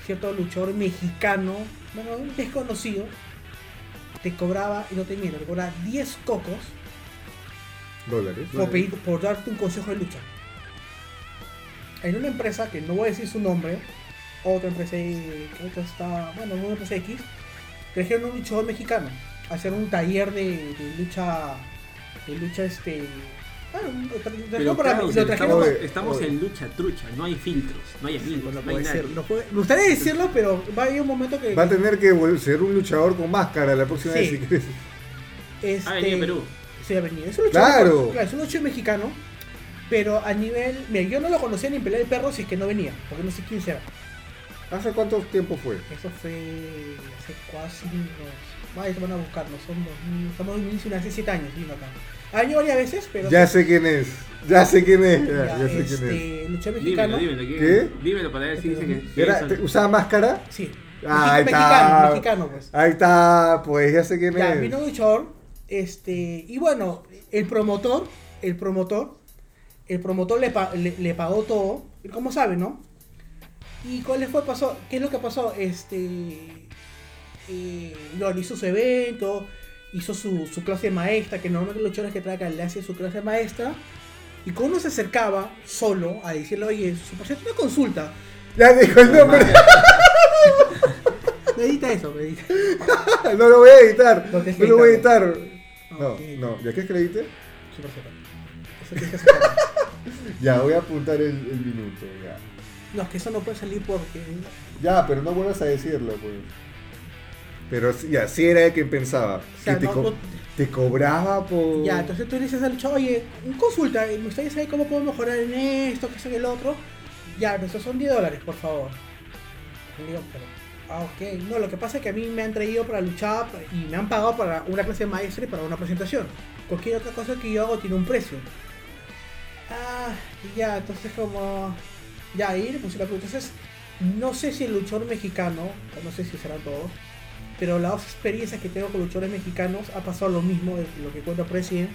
Cierto luchador mexicano, bueno, un desconocido, te cobraba, y no te miento, te cobraba 10 cocos Dólares. por, pedir- por darte un consejo de lucha. En una empresa que no voy a decir su nombre, otra empresa, eh, creo que está, bueno, una empresa X, trajeron un luchador mexicano a hacer un taller de, de lucha, de lucha este. Bueno, un- tra- trajeron Pero para- claro, o sea, lo trajeron estamos, para- estamos en lucha trucha, no hay filtros, no hay amigos, no no hay puede nadie. Ah, ser, no puede- me gustaría decirlo, pero va a haber un momento que. Va a tener que vol- ser un luchador con máscara la próxima Sí. vez si quieres. este, Ah, venía a Perú. Sí, ha venido. Es un luchador, Claro. claro, es un luchador mexicano, pero a nivel. Mira, yo no lo conocía ni en pelea de perro si es que no venía, porque no sé quién será. ¿Hace cuánto tiempo fue? Eso fue hace casi unos. Vaya, te van a buscarlo, son 2000. Estamos en 2019, hace 7 años vino acá. Ha venido varias veces, pero. Ya sé quién es. Ya sé quién es. Ya, Ya, ya sé este, quién es. luchador Dímelo, mexicano. Este, dímelo. ¿qué? ¿Qué? Dímelo para ver si dice que. que Era- son- te- ¿Usaba máscara? Sí. Ah, ahí mexicano, está. mexicano, pues. Ahí está, pues ya sé quién Ya, es. vino un luchador. Este, y bueno, el promotor, el promotor, el promotor le, pa- le, le pagó todo, como sabe, ¿no? ¿Y cuál le fue pasó? ¿Qué es lo que pasó? Este, eh, bueno, hizo su evento, hizo su, su clase maestra, que normalmente los luchadores que trae acá le hacen su clase maestra. Y cuando uno se acercaba solo a decirle, oye, su por cierto, una consulta, Ya dijo el nombre. medita eso, medita. no lo voy a editar. No tienes No que lo voy a editarlo. editar. No, Ok. no. ¿Ya qué que le edite? Su por cierto. Eso tienes que aceptarlo. Ya, voy a apuntar el, el minuto. Ya. No, es que eso no puede salir porque. Ya, pero no vuelvas a decirlo, pues. Pero sí, ya, sí era el que pensaba. sea, que te, no- co- no- te cobraba por. Ya, entonces tú le dices al chavo, oye, consulta, me gustaría saber cómo puedo mejorar en esto, que en el otro. Ya, pero esos son 10 dólares, por favor. Y le digo, pero. Ah, ok. No, lo que pasa es que a mí me han traído para luchar y me han pagado para una clase de maestra y para una presentación. Cualquier otra cosa que yo hago tiene un precio. Ah, ya, entonces como... Ya, ahí le puse la pregunta. Entonces, no sé si el luchador mexicano, o no sé si serán todos, pero las experiencias que tengo con luchadores mexicanos ha pasado lo mismo de lo que cuenta President,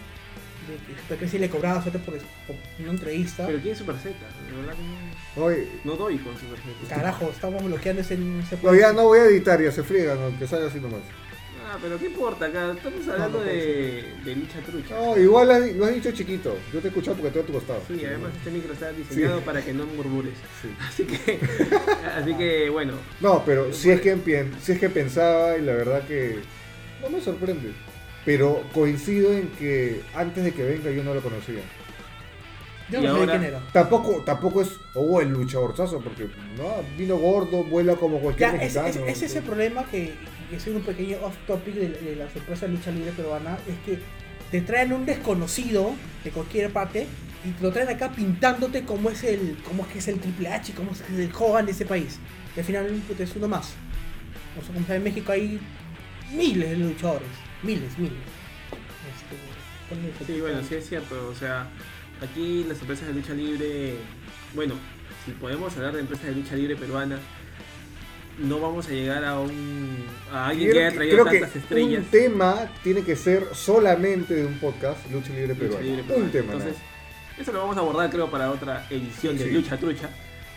de que si le cobraba suerte por, por una entrevista. Pero tiene su receta, de verdad que no- Oye, no doy con su receta. Carajo, estamos bloqueando ese... ese no, ya no voy a editar, ya se friegan, aunque salga así nomás. Ah, pero qué importa acá, estamos hablando no puede de, de lucha trucha. No, igual lo has di- lo has dicho chiquito. Yo te he escuchado porque estoy a tu costado. Sí, además este micro está diseñado Sí. para que no murmures. Sí. Así que, así que bueno, No, pero si es, que empien- si es que pensaba y la verdad que no me sorprende. Pero coincido en que antes de que venga yo no lo conocía. Yo Y no sabía ahora- quién era. Tampoco, tampoco es oh, el luchadorzazo, porque no, vino gordo, vuela como cualquier Ya, es, mexicano. es- es ese problema que, que es un pequeño off topic de, de las empresas de lucha libre peruana, es que te traen un desconocido de cualquier parte y te lo traen acá pintándote cómo es el cómo es que es el Triple H, cómo es que es el Hogan de ese país. Y al final puta, es uno más. O sea, como saben, en México hay miles de luchadores, miles, miles. Este, ¿cuál es el sí, que- bueno, sí es cierto. O sea, aquí las empresas de lucha libre, bueno, si podemos hablar de empresas de lucha libre peruana, no vamos a llegar a un a alguien que haya traído Creo, que- creo tantas que estrellas. un tema tiene que ser solamente de un podcast, Lucha Libre de lucha Peruana. libre un peruana. tema. Entonces, nada. eso lo vamos a abordar creo para otra edición de Sí. Lucha Trucha.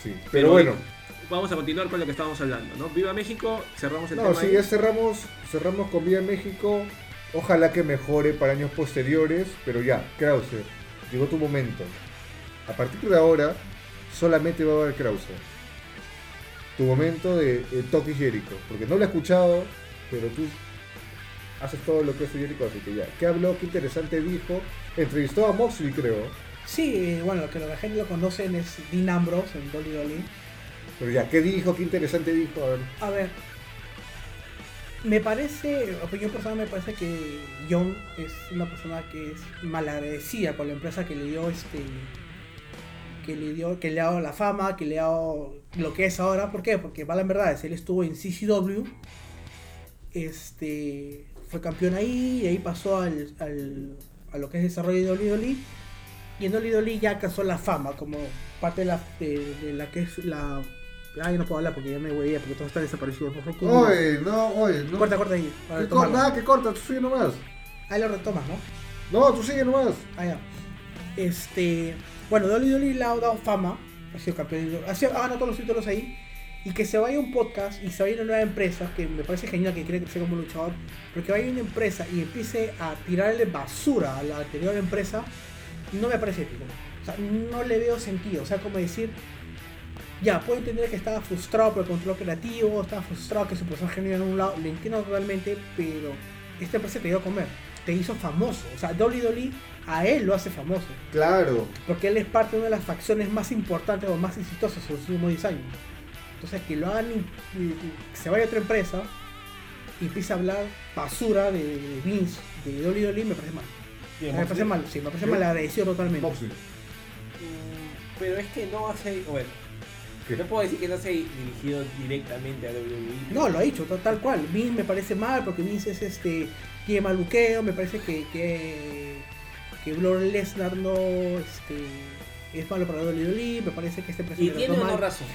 Sí, Pero, pero- bueno, Vamos a continuar con lo que estábamos hablando, ¿no? Viva México, cerramos el no, tema. sí, ahí. ya cerramos, cerramos con Vía México. Ojalá que mejore para años posteriores, pero ya, Krause, llegó tu momento. A partir de ahora, solamente va a haber Krause. Tu momento de eh, Toque Jericho, porque no lo he escuchado, pero tú haces todo lo que hace Jericho, así que ya. ¿Qué habló? ¿Qué interesante dijo? Entrevistó a Moxley, creo. Sí, eh, bueno, lo que la gente lo conocen es Dean Ambrose en Dolly Dolly. Pero ya, ¿qué dijo? ¿Qué interesante dijo? A ver. A ver, me parece, opinión personal, me parece que John es una persona que es malagradecida por la empresa que le dio este, que le dio, que le ha dado la fama, que le ha dado lo que es ahora. ¿Por qué? Porque va la verdad, él estuvo en CCW, este, fue campeón ahí, y ahí pasó al, al- a lo que es desarrollo de WWE y en WWE ya alcanzó la fama como parte de la, de, de la que es la Ay, no puedo hablar porque ya me voy a ir, porque todo está desaparecido. Por favor, ¿cómo? no, oye, no. Corta, corta ahí. Para Que cor- retomarlo. nada que corta, tú sigue nomás. Ahí lo retomas, ¿no? No, tú sigue nomás. Ah, ya. Este. Bueno, WWE le ha dado fama. Ha sido campeón. Ha, sido, ha ganado todos los títulos ahí. Y que se vaya un podcast y se vaya una nueva empresa, que me parece genial que quiere crecer como luchador, pero que vaya una empresa y empiece a tirarle basura a la anterior empresa, no me parece ético. O sea, no le veo sentido. O sea, como decir, ya, puedo entender que estaba frustrado por el control creativo, estaba frustrado que su personaje no iba a un lado, lo entiendo totalmente, pero esta empresa te dio a comer, te hizo famoso. O sea, WWE a él lo hace famoso, Claro. porque él es parte de una de las facciones más importantes o más exitosas en los últimos 10 años. Entonces, que lo hagan, y- y- y que se vaya a otra empresa y empiece a hablar basura de, de Vince, de WWE, me parece mal. Me parece mal, sí, me parece ¿Sí? mal agradecido totalmente. Mm, Pero es que no hace, bueno, no puedo decir que no se ha dirigido directamente a E. WWE. No, lo ha dicho, tal, tal cual. Vince me parece mal porque Vince es este. Tiene mal buqueo, me parece que. que, que Brock Lesnar no. Este, es malo para WWE, me parece que este Y presidente tiene o no razón.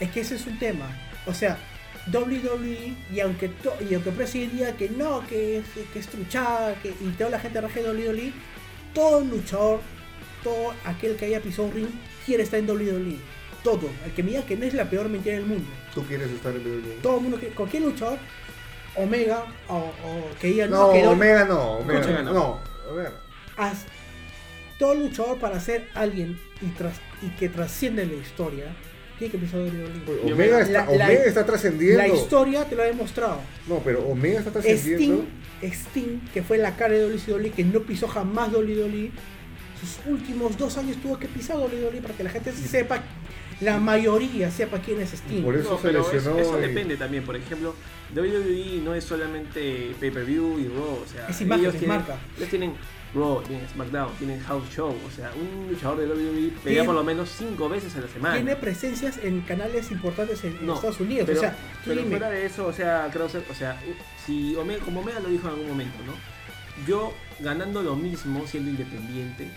Es que ese es un tema. O sea, WWE, y aunque, to- y aunque Presi diga que no, que es, que es truchada, que, y toda la gente raje de WWE, todo luchador, todo aquel que haya pisado un ring, quiere estar en WWE. Todo. El que me diga que no es la peor mentira del mundo Tú quieres estar en WWE. todo el mundo que cualquier luchador Omega o, o que diga No, que no- Omega no, Omega Omega no. no. No, Omega no. haz- todo luchador para ser alguien y, tras, y que trasciende la historia tiene que empezar de Oye, WWE. Omega La- está, la- Omega está trascendiendo. la historia te lo ha demostrado No, pero Omega está trascendiendo. Sting, Sting, que fue la cara de WCW, que no pisó jamás WWE, sus últimos dos años tuvo que pisar WWE para que la gente sepa la mayoría sepa quién es Sting. Por eso No, se pero es- lesionó. eso y- depende también. Por ejemplo, WWE no es solamente pay-per-view y Raw. O sea, Es imagen, ellos es tienen, marca. Ellos tienen Raw, tienen SmackDown, tienen House Show. O sea, un luchador de WWE pelea Tiene- por lo menos cinco veces a la semana. Tiene presencias en canales importantes en, en No, Estados Unidos. pero, o sea, tú pero dime, fuera de eso, o sea, Krauser, o sea, si Omega, como Omega lo dijo en algún momento, ¿no? Yo ganando lo mismo siendo independiente,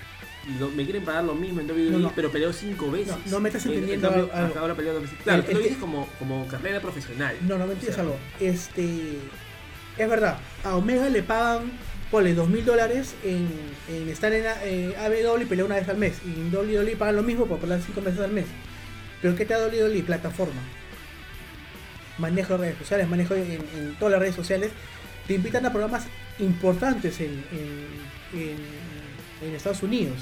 lo- me quieren pagar lo mismo en WWE, No, no. pero peleo cinco veces. Eh, no me estás En- en entendiendo cambio, algo- algo. hasta ahora peleo dos veces. Claro, El- tú lo el- dices como, como carrera profesional. No, no me O entiendes sea, algo. Este. Es verdad, a Omega le pagan, ponle dos mil dólares en, en estar en A- eh, AW y pelear una vez al mes. Y en WWE pagan lo mismo por pelear cinco veces al mes. Pero ¿qué te da WWE? Plataforma. Manejo de redes sociales, manejo en, en todas las redes sociales. Te invitan a programas importantes en, en, en- en Estados Unidos.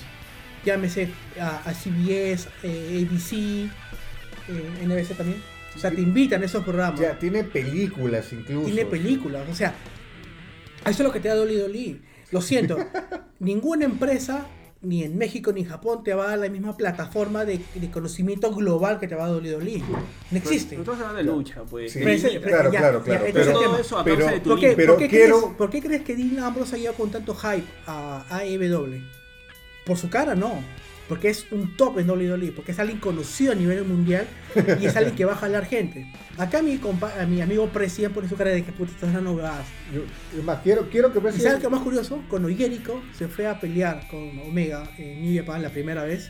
Llámese a, a CBS, eh, ABC, eh, NBC también. O sea, te invitan a esos programas Ya, tiene películas incluso. tiene películas. O sea, eso es lo que te da Dolly Dolly. Lo siento, ninguna empresa, ni en México ni en Japón, te va a dar la misma plataforma de, de conocimiento global que te va a dar Dolly Dolly. No existe. Pero estamos hablando de lucha, pues. Sí, de Pero ese- línea. pero claro, ya, claro, ya, claro. ese es el pero, tema. Eso a pero, causa de tu ¿Por qué, pero por qué quiero. crees, por qué crees que Dean Ambrose ha llegado con tanto hype a AEW? Por su cara, no. Porque es un top en WWE, porque es alguien conocido a nivel mundial y es alguien que va a jalar gente. Acá mi, compa- a mi amigo Precian pone su cara de que puta estás dando huevadas. yo- es más, quiero, quiero que ¿Y veas. sabes lo más curioso? Cuando Jericho se fue a pelear con Omega en New Japan la primera vez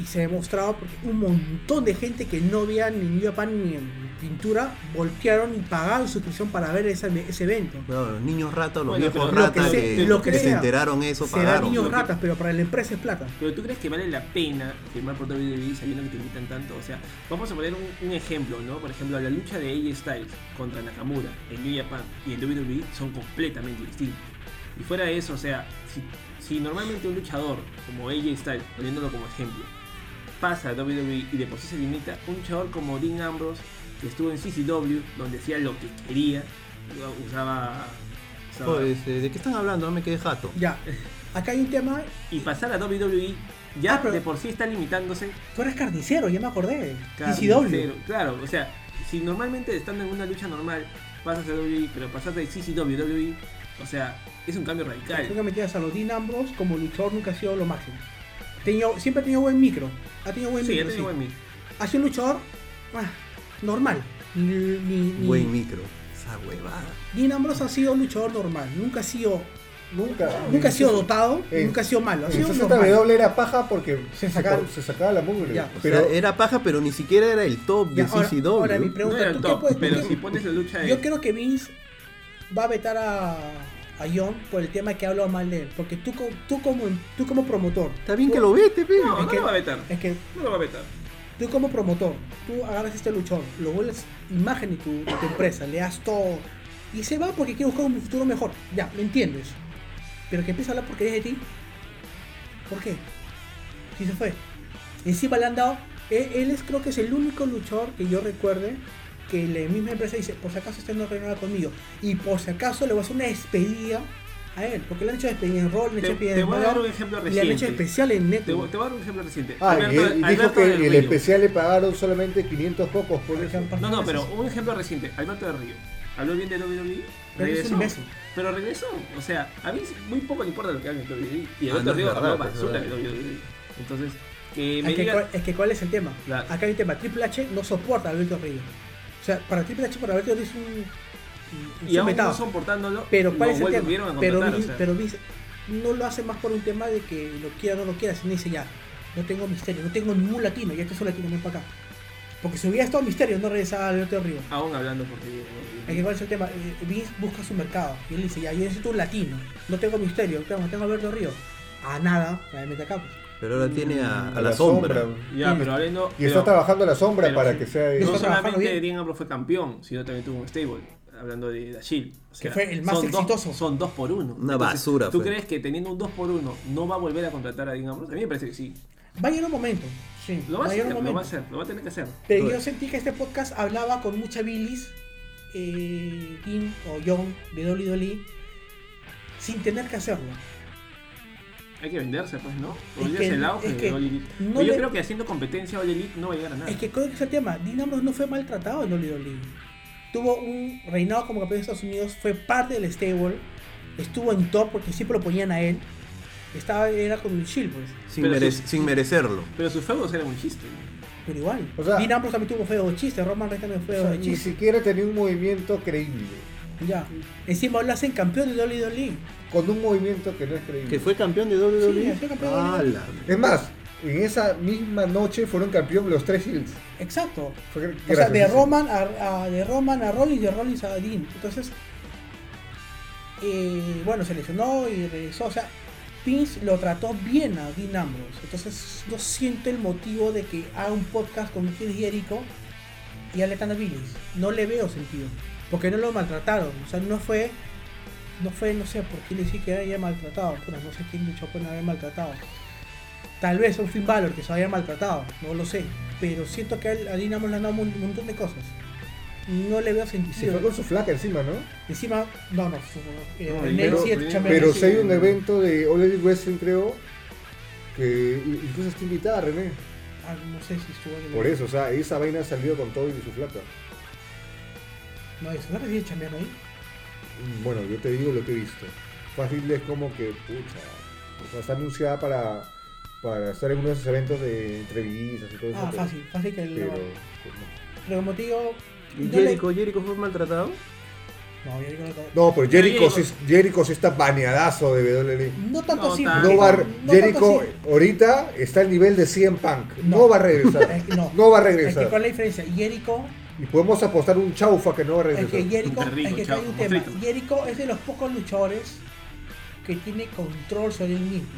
y se demostraba porque un montón de gente que no veía ni New Japan ni en pintura voltearon y pagaron suscripción para ver esa- ese evento. Claro, los niños ratas, los Bueno, viejos pero lo ratas que que, se- lo que que se sea, enteraron eso Serán pagaron. niños ¿no? ratas, pero para la empresa es plata. Pero tú crees que vale la pena firmar por WWE sabiendo que te invitan tanto. O sea, vamos a poner un, un ejemplo, ¿no? Por ejemplo, la lucha de AJ Styles contra Nakamura en New Japan y en WWE son completamente distintos. Y fuera de eso, o sea, si, si normalmente un luchador como AJ Styles, poniéndolo como ejemplo, pasa a WWE y de por sí se limita, un luchador como Dean Ambrose, que estuvo en CCW, donde hacía lo que quería, usaba. usaba- Joder, este, ¿De qué están hablando? No me quedé jato. Ya. Acá hay un tema. y pasar a WWE ya Ah, pero- de por sí está limitándose Tú eres carnicero, ya me acordé. Carnicero, DCW. Claro, o sea, si normalmente estando en una lucha normal pasas a WWE, pero pasas de CCW, WWE, o sea, es un cambio Creo que radical. metías a los Dean Ambrose como luchador nunca ha sido lo máximo. Tenía- siempre ha tenido buen micro. Ha tenido buen Sí, ya micro. te sí. digo en mí. ha sido un luchador ah, normal. Ni, ni- ni- Buen micro. Esa huevada. Dean Ambrose ha sido un luchador normal. Nunca ha sido, Nunca. nunca ha sido dotado, Ah, Eh, nunca ha sido malo. Ha En sido CZW normal. era paja porque se sacaba, por- se sacaba la mugre. Ya. O pero sea, era paja, pero ni siquiera era el top Ya, de ahora- CCW. ahora mi No pregunta, era ¿tú el qué top, puedes- tú pero qué- si pones la Eh. lucha de. Yo creo que Vince va a vetar a, a John por el tema que ha hablado mal de él. Porque tú, co- tú, como, tú como promotor. Está bien tú- que lo vete, pero. No, no que- lo va a vetar. Es que No lo va a vetar. tú como promotor, tú agarras este luchón, lo vuelves imagen de tu, de tu empresa, le das todo y se va porque quiere buscar un futuro mejor. Ya, ¿me entiendes? Pero que empieza a hablar porquerías de ti. ¿Por qué? Si se fue. Encima le han dado. Él, él es, creo que es el único luchador que yo recuerde que la misma empresa dice: Por si acaso usted no renueva conmigo. Y por si acaso le voy a hacer una despedida a él. Porque le han hecho despedida en Roll, le han Te- hecho despedida te en voy a SmackDown, dar un ejemplo y Le han hecho reciente. especial en Te, Neto. voy te voy a dar un ejemplo reciente. Ah, y Alberto- él- y dijo Alberto que del el Río. especial le pagaron solamente 500 cocos por eso. No, no, pero un ejemplo reciente. Alberto del Río. Habló bien de WWE. Pero es un Regresó. imbécil. Pero regresó. O sea, a mí muy poco le importa lo que haga en WWE. Y Ah, Alberto no, del Río es habló verdad, es basura de verdad. WWE. E. Entonces, que me Es que, diga- cuál, es que cuál es el tema. Claro. Acá hay un tema. Triple H no soporta a Alberto Río. O sea, para Triple H, para Alberto Río es un. y un aún vetado. no soportándolo, Pero cuál lo es el volvieron tema. a Pero, contratar, Vince- o sea. pero Vince no lo hace más por un tema de que lo quiera o no lo quiera, sino dice ya, no tengo misterio, no tengo ningún latino, ya que soy latino, ven para acá. Porque si hubiera estado misterio, no regresaba Alberto Río. aún hablando porque Es que cuál es el tema. Eh, Vince busca su mercado. Y él dice ya, yo necesito un latino, no tengo misterio, tengo, tengo a Alberto Río. A nada, realmente acá. pues. Pero ahora tiene a, a la sombra. ya, Y- pero hablando Y está trabajando a la sombra pero para sí. que sea. Está no trabajando solamente bien. Dean Ambrose fue campeón, sino también tuvo un stable, hablando de The Shield. O sea, Que fue el más son dos- exitoso. son dos por uno. Una basura ¿Tú fue. crees que teniendo un 2 por uno no va a volver a contratar a Dean Ambrose? A mí me parece que sí. Va a llegar un momento. Sí, Lo va a llegar hacer, lo un va a momento. hacer, lo va a tener que hacer. Pero Duda. yo sentí que este podcast hablaba con mucha bilis, eh, E, Kim o John de Dolly Dolly, sin tener que hacerlo. hay que venderse, pues, ¿no? Hoy Es día que- es el auge es que de All Elite. no Pero yo le- creo que haciendo competencia All Elite no va a llegar a Ah. nada. Es que creo que ese tema, Dean Ambrose no fue maltratado en WWE. Tuvo un reinado como campeón de Estados Unidos, fue parte del stable, estuvo en top porque siempre lo ponían a él. Estaba, era con el Shield, pues. Sin, Pero mere- sí. sin merecerlo. Pero sus feudos eran un chiste. ¿no? Pero igual. O sea- Dean Ambrose también tuvo feo de chiste, Roman Reigns también fue O feo sea, de ni chiste. siquiera tenía un movimiento creíble. Ya. Encima lo hacen campeón de E. WWE. Con un movimiento que no es creíble. ¿Que fue campeón de WWE? Sí, fue campeón de WWE. ¡Hala! Es más, en esa misma noche fueron campeón los tres Hills. Exacto. Fue O sea, de graciosísimo. Roman a, a- de Roman a Rollins, de Rollins a Dean. Entonces, eh, bueno, se lesionó y regresó. O sea, Vince lo trató bien a Dean Ambrose. Entonces, yo siento el motivo de que haga un podcast con Gil Jericho y Alexander Billis. No le veo sentido. Porque no lo maltrataron. O sea, no fue. No fue, no sé por qué le sí que haya maltratado. Puta, no sé quién luchó por haber maltratado. Tal vez un Finn Balor que se haya maltratado, no lo sé. Pero siento que a él- a Dean Ambrose le han dado un montón de cosas. No le veo Se sentido. fue con su flaca encima, ¿no? Encima, no, no. su- eh, No, el pero- Nate sí es pero- chambeador, Pero sí. si hay un evento de All Elite Wrestling, creo, que incluso está invitada René. Ah, no sé si estuvo en el- Por eso, o sea, esa vaina salió con todo y su flaca. No, eso no recibe chambeando ahí. Bueno, yo te digo lo que he visto. Fácil es como que, pucha, o sea, está anunciada para, para estar en uno de esos eventos de entrevistas y todo eso. Ah, pero- fácil, fácil que Pero, lo. pues, no. Pero como te digo. ¿Y no le- Jericho, Jericho fue maltratado? No, Jericho no lo- No, pero Jericho, Jericho- sí, Jericho sí está baneadazo de WWE. No tanto No, así. tan- No va, tanto Jericho así. ahorita está al nivel de 100 Punk. No, No. va a regresar. Es que no. No va a Es que cuál regresar. es la diferencia. Jericho, Y podemos apostar un chaufa que no va a es que regresar. Jericho, Está rico, es que acá chao, hay un como tema. frito. Jericho es de los pocos luchadores que tiene control sobre él mismo.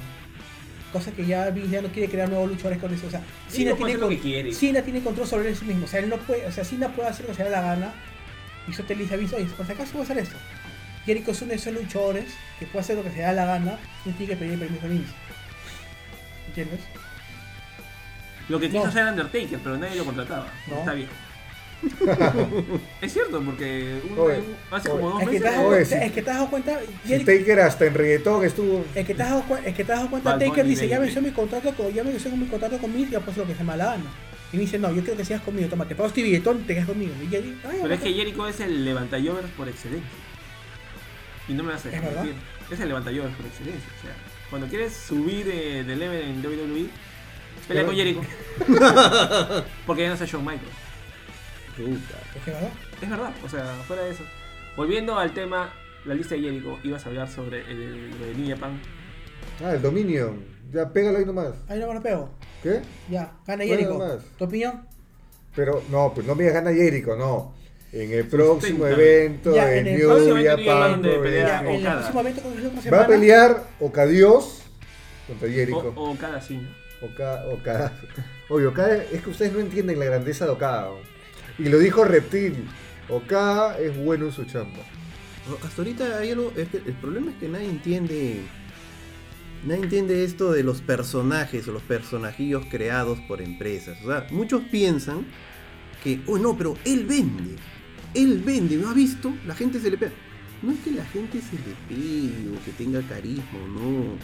Cosa que ya Vince ya no quiere crear nuevos luchadores con eso. O sea, Cena no puede tiene, hacer lo con- que quiere. Cena tiene control sobre él mismo. O sea, él no puede, o sea, Cena puede hacer lo que se le da la gana. Y eso te le dice a Vince, oye, por si acaso voy a hacer esto. Jericho es uno de esos luchadores que puede hacer lo que se le da la gana y tiene que pedir permiso a Vince. ¿Entiendes? Lo que quiso No. hacer Undertaker, pero nadie lo contrataba. No. Está bien. es cierto, porque un- Oye, un- hace oye. como dos Es que, te meses. has no, dado, es- es que te has dado cuenta, Si Jericho, Taker hasta en reggaetón estuvo. Es que te has dado cuen- es que te has dado cuenta, Bad Taker Bunny, dice, ya baby. venció mi contrato con, ya venció mi contrato con Miz, ya pues lo que se me da la gana. Y me dice, no, yo quiero que seas conmigo, toma, te pago este billetón, te quedas conmigo. Y Jerry, ay, Pero es bueno, que Jericho es el levantayovers por excelencia. Y no me vas a dejar ¿Es verdad? mentir. Es el levantayovers por excelencia. O sea, cuando quieres subir eh, de level en WWE, pelea Pero- con Jericho. Porque ya no sea Shawn Michaels. es que, ¿verdad? Es verdad, o sea, fuera de eso. Volviendo al tema, la lista de Jericho, ibas a hablar sobre el, lo de New Japan. Ah, el dominio. Ya, pégalo ahí nomás. Ahí no me lo pego. ¿Qué? Ya, Bueno, gana Jericho. nomás. ¿Tu opinión? Pero no, pues no me gana Jericho, no. En el próximo Susténtame. evento Ya, de en el New próximo evento Japan de pelea Ya, Pro en el Okada. próximo evento con la próxima Wrestling. Va eh, a semana, pelear Ocadios contra Jericho. O, o cada signo. Oka- Okada. Oye, Okada, es que ustedes no entienden la grandeza de Okada. ¿no? Y lo dijo Reptil. Okada es bueno en su chamba. Hasta ahorita hay algo. es que el problema es que nadie entiende. Nadie entiende esto de los personajes o los personajillos creados por empresas. O sea, muchos piensan que, oh no, pero él vende. Él vende, ¿no ha visto? La gente se le pega. No es que la gente se le pegue o que tenga carisma, o no.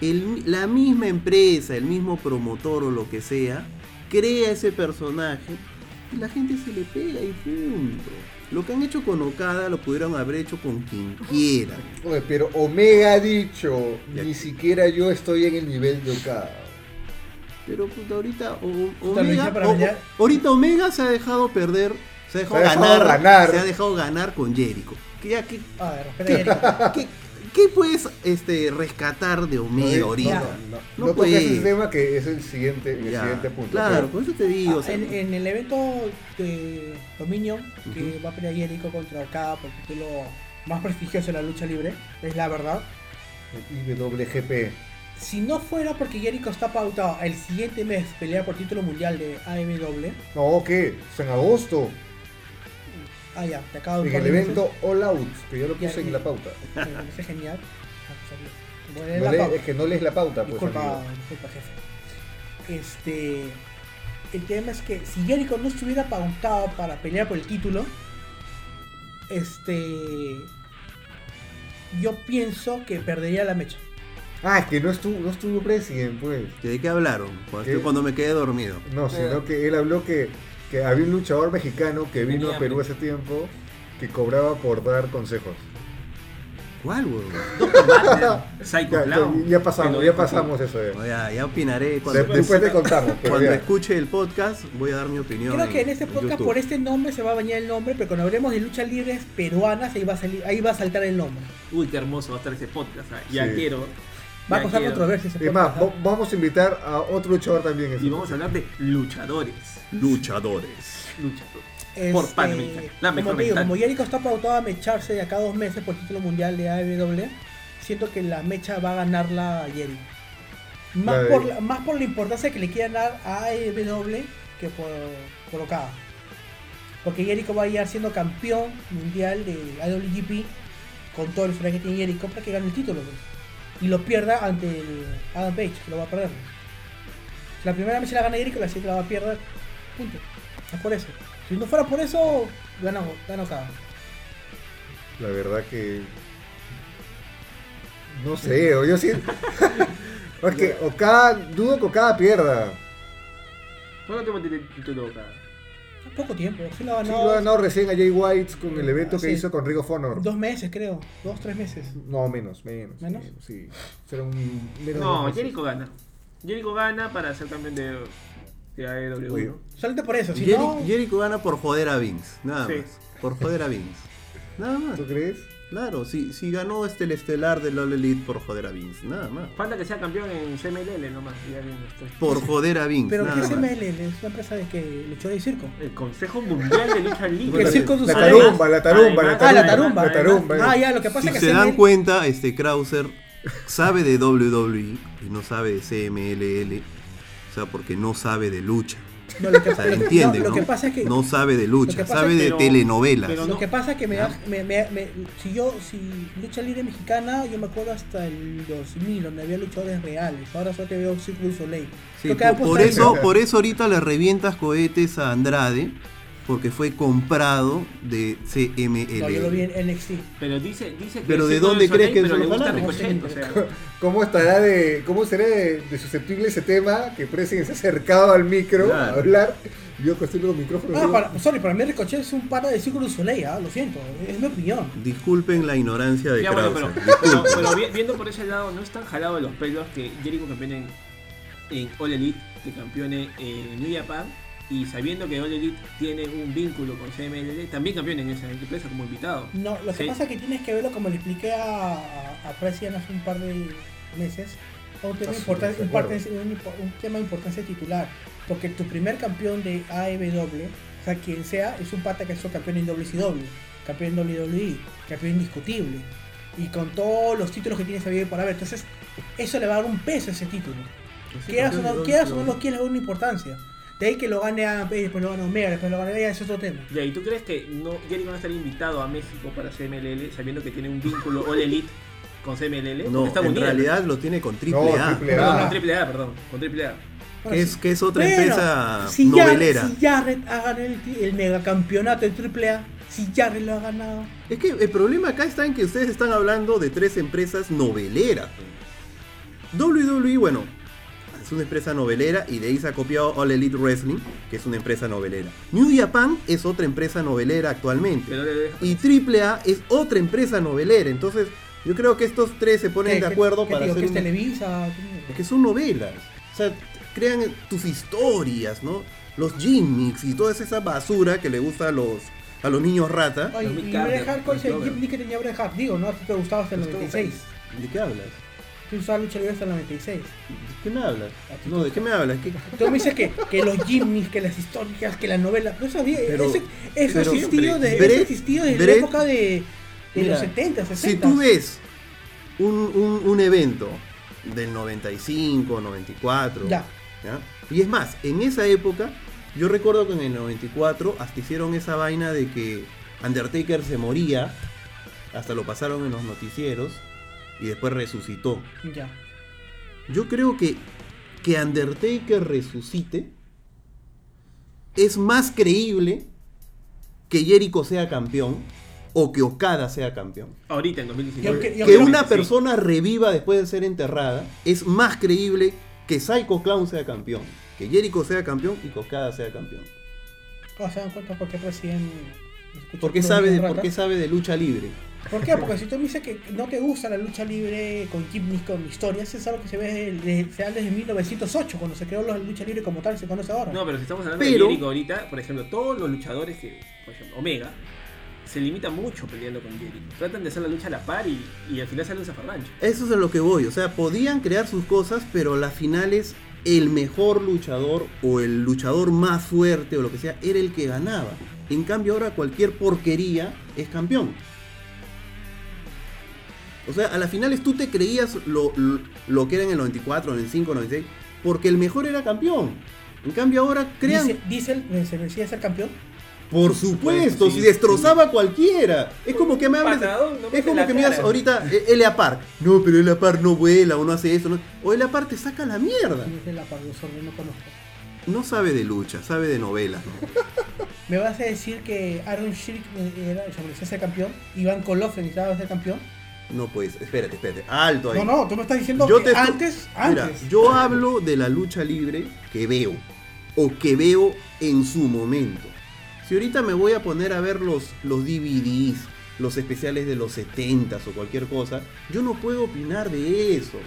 El- la misma empresa, el mismo promotor o lo que sea, crea ese personaje y la gente se le pega y punto. Lo que han hecho con Okada lo pudieron haber hecho con quien quiera. Oye, pero Omega ha dicho, Ya. ni siquiera yo estoy en el nivel de Okada. Pero puta, ahorita o- o- Puta, lo Omega, hice para o- pelear. o- ahorita Omega se ha dejado perder, se ha dejado, Se ha dejado ganar, ganar. se ha dejado ganar con Jericho. ¿Qué, ya, qué, A ver, espera Jericho. qué- qué puedes este, rescatar de Omega ahorita? No, no, No no, no toques puede. ese tema que es el siguiente, el Ya, siguiente punto. Claro, pero- por eso te digo. o sea, Ah, en, en el evento de Dominion, que va a pelear Jerico contra Okada por el título más prestigioso de la lucha libre, es la verdad. IWGP. Si no fuera porque Jericho está pautado el siguiente mes pelear por título mundial de E AMW, No, ¿qué? Es en agosto. ah ya, te acabo de En un par el de evento All Out, que yo lo Ya, puse en ya. la pauta. meses. Me parece Eh, genial. Ah, pues, voy a leer No la le- pauta. es que no lees la pauta, pues. Disculpa, amigo. disculpa, jefe. Este. El tema es que si Jericho no estuviera pautado para pelear por el título, este. Yo pienso que perdería la mecha. Ah, es que no estuvo, no estuvo President, pues. ¿Que ¿De qué hablaron? Cuando, ¿Qué? cuando me quedé dormido. No, sino que él habló que, que había un luchador mexicano que vino a Perú hace tiempo que cobraba por dar consejos. ¿Cuál, huevón? Doctor Wagner, Psycho Ya, Clown. ya- ya Que pasamos, lo ya dijo pasamos eso. ya. No, ya, ya opinaré De- cuando, después te contamos. pero cuando ya. escuche el podcast voy a dar mi opinión. Creo que en este podcast YouTube. por este nombre se va a bañar el nombre, pero cuando hablemos de luchas libres peruanas ahí va a salir, ahí va a saltar el nombre. aquí. Uy, qué hermoso va a estar ese podcast. ah, Ya Sí. quiero. Va a ya causar quiero. controversia ese Es más, podcast, ¿ah? vo- vamos a invitar a otro luchador también. ese. Y vamos a hablar de luchadores. Luchadores. Luchadores. Este, por Panamericana, la mejor como, te digo, ventana. como Jericho está pautado a mecharse de acá a dos meses por el título mundial de AEW, siento que la mecha va a ganar la Jericho. Más, La de- por, la- más por la importancia que le quieren dar a AEW que por, por Okada. Porque Jericho va a llegar siendo campeón mundial de AWGP con todo el frente que tiene Jericho para que gane el título. pues. Y lo pierda ante el Adam Page, que lo va a perder. La primera mecha la gana Jericho, la siguiente la va a perder. Punto. Es por eso. Si no fuera por eso, gana, gana Okada. La verdad que. No sé, o yo sí. es que Okada, dudo que Okada pierda. ¿Cuánto tiempo tiene el título acá? Poco tiempo, sí lo ha Sí, ganado lo ha ganado recién a Jay White con el evento que Ah, Sí. hizo con Ring of Honor. dos meses, creo. Dos, tres meses. No, menos, menos. ¿Menos? sí. Será un. menos de dos No, meses. Jericho gana. Jericho gana para ser campeón de, de E AEW. Oye, Solamente por eso, si Jeri- no. Jericho gana por joder a Vince. Nada Sí. más. Por joder a Vince. Nada más. ¿Tú crees? Claro, si, si ganó este el estelar de LOL Elite por joder a Vince. Nada más. Falta que sea campeón en CMLL nomás. Ya bien, estoy- Por joder a Vince. Pero nada ¿qué es más. MLL? Es una empresa de que luchó de circo. El Consejo Mundial de Lucha Libre. Que el circo la sus- tarumba, la tarumba, la Además- tarumba. ah, la tarumba. La tarumba. Ah, ya, lo que pasa eh. Si es que se dan CMLL cuenta, este Krauser sabe de WWE y no sabe de CMLL. O sea, porque no sabe de lucha. No, lo que, O sea, lo- entiende, no, ¿no? lo que pasa es que. No sabe de lo que lucha, pasa sabe es- de pero- telenovelas. pero lo no. que pasa es que Ah. me, da- me- me- me- si yo, si lucha libre mexicana, yo me acuerdo hasta el 2000, donde había luchadores reales. Ahora solo te veo Círculo y Soleil. Sí, Creo que por, ambos por están- eso, por eso ahorita le revientas cohetes a Andrade, porque fue comprado de CMLL. No, yo lo vi en NXT. Pero dice, dice que. Pero el ¿de circo dónde Soleil, crees que Pero se le lo gusta jalaron? Ricochet. O sea, ¿Cómo estará de. ¿Cómo será de, de susceptible ese tema? Que President se ha acercado al micro a Claro. hablar. Yo que estoy con micrófono. Ah, digo, para, sorry, para mí Ricochet es un pata de Círculo y Soleil, ah, lo siento, es mi opinión. Disculpen la ignorancia de ya bueno, pero, Krauser. pero, pero vi- viendo por ese lado, no es tan jalado de los pelos que Jericho campeone en, en All Elite, que campeone en New Japan. Y sabiendo que All Elite tiene un vínculo con CMLL, también campeón en esa empresa como invitado. No, lo que Sí. pasa es que tienes que verlo como le expliqué a, a Precian hace un par de meses. a Un tema, Ah, sí, importan- de un acuerdo. parte- un impo- un tema de importancia titular. Porque tu primer campeón de AEW, o sea, quien sea, es un pata que es campeón en WCW, campeón en WWE, campeón indiscutible. Y con todos los títulos que tiene esa vida por haber. Entonces, eso le va a dar un peso a ese título. Quieras o no, quieras o no, lo quieres dar una importancia. De ahí que lo gane a eh, después lo gane Omega, después lo gane Vega, ese es otro tema. Ya, ¿y tú crees que no, Jericho va a estar invitado a México para CMLL, sabiendo que tiene un vínculo All Elite con CMLL? Porque No, está en unida, realidad lo tiene con triple No, A. triple Perdón, Ah. con AAA, perdón, con AAA. Ahora Que sí. es, que es otra Pero, empresa si ya- novelera. si ya Red ha ganado el, ti- el megacampeonato de AAA, si ya Red lo ha ganado. Es que el problema acá está en que ustedes están hablando de tres empresas noveleras. WWE, bueno, es una empresa novelera y de ahí se ha copiado All Elite Wrestling, que es una empresa novelera. New Japan es otra empresa novelera Pero actualmente. le dejo- Y AAA es otra empresa novelera. Entonces, yo creo que estos tres se ponen ¿Qué- de qué- acuerdo qué para digo, hacer que es un- Televisa. es que son novelas. O sea, crean tus historias, ¿no? Los gimmicks y toda esa basura que le gusta a los, a los niños rata. Oye, Los y Big Bret Carter, Hart, ¿cuál es el Big gimmick que tenía Bret Hart? Digo, ¿no? A ti te gustaba hasta el Estuvo 96. ¿De qué hablas? Tú usabas lucha libre hasta el 96. ¿De qué me hablas? Ah, No, ¿de qué me hablas? ¿Qué- Tú me dices que, que los gimmicks, que las historias, que la novela. Pero eso, había- Pero- ese- eso pero existió de, Bret- eso existió desde Bret- la época de, de Mira, los 70, 60. Si tú ves un, un- un evento del 95, 94, Ya. ¿ya? y es más, en esa época, yo recuerdo que en el 94 hasta hicieron esa vaina de que Undertaker se moría, hasta lo pasaron en los noticieros, y después resucitó. Ya. Yo creo que que Undertaker resucite es más creíble que Jericho sea campeón o que Okada sea campeón. Ahorita en 2019. Yo que- que creo una sí. persona reviva después de ser enterrada es más creíble que Psycho Clown sea campeón, que Jericho sea campeón y que Okada sea campeón. No Ah, se dan cuenta por qué recién. escucho ¿Por qué puro sabe de, bien por rata? qué sabe de lucha libre? ¿Por qué? Porque si tú me dices que no te gusta la lucha libre con Kim ni con historias, es algo que se ve desde, se da desde 1908, cuando se creó la lucha libre como tal, se conoce ahora. No, pero si estamos hablando Pero- de Jericho ahorita, por ejemplo, todos los luchadores que, por ejemplo, Omega, se limita mucho peleando con Jericho. Tratan de hacer la lucha a la par y, y al final sale un zafarrancho. Eso es a lo que voy, o sea, podían crear sus cosas, pero a las finales el mejor luchador o el luchador más fuerte o lo que sea era el que ganaba. En cambio ahora cualquier porquería es campeón. O sea, a las finales tú te creías lo, lo- lo que era en el 94, 95, 96, porque el mejor era campeón. En cambio ahora crean... Diesel, Diesel, eh, se merecía ser campeón. Por supuesto, Sí, si sí. destrozaba a cualquiera. Es como que me hables. patadón, no me es como la que me digas cara. ahorita eh, Elia Park. No, pero Elia Park no vuela o no hace eso. no- O Elia Park te saca la mierda. Diesel apagó solo, no conozco. No sabe de lucha, sabe de novelas. ¿no? ¿Me vas a decir que Aaron Shirk era, se merecía ser campeón? ¿Iván Koloff necesitaba ser campeón? No, pues, espérate, espérate. Alto No, ahí. no, tú me estás diciendo Yo que te- antes, Mira, antes. yo hablo de la lucha libre que veo. O que veo en su momento. Si ahorita me voy a poner a ver los, los DVDs, los especiales de los 70s o cualquier cosa, yo no puedo opinar de eso.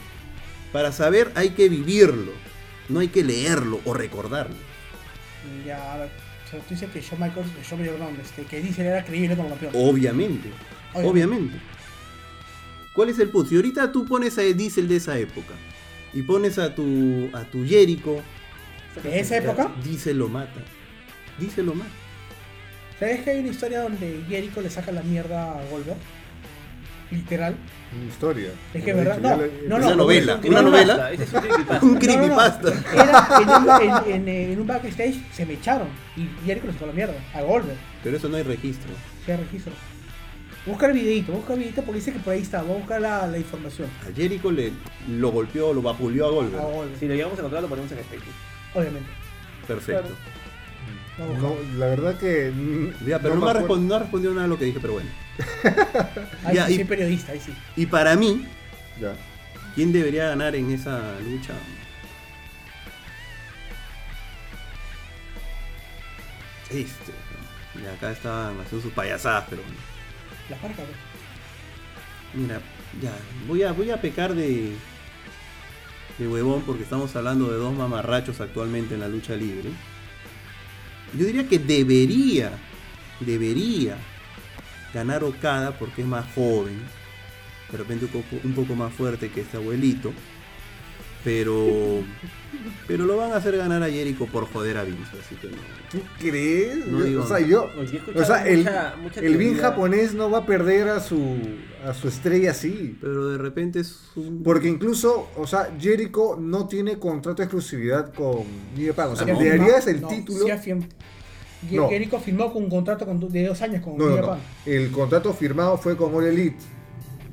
Para saber hay que vivirlo. No hay que leerlo o recordarlo. Ya, a ver, o sea, tú dices que Shawn Michaels, que Shawn Michaels, no, este, que Diesel era creíble como campeón. Oh. Obviamente. Obviamente. ¿Cuál es el punto? Si ahorita tú pones a Diesel de esa época y pones a tu, a tu Jericho, ¿De esa época? Diesel lo mata. Diesel lo mata. ¿Sabes que hay una historia donde Jericho le saca la mierda a Goldberg? Literal. Una historia. Es que Como he verdad, dicho, no, ya la- no, no. una novela. no, Una no, novela. Ese es un creepypasta. No, no, Un no. creepypasta. Era en, un, en- eh, en- en un backstage se me echaron y Jericho le sacó la mierda a Goldberg. Pero eso no hay registro. Se registro. Busca el videito, busca el videito porque dice que por ahí está. Voy a buscar la, la información. A Jericho le, lo golpeó, lo vapuleó a A Goldberg. Goldberg, Si lo llevamos a encontrar, lo ponemos en espectro. obviamente. Perfecto. Vamos a No, buscar. la verdad que. mm, Ya, pero no, me ha acuerdo. respond- no ha respondido nada a lo que dije, pero bueno. Ahí Ya, sí y- soy periodista, ahí sí. Y para mí, Ya. ¿quién debería ganar en esa lucha? Este. Y acá estaban haciendo sus payasadas, pero bueno. La parca, pues. Mira, ya, voy a, voy a pecar de, de huevón porque estamos hablando de dos mamarrachos actualmente en la lucha libre. Yo diría que debería, debería ganar Okada porque es más joven, de repente un poco, un poco más fuerte que este abuelito, pero, pero lo van a hacer ganar a Jericho por joder a Vince, así que no. ¿Tú crees? No Yo- digo o sea, nada. yo. Oye, he escuchado O sea, el, mucha- mucha el bien teoría. japonés no va a perder a su, a su estrella así. Pero de repente es un... Porque incluso, o sea, Jericho no tiene contrato de exclusividad con New Japan. O sea, Ah, no. le harías el No, título. sí ha firm- Ye- No. Jericho firmó con un contrato con du- de dos años con No, no, New no. Japan. El contrato firmado fue con All Elite.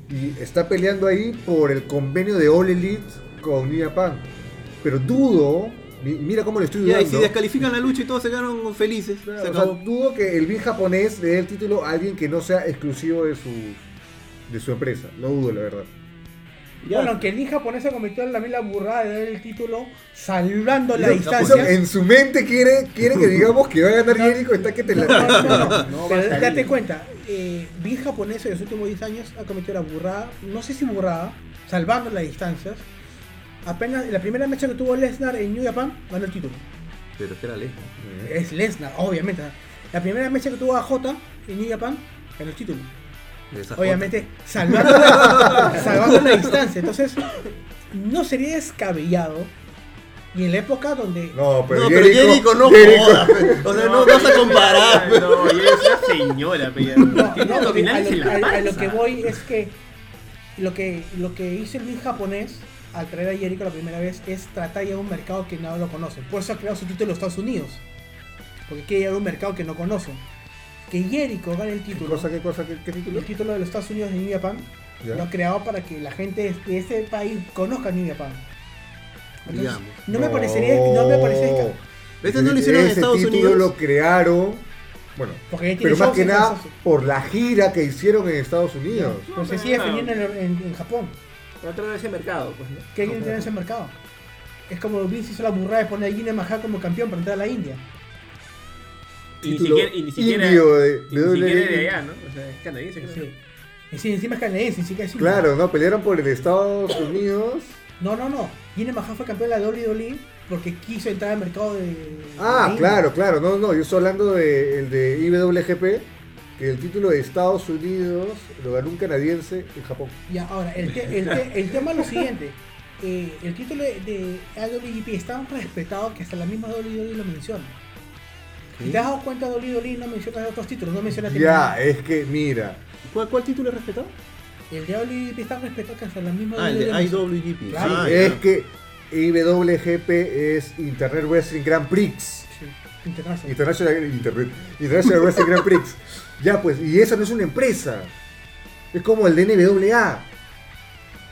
Y está peleando ahí por el convenio de All Elite con New Japan. Pero dudo, mi- mira cómo le estoy Ya, dudando. y si descalifican la lucha y todos se quedaron felices, Claro, se o sea, acabó. dudo que el bien japonés le dé el título a alguien que no sea exclusivo de su, de su empresa. Lo dudo, la verdad. Ya. Bueno, aunque el ninja japonés cometió también la burrada de dar el título salvando la No, Eso, distancia. pues, en su mente quiere, quiere que digamos que va a ganar Jericho, está que te la... No, no, no, no. No, Pero basta date ahí. cuenta, eh, Vin japonés en los últimos 10 años ha cometido la burrada, no sé si burrada, salvando las distancias. Apenas la primera mecha que tuvo Lesnar en New Japan ganó el título. Pero es que era lejos. Es Lesnar, obviamente. La primera mecha que tuvo a J en New Japan ganó el título. de esas Obviamente, salvando la, salvando la distancia. Entonces, no sería descabellado. Y en la época donde. No, pero, Jericho, no, pero Jericho no Jericho- jodas, pe. O sea, no, vas a comparar. pe. No, ella es una señora, pe, ya. No, Tiene no, a, abdominales en lo, la a- a lo panza. que voy es que lo que lo que hizo el bien japonés al traer a Jericho la primera vez es tratar ya un mercado que no lo conoce. Por eso ha creado su título en los Estados Unidos. Porque quiere llegar a un mercado que no conoce. Que Jericho gane el ¿Qué título. cosa, qué cosa, qué, qué título? El título de los Estados Unidos de New Japan Ya. lo ha creado para que la gente de ese país conozca New Japan. Entonces, Digamos. no me este. parecería, no me parecería Este no lo hicieron en Ese Estados título Unidos. lo crearon Bueno, Porque ya tiene pero más shows que en nada Kansas City. por la gira que hicieron en Estados Unidos. Pero se sigue vendiendo en, en- en Japón. Para traer ese mercado, pues, ¿no? ¿Qué hay que tener en ese mercado? Es como Vince hizo la burrada de poner a Guinea Majá como campeón para entrar a la India. Y ni Título siquiera, y ni siquiera, indio de- y de ni siquiera E. WWE. de allá, ¿no? O sea, es canadiense, creo. Sí. Y sí, encima es canadiense, ni siquiera es indio. Claro, no, pelearon por el Estados Unidos. No, no, no. Guinea Majá fue campeón de la WWE porque quiso entrar al mercado de. de la Ah, India. claro, claro. No, no, yo estoy hablando de el de IWGP, que el título de Estados Unidos lo ganó un canadiense en Japón. Ya, ahora, el, te- el, te- el tema es lo siguiente. Eh, el título de, de AWGP es tan respetado que hasta la misma WWE lo menciona. Si ¿Te has dado cuenta WWE E no menciona otros títulos? No menciona Ya, eh. es que mira, ¿Cuál, cuál título es respetado? El de AWGP es tan respetado que hasta la misma Ah, el de WWE menciona. IWGP. Claro. Ah, es ya. que IWGP es Internet Wrestling Grand Prix. Sí, internacional. International, Internet, International Wrestling Grand Prix. Ya pues, y esa no es una empresa. Es como el de NWA.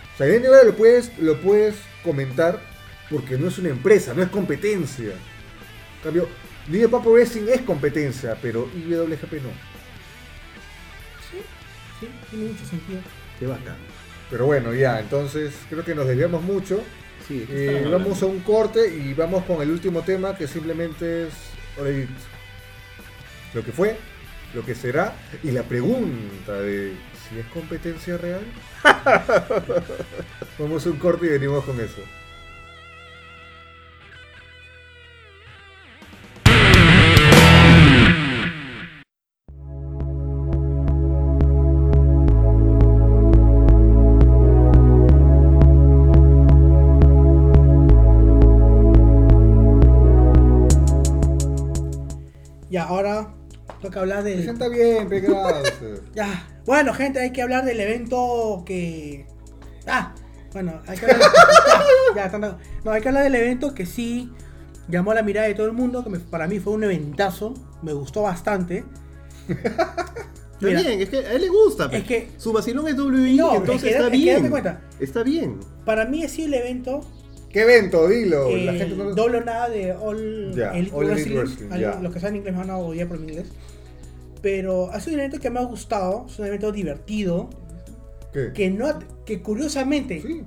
O sea, el NWA lo puedes, lo puedes comentar porque no es una empresa, no es competencia. En cambio, New Japan Pro Wrestling es competencia, pero IWGP no. Sí, tiene mucho sentido. Qué bacán. Pero bueno, ya, entonces creo que nos desviamos mucho. Sí, es que Eh, estaba vamos a un corte y vamos con el último tema que simplemente es Reddit. lo que fue, lo que será y la pregunta de si es competencia real. vamos a un corte y venimos con eso. Ya, ahora toca hablar del. Presenta bien, pegados. Ya. Bueno, gente, hay que hablar del evento que. Ah, bueno, hay que hablar. ya, ya, tanto- No, hay que hablar del evento que sí llamó la mirada de todo el mundo, que me- para mí fue un eventazo, me gustó bastante. Está Mira. bien, es que a él le gusta. pe. Es que- Su vacilón es WWE, No, entonces es que está date- es que bien. date cuenta. Está bien. Para mí sí el evento, ¿Qué evento? Dilo. eh, Oh, la gente no lo- doble o nada de All, Ya, Elite All Elite Wrestling, Wrestling, al- ya. los que saben inglés me van a odiar por mi inglés, pero ha sido un evento que me ha gustado, es un evento divertido, ¿Qué? que no, ha- que curiosamente Sí.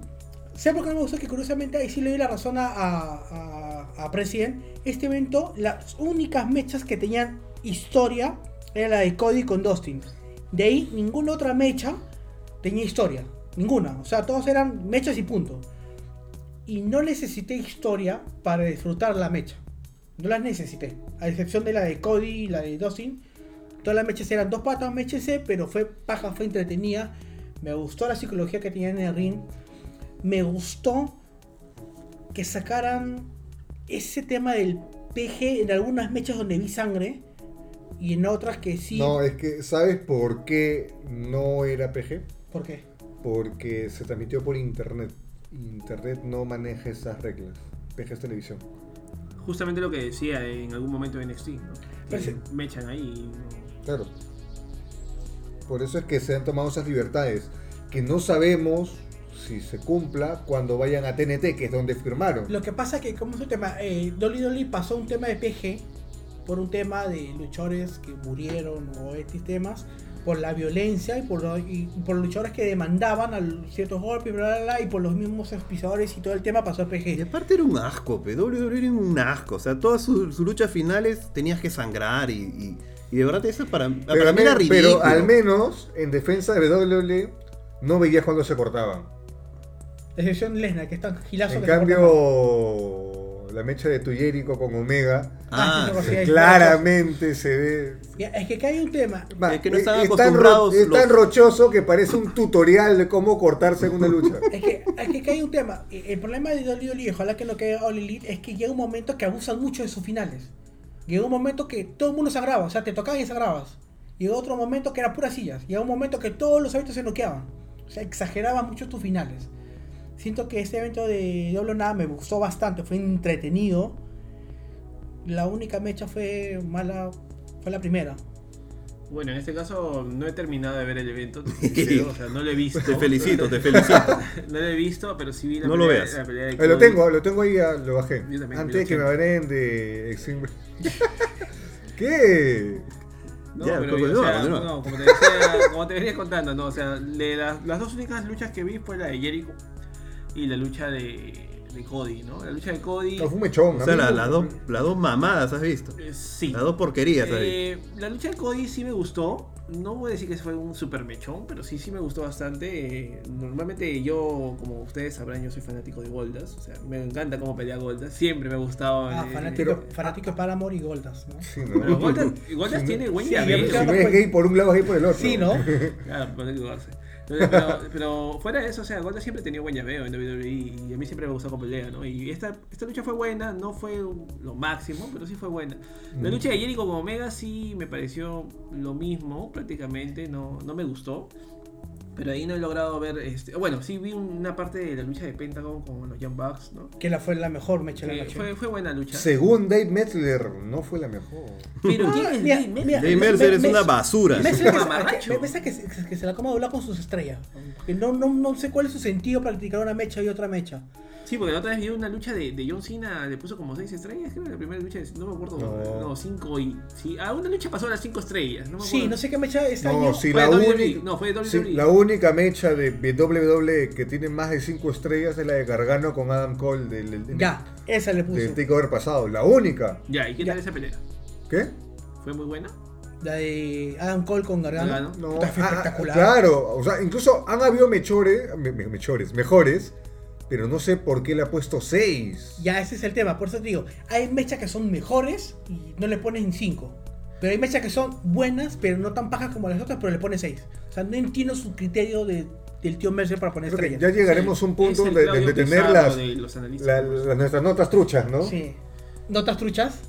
¿Sabes por qué no me gustó? Que curiosamente ahí sí le doy la razón a, a, a- a President. Este evento, las únicas mechas que tenían historia era la de Cody con Dustin. De ahí ninguna otra mecha tenía historia. Ninguna. O sea, todos eran mechas y punto. Y no necesité historia para disfrutar la mecha. No las necesité. A excepción de la de Cody y la de Dustin. Todas las mechas eran dos patas, mechese, pero fue paja, fue entretenida. Me gustó la psicología que tenían en el ring me gustó que sacaran ese tema del PG en algunas mechas donde vi sangre y en otras que sí. No, eh. es que ¿sabes por qué no era PG? ¿Por qué? Porque se transmitió por internet. Internet no maneja esas reglas. PG es televisión. Justamente lo que decía en algún momento de NXT, ¿no? Que Parece- me echan ahí. y Claro. Por eso es que se han tomado esas libertades. Que no sabemos si se cumpla cuando vayan a TNT, que es donde firmaron. Lo que pasa que, como es un tema, eh, Dolly Dolly pasó un tema de PG por un tema de luchadores que murieron o estos temas, por la violencia y por, lo- y por luchadores que demandaban a ciertos golpes, bla, bla, bla, y por los mismos auspiciadores y todo el tema pasó a PG. Y aparte era un asco, pe. WWE era un asco. O sea, todas sus sus luchas finales tenías que sangrar y, y, y de verdad esa para, Pero, para al mí era men- pero ridículo. al menos en defensa de WWE no veías cuando se cortaban. La excepción Lesnar, que es tan gilazo En que se corta cambio, la mecha de Tuyérico con Omega eh, más. Ah, sí, Ah, se sí. consigue. claramente se ve. Ya, Es que acá hay un tema. Va, Es que no están tan acostumbrados ro- es tan los- rochoso que parece un tutorial de cómo cortarse en una lucha. Es que, es que acá hay un tema. Eh, El problema de WWE, y ojalá que no quede All Elite, es que llega un momento que abusan mucho de sus finales. Llega un momento que todo el mundo se agrava, o sea, te tocaban y se agrabas. Llega otro momento que era puras sillas. Llega un momento que todos los eventos se noqueaban. O sea, exageraban mucho tus finales. Siento que este evento de Doble o Nada me gustó bastante, fue entretenido. La única mecha fue mala, fue la primera. Bueno, en este caso no he terminado de ver el evento, te soy sincero, o sea, no lo he visto. Te felicito, te felicito. No lo he visto, pero sí vi la No lo pelea- veas. la pelea de Eh, lo Cody. tengo, lo tengo ahí, ah, lo bajé. Yo también, Antes de que me 1080. banen de Extreme. ¿Qué? No, Ya, pues, pero continúa, o sea, continúa. no, como te decía, como te venía contando, no, o sea, de las, las dos únicas luchas que vi fue la de Jericho y la lucha de, de Cody, ¿no? La lucha de Cody. No, fue un mechón. O a sea, mí la- no- las dos, las dos mamadas has visto. eh, sí. Las dos porquerías has visto. Eh, la lucha de Cody sí me gustó. No voy a decir que fue un super mechón, pero sí, sí me gustó bastante. Eh, normalmente yo, como ustedes sabrán, yo soy fanático de Goldas. O sea, me encanta cómo pelea Goldas. Siempre me ha gustado. Ah, eh, fanático, pero- fanático de Paramore y Goldas, ¿no? Sí, ¿no? Pero Goldas, Goldas Sí, tiene buen sí, llaveo. yo Si creo- no es gay por un lado, es gay por el otro. Sí, ¿no? Claro, por equivocarse. Entonces, Pero, pero fuera de eso, o sea, Golda siempre tenía buen llaveo en WWE y a mí siempre me gustó como pelea, ¿no? Y esta, esta lucha fue buena, no fue lo máximo, pero sí fue buena. La lucha de Jericho con Omega sí me pareció lo mismo, prácticamente, no, no me gustó. Pero ahí no he logrado ver, este, bueno, sí vi una parte de la lucha de Pentagon con los Young Bucks, ¿no? Que la fue la mejor mecha de la Eh, noche. fue, fue buena lucha. Según Dave Metzler, no fue la mejor. Pero Ah, ¿quién es mira, Dave Meltzer? mira, Dave me- Meltzer me- es me- una basura. Me un parece mamarracho. que, me parece que, se- que se la coma doblar con sus estrellas. Que no, no, no sé cuál es su sentido practicar una mecha y otra mecha. Sí, porque la otra vez vi una lucha de, de John Cena, le puso como 6 estrellas, creo, la primera lucha, de- no me acuerdo, No. no, 5 y... Sí, a una lucha pasó a las 5 estrellas, no me acuerdo. Sí, no sé qué mecha este No, año. sí, Fue la de WWE, única. no, fue E. de sí, WWE. la única mecha de WWE que tiene más de 5 estrellas es la de Gargano con Adam Cole del, del- Ya, esa le del puso. Takeover pasado. La única. Ya, ¿y qué Ya. tal esa pelea? ¿Qué? ¿Fue muy buena? La de Adam Cole con Gargano. Gargano. No, Puta, fue ah, espectacular. Claro, o sea, incluso han habido mechores, me- me- mechores, mejores, pero no sé por qué le ha puesto 6. Ya, ese es el tema. Por eso te digo, hay mechas que son mejores y no le pones ni 5. Pero hay mechas que son buenas, pero no tan pajas como las otras, pero le pones 6. O sea, no entiendo su criterio de, del tío Mercer para poner estrellas. Ya llegaremos a un punto Es el donde, Claudio donde tener Pizarro las, de los analistas. la- las- nuestras notas truchas, ¿no? Sí. ¿Notas truchas?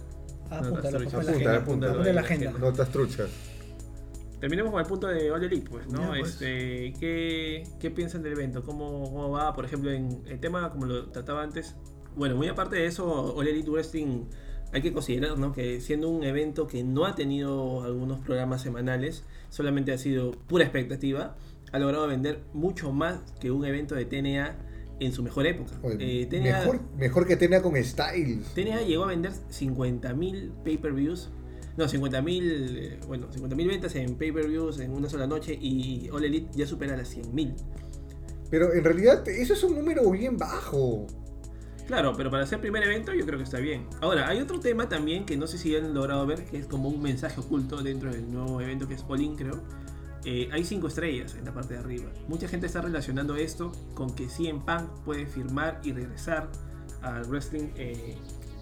truchas. Apúntalo, apúntalo en Apunta, la apunta. agenda, apúntalo en la agenda. Notas truchas. Terminemos con el punto de All Elite, pues, ¿no? Ya, pues. Este, ¿qué, ¿Qué piensan del evento? ¿Cómo, cómo va, por ejemplo, en el tema, como lo trataba antes? Bueno, muy aparte de eso, All Elite Wrestling hay que considerar, ¿no? Que siendo un evento que no ha tenido algunos programas semanales, solamente ha sido pura expectativa, ha logrado vender mucho más que un evento de TNA en su mejor época. Oye, Eh, TNA, mejor, mejor que tenga con Styles. TNA llegó a vender 50.000 pay-per-views. No, 50.000, eh, bueno, 50.000 ventas en pay-per-views en una sola noche y All Elite ya supera las 100.000. Pero en realidad, eso es un número bien bajo. Claro, pero para ser primer evento yo creo que está bien. Ahora, hay otro tema también que no sé si han logrado ver, que es como un mensaje oculto dentro del nuevo evento que es All In, creo. Eh, hay cinco estrellas en la parte de arriba. Mucha gente está relacionando esto con que CM Punk puede firmar y regresar al wrestling eh,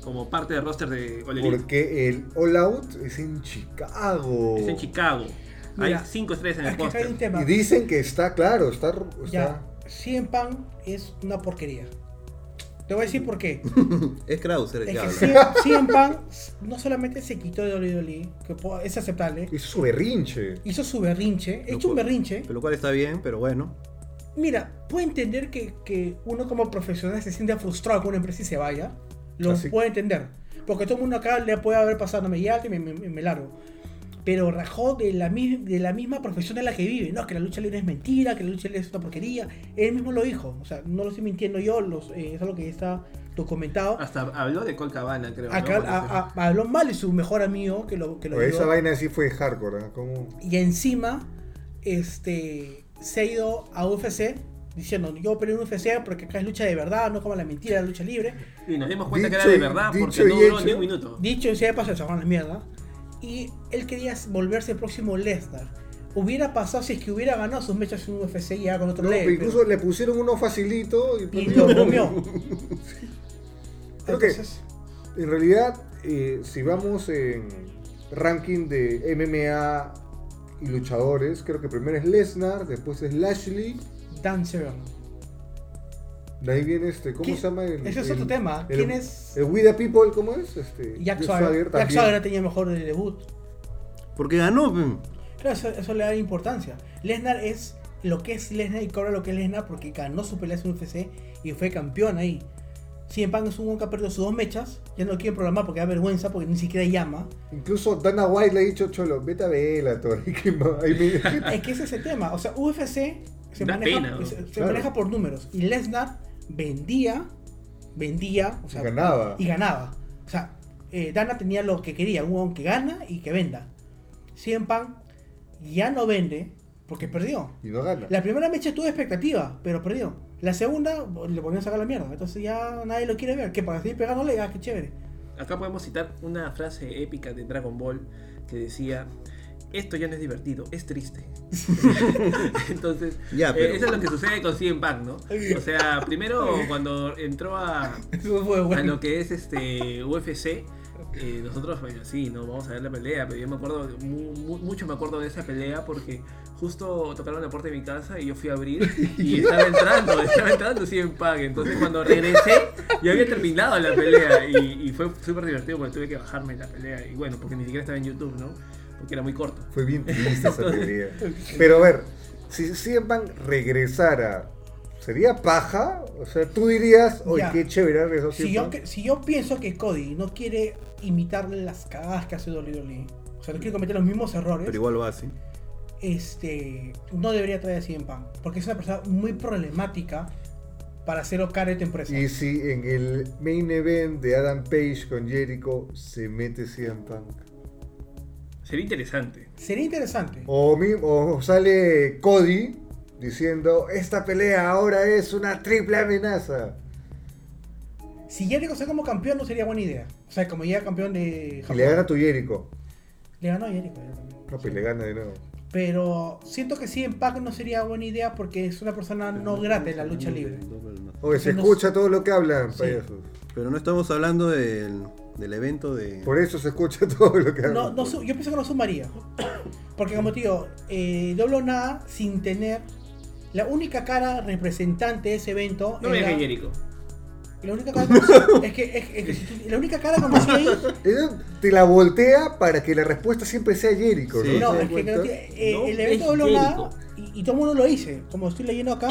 como parte del roster de All Elite. Porque el All Out es en Chicago. Es en Chicago. Mira, hay cinco estrellas en el Aquí acá hay un póster. Y tema. dicen que está claro, está. Ya, está CM Punk es una porquería. Te voy a decir por qué. Es Krauser el que Es que habla. CM, CM Punk no solamente se quitó de WWE, que po- es aceptable, es su berrinche. hizo su berrinche, Lo hecho un cual- berrinche. Lo cual está bien, pero bueno. Mira, puedo entender que, que uno como profesional se sienta frustrado con una empresa y se vaya. Lo Así. puedo entender. Porque todo el mundo acá le puede haber pasado, no me yalte, me, me, me largo. Pero rajó de la, mi- de la misma profesión en la que vive. No, que la lucha libre es mentira, que la lucha libre es una porquería. Él mismo lo dijo. O sea, no lo estoy mintiendo yo, los, eh, es algo que está documentado. Hasta habló de Col Cabana, creo. ¿no? Acá Parece. a- a- habló mal de su mejor amigo que lo, que lo Oye, ayudó. esa vaina sí fue hardcore. ¿eh? Como- Y encima, este, se ha ido a UFC diciendo, yo peleé en UFC porque acá es lucha de verdad, no como la mentira, la lucha libre. Y nos dimos cuenta que Dicho era de y- verdad porque dicho no y duró hecho. ni un minuto. Dicho y sea de paso, se fueron a la mierda. Y él quería volverse el próximo Lesnar. Hubiera pasado si es que hubiera ganado sus mechas en UFC y ya con otro No, level, pero incluso pero- le pusieron uno facilito. Y, pues, Y lo comió. Creo que- Entonces, En realidad, eh, si vamos en ranking de MMA y luchadores, creo que primero es Lesnar, después es Lashley. Dan Severn. De ahí viene este, ¿cómo ¿Quién- se llama? El, ese es el- otro tema. el- ¿Quién es? El We the People, ¿cómo es? Este, Jack Jack Swagger. Jack también. Swagger tenía mejor el debut. Porque ganó. pe. Claro, eso, eso le da importancia. Lesnar es lo que es Lesnar y cobra lo que es Lesnar porque ganó su pelea en UFC y fue campeón ahí. CM Punk es un huevón que ha perdido sus dos mechas, ya no lo quieren programar porque da vergüenza, porque ni siquiera llama. Incluso Dana White le ha dicho, Cholo, vete a Velator. que no- ahí me- Es que ese es el tema, o sea, UFC se, Da maneja, pena, ¿no? se- se Claro. maneja por números y Lesnar vendía, vendía, o sea, ganaba. y ganaba. O sea, eh, Dana tenía lo que quería, un huevón que gana y que venda. CM Punk ya no vende porque perdió. Y no gana. La primera mecha tuvo expectativa, pero perdió. La segunda le volvieron a sacar la mierda. Entonces ya nadie lo quiere ver. Que para seguir pegándole, ah, qué chévere. Acá podemos citar una frase épica de Dragon Ball que decía: Esto ya no es divertido, es triste. Entonces, Ya, eh, pero- eso es lo que sucede con CM Punk, ¿no? O sea, primero cuando entró a, Eso fue a lo Ah, bueno. que es este UFC. eh, nosotros, bueno, sí, no vamos a ver la pelea, pero yo me acuerdo, mu- mu- mucho me acuerdo de esa pelea porque justo tocaron la puerta de mi casa y yo fui a abrir y estaba entrando, estaba entrando CM Punk. Entonces, cuando regresé, ya había terminado la pelea y, y fue súper divertido porque tuve que bajarme la pelea. Y bueno, porque ni siquiera estaba en YouTube, ¿no? Porque era muy corto. Fue bien triste esa pelea. Pero a ver, si CM Punk regresara, ¿sería paja? O sea, tú dirías, oye, Ya. qué chévere regresó Si CM yo, Punk. que- si yo pienso que Cody no quiere imitarle las cagadas que hace WWE, o sea, no quiere cometer los mismos errores, Pero igual lo hace. este, no debería traer a CM Punk. Porque es una persona muy problemática para hacer Ocar de tu empresa. Y si en el main event de Adam Page con Jericho se mete CM Punk. Sería interesante. Sería interesante. O, mi- o sale Cody diciendo, esta pelea ahora es una triple amenaza. Si Jericho sea como campeón, no sería buena idea. O sea, como ya campeón de Y Japón. le gana tu Jericho. Le ganó a Jericho. ya también. No, pues le gana de nuevo. Pero siento que sí, en Pac no sería buena idea porque es una persona no grata en la lucha libre. Oye, se No- escucha todo lo que hablan, Sí. payasos. Pero no estamos hablando del, del evento de. Por eso se escucha todo lo que hablan. No, no su- yo pienso que no sumaría. Porque como te digo, eh, doble o nada sin tener la única cara representante de ese evento. No me era- dejes Jericho. La única cara conocida- es que, es, es que si tú- la única cara conocida ahí. Ella te la voltea para que la respuesta siempre sea Jericho, Sí. ¿no? No, ¿Te das es que cuenta? no tiene- eh, No el evento es doble o nada, Jericho. y, y todo el mundo lo dice, como estoy leyendo acá,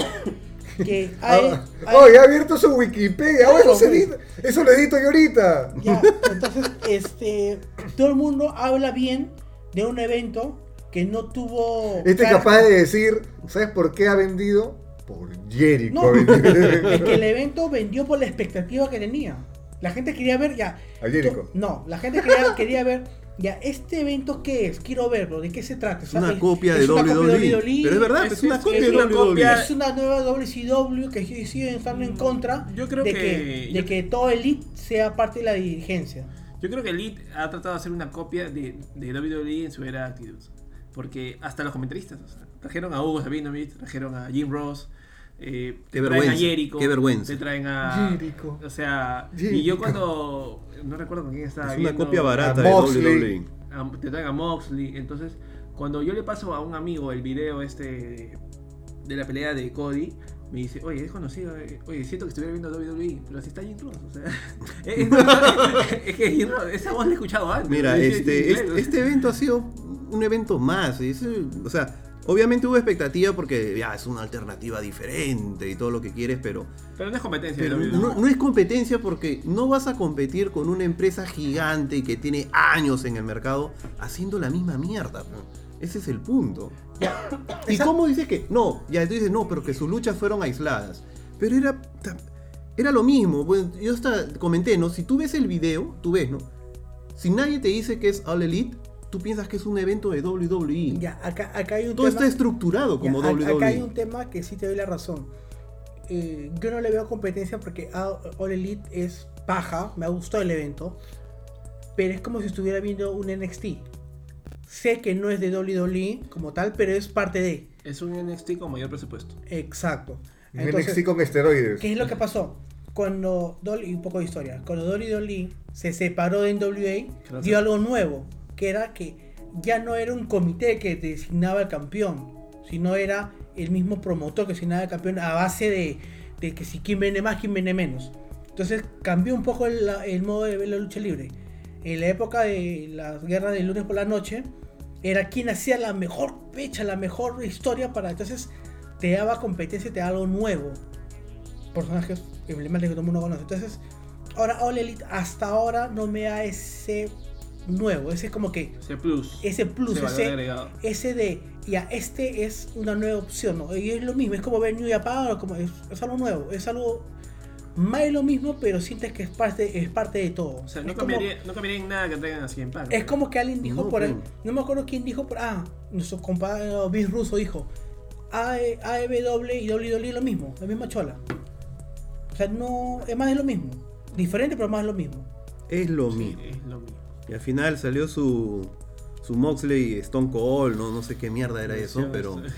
que Ah, hay- hay- oh, ya ha abierto su Wikipedia. Ah, bueno, Claro, se pues. edita- Eso lo edito yo ahorita. Ya, entonces, este, todo el mundo habla bien de un evento que no tuvo. Este es cara- capaz de decir, ¿sabes por qué ha vendido? Por Jericho. No, ha vendido. es que el evento vendió por la expectativa que tenía. La gente quería ver ya. A Jericho. No, la gente quería, quería ver ya este evento qué es, quiero verlo, de qué se trata. Es una copia de una copia WWE. Pero es verdad, Es- es, una es- copia es de E. una WWE. copia- Es E. una nueva WCW que sí- siguen estando Mm, en contra Yo creo de que- que, de yo- que todo elite sea parte de la dirigencia. Yo creo que Elite ha tratado de hacer una copia de, de WWE en su era Attitude. Porque hasta los comentaristas, o sea, trajeron a Hugo Sabinovich, trajeron a Jim Ross, eh, Qué te traen a vergüenza, Jericho, qué vergüenza. te traen a... Jericho. O sea, y Jericho. yo cuando... No recuerdo con quién estaba Es una viendo, copia barata a de E. Moxley. WWE. a- te traen a Moxley, entonces cuando yo le paso a un amigo el video este de la pelea de Cody, me dice, oye, es conocido, eh, oye, siento que estuviera viendo WWE, pero si está Jim Ross, o sea, es, es- es que Jim Ross, esa voz la he escuchado antes. Mira, Sí, sí, sí, este, este, claro. este evento ha sido un evento más. es, eh, o sea, obviamente hubo expectativa porque ya es una alternativa diferente y todo lo que quieres, pero, Pero no es competencia E. de pero WWE. no, no es competencia porque no vas a competir con una empresa gigante que tiene años en el mercado haciendo la misma mierda. pues. Ese es el punto. ¿Y cómo dices que? No, ya tú dices, no, pero que sus luchas fueron aisladas. Pero era. ta- Era lo mismo. pues, Yo hasta comenté, ¿no? Si tú ves el video, tú ves, ¿no? Si nadie te dice que es All Elite, tú piensas que es un evento de WWE. Ya, acá, acá hay un Todo este tema- está estructurado como E. Ya, a- E. WWE. Acá hay un tema que sí te doy la razón. Eh, yo no le veo competencia porque a- All Elite es paja, me gustó el evento, pero es como si estuviera viendo un NXT. Sé que no es de WWE como tal, pero es parte de. Es un NXT con mayor presupuesto. Exacto. Un Entonces, NXT con esteroides. ¿Qué es lo que pasó? Cuando Dolly, un poco de historia, cuando Dolly Dolly se separó de NWA, Claro. dio algo nuevo, que era que ya no era un comité que designaba al campeón, sino era el mismo promotor que designaba al campeón a base de, de que si quién vende más, quién vende menos. Entonces cambió un poco el, el modo de ver la lucha libre. En la época de las guerras del lunes por la noche, era quien hacía la mejor fecha, la mejor historia para... Entonces te daba competencia, te daba algo nuevo personajes emblemáticos que todo el mundo conoce. Entonces, ahora All Elite hasta ahora no me da ese nuevo, ese como que, Ese plus. ese plus, ese valor ese, agregado. ese de, ya, este es una nueva opción, ¿no? Y es lo mismo, es como ver New Japan, o como es, es algo nuevo, es algo Milo mismo, pero sientes que es parte, es parte de todo. O sea, es, no como, cambiaría, no cambiaría en nada que traigan así en pan. es como que alguien dijo No, por ahí, pues. no me acuerdo quién dijo por ah, nuestro compadre Vince Russo dijo AE AEW y WWE lo mismo, la misma chola. O sea, no, es más de lo mismo. Diferente, pero más de lo mismo. Es lo Sí, mismo. es lo mismo. Y al final salió su, su Moxley Stone Cold, no, no sé qué mierda era eso, Emoción, pero, sí.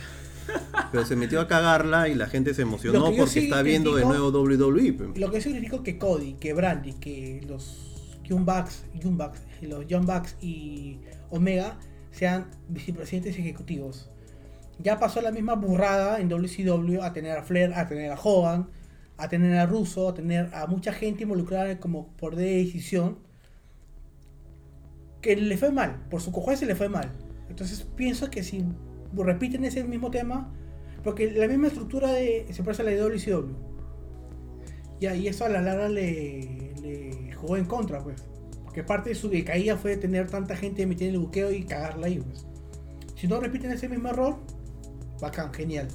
pero se metió a cagarla y la gente se emocionó Lo que porque yo sí está viendo de critico- nuevo WWE. pe. Lo que yo critico que Cody, que Brandy, que los Young Bucks, Young Bucks, los Young Bucks y Omega sean vicepresidentes ejecutivos. Ya pasó la misma burrada en WCW a tener a Flair, a tener a Hogan, a tener a Russo, a tener a mucha gente involucrada como por decisión. Que le fue mal, por su cojones se le fue mal. Entonces pienso que si repiten ese mismo tema, porque la misma estructura de, se parece a la de WCW. Ya, y eso a la larga le, le jugó en contra, pues. Porque parte de su decaída fue tener tanta gente metida en el buqueo y cagarla ahí, pues. Si no repiten ese mismo error, bacán, genial.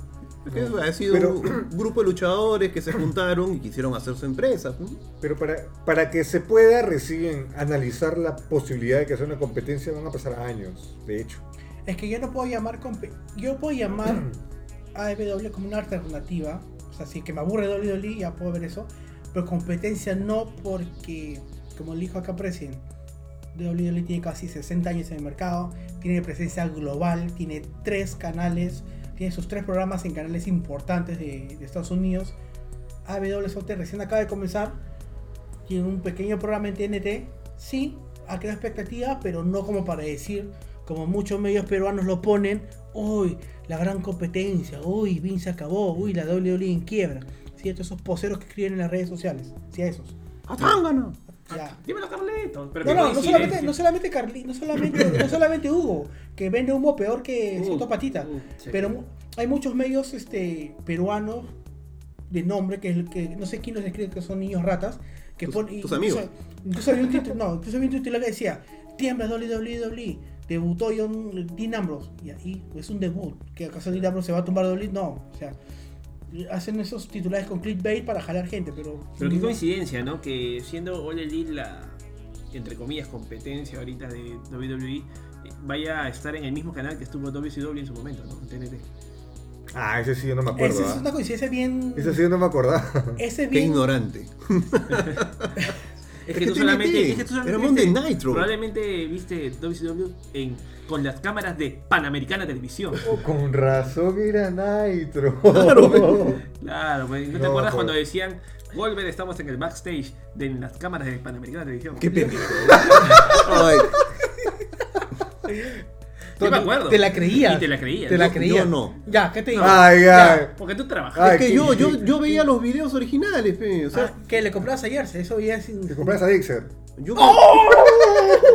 Que Ha sido Pero- un grupo de luchadores que se juntaron y quisieron hacer su empresa. pe. Pero para, para que se pueda recién analizar la posibilidad de que sea una competencia van a pasar años, de hecho. Es que yo no puedo llamar compe- yo puedo llamar a AEW como una alternativa. O sea, si que me aburre WWE, ya puedo ver eso. Pero competencia no porque, como le dijo acá President, WWE E tiene casi 60 años en el mercado, tiene presencia global, tiene tres canales, tiene sus tres programas en canales importantes de, de Estados Unidos. AEW Sote recién acaba de comenzar, tiene un pequeño programa en TNT, sí, ha creado expectativa, pero no como para decir, como muchos medios peruanos lo ponen, uy, la gran competencia, uy, Vince acabó, uy, la WWE en quiebra. Sí, a todos esos poseros que escriben en las redes sociales, sí, a esos. Ya. Dímelo, Carlitos. Pero No, qué no, no coincidencia. solamente, no solamente Carli, no solamente, no solamente Hugo, que vende humo peor que Uh, Soto Patita. uh, sí. Pero mu- hay muchos medios este, peruanos de nombre que, es el que no sé quién los escribe que son niños ratas. Que Tus- ponen- tus incluso- amigos. Incluso vi un título, no, incluso vi un titular que decía, tiembla WWE, debutó John Dean Ambrose. Y ahí es un debut, que acaso Dean Ambrose se va a tumbar WWE, no, o sea, hacen esos titulares con clickbait para jalar gente, pero... Pero Mm. qué no- coincidencia, ¿no? Que siendo Ole Elite la, entre comillas, competencia ahorita de WWE, eh, vaya a estar en el mismo canal que estuvo WCW en su momento, ¿no? En TNT. Ah, ese sí yo no me acuerdo. Esa es ¿ah? una coincidencia bien... Ese sí yo no me acordaba. Ese es Qué bien ignorante. Es que TNT, era Monday Nitro. Probablemente viste WCW en, con las cámaras de Panamericana Televisión. Oh, con razón era Nitro. Claro, pues, ¿no, te No, acuerdas pues. cuando decían, Volver, estamos en el backstage de las cámaras de Panamericana Televisión? Qué Yo pendejo. Ay, me acuerdo. Te la creías. Y te la creías. Te la Yo- creías. yo no. Ya, ¿qué te digo? Ay, ay. Ya, Porque tú Ay, trabajas. es que qué- yo, qué- yo, yo veía los videos originales, pe, o sea, Ah, que le comprabas a Jersey, eso ya es. ¿Te compras a Dixer? yo, ¡Oh!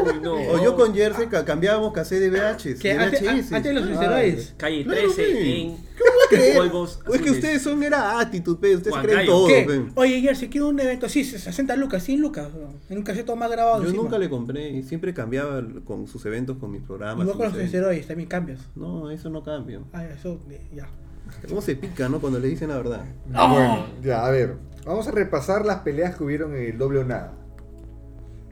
Uy, no. Ah, o yo con Jersey ca- cambiábamos cassette de VHS. Que antes, VHS. a- antes los Ah, esteroides. Calle Claro, 13 pe. en ¿Qué voy a creer? polvos Es que azules. ustedes son era actitud, pe, ustedes Juan creen Gallo. todo, ¿Qué? pe. Oye, Jersey, quiero un evento así, 60 lucas, 100 lucas. ¿no? En un caseto más grabado. Yo encima. nunca le compré y siempre cambiaba el- con sus eventos, con mis programas. Igual con con los mis eventos. esteroides, también cambias. no, eso no cambio. Ah, eso, eh, ya. ¿Cómo se pica, no? Cuando le dicen la verdad. Bueno, ya, a ver. Vamos a repasar las peleas que hubieron en el doble o nada.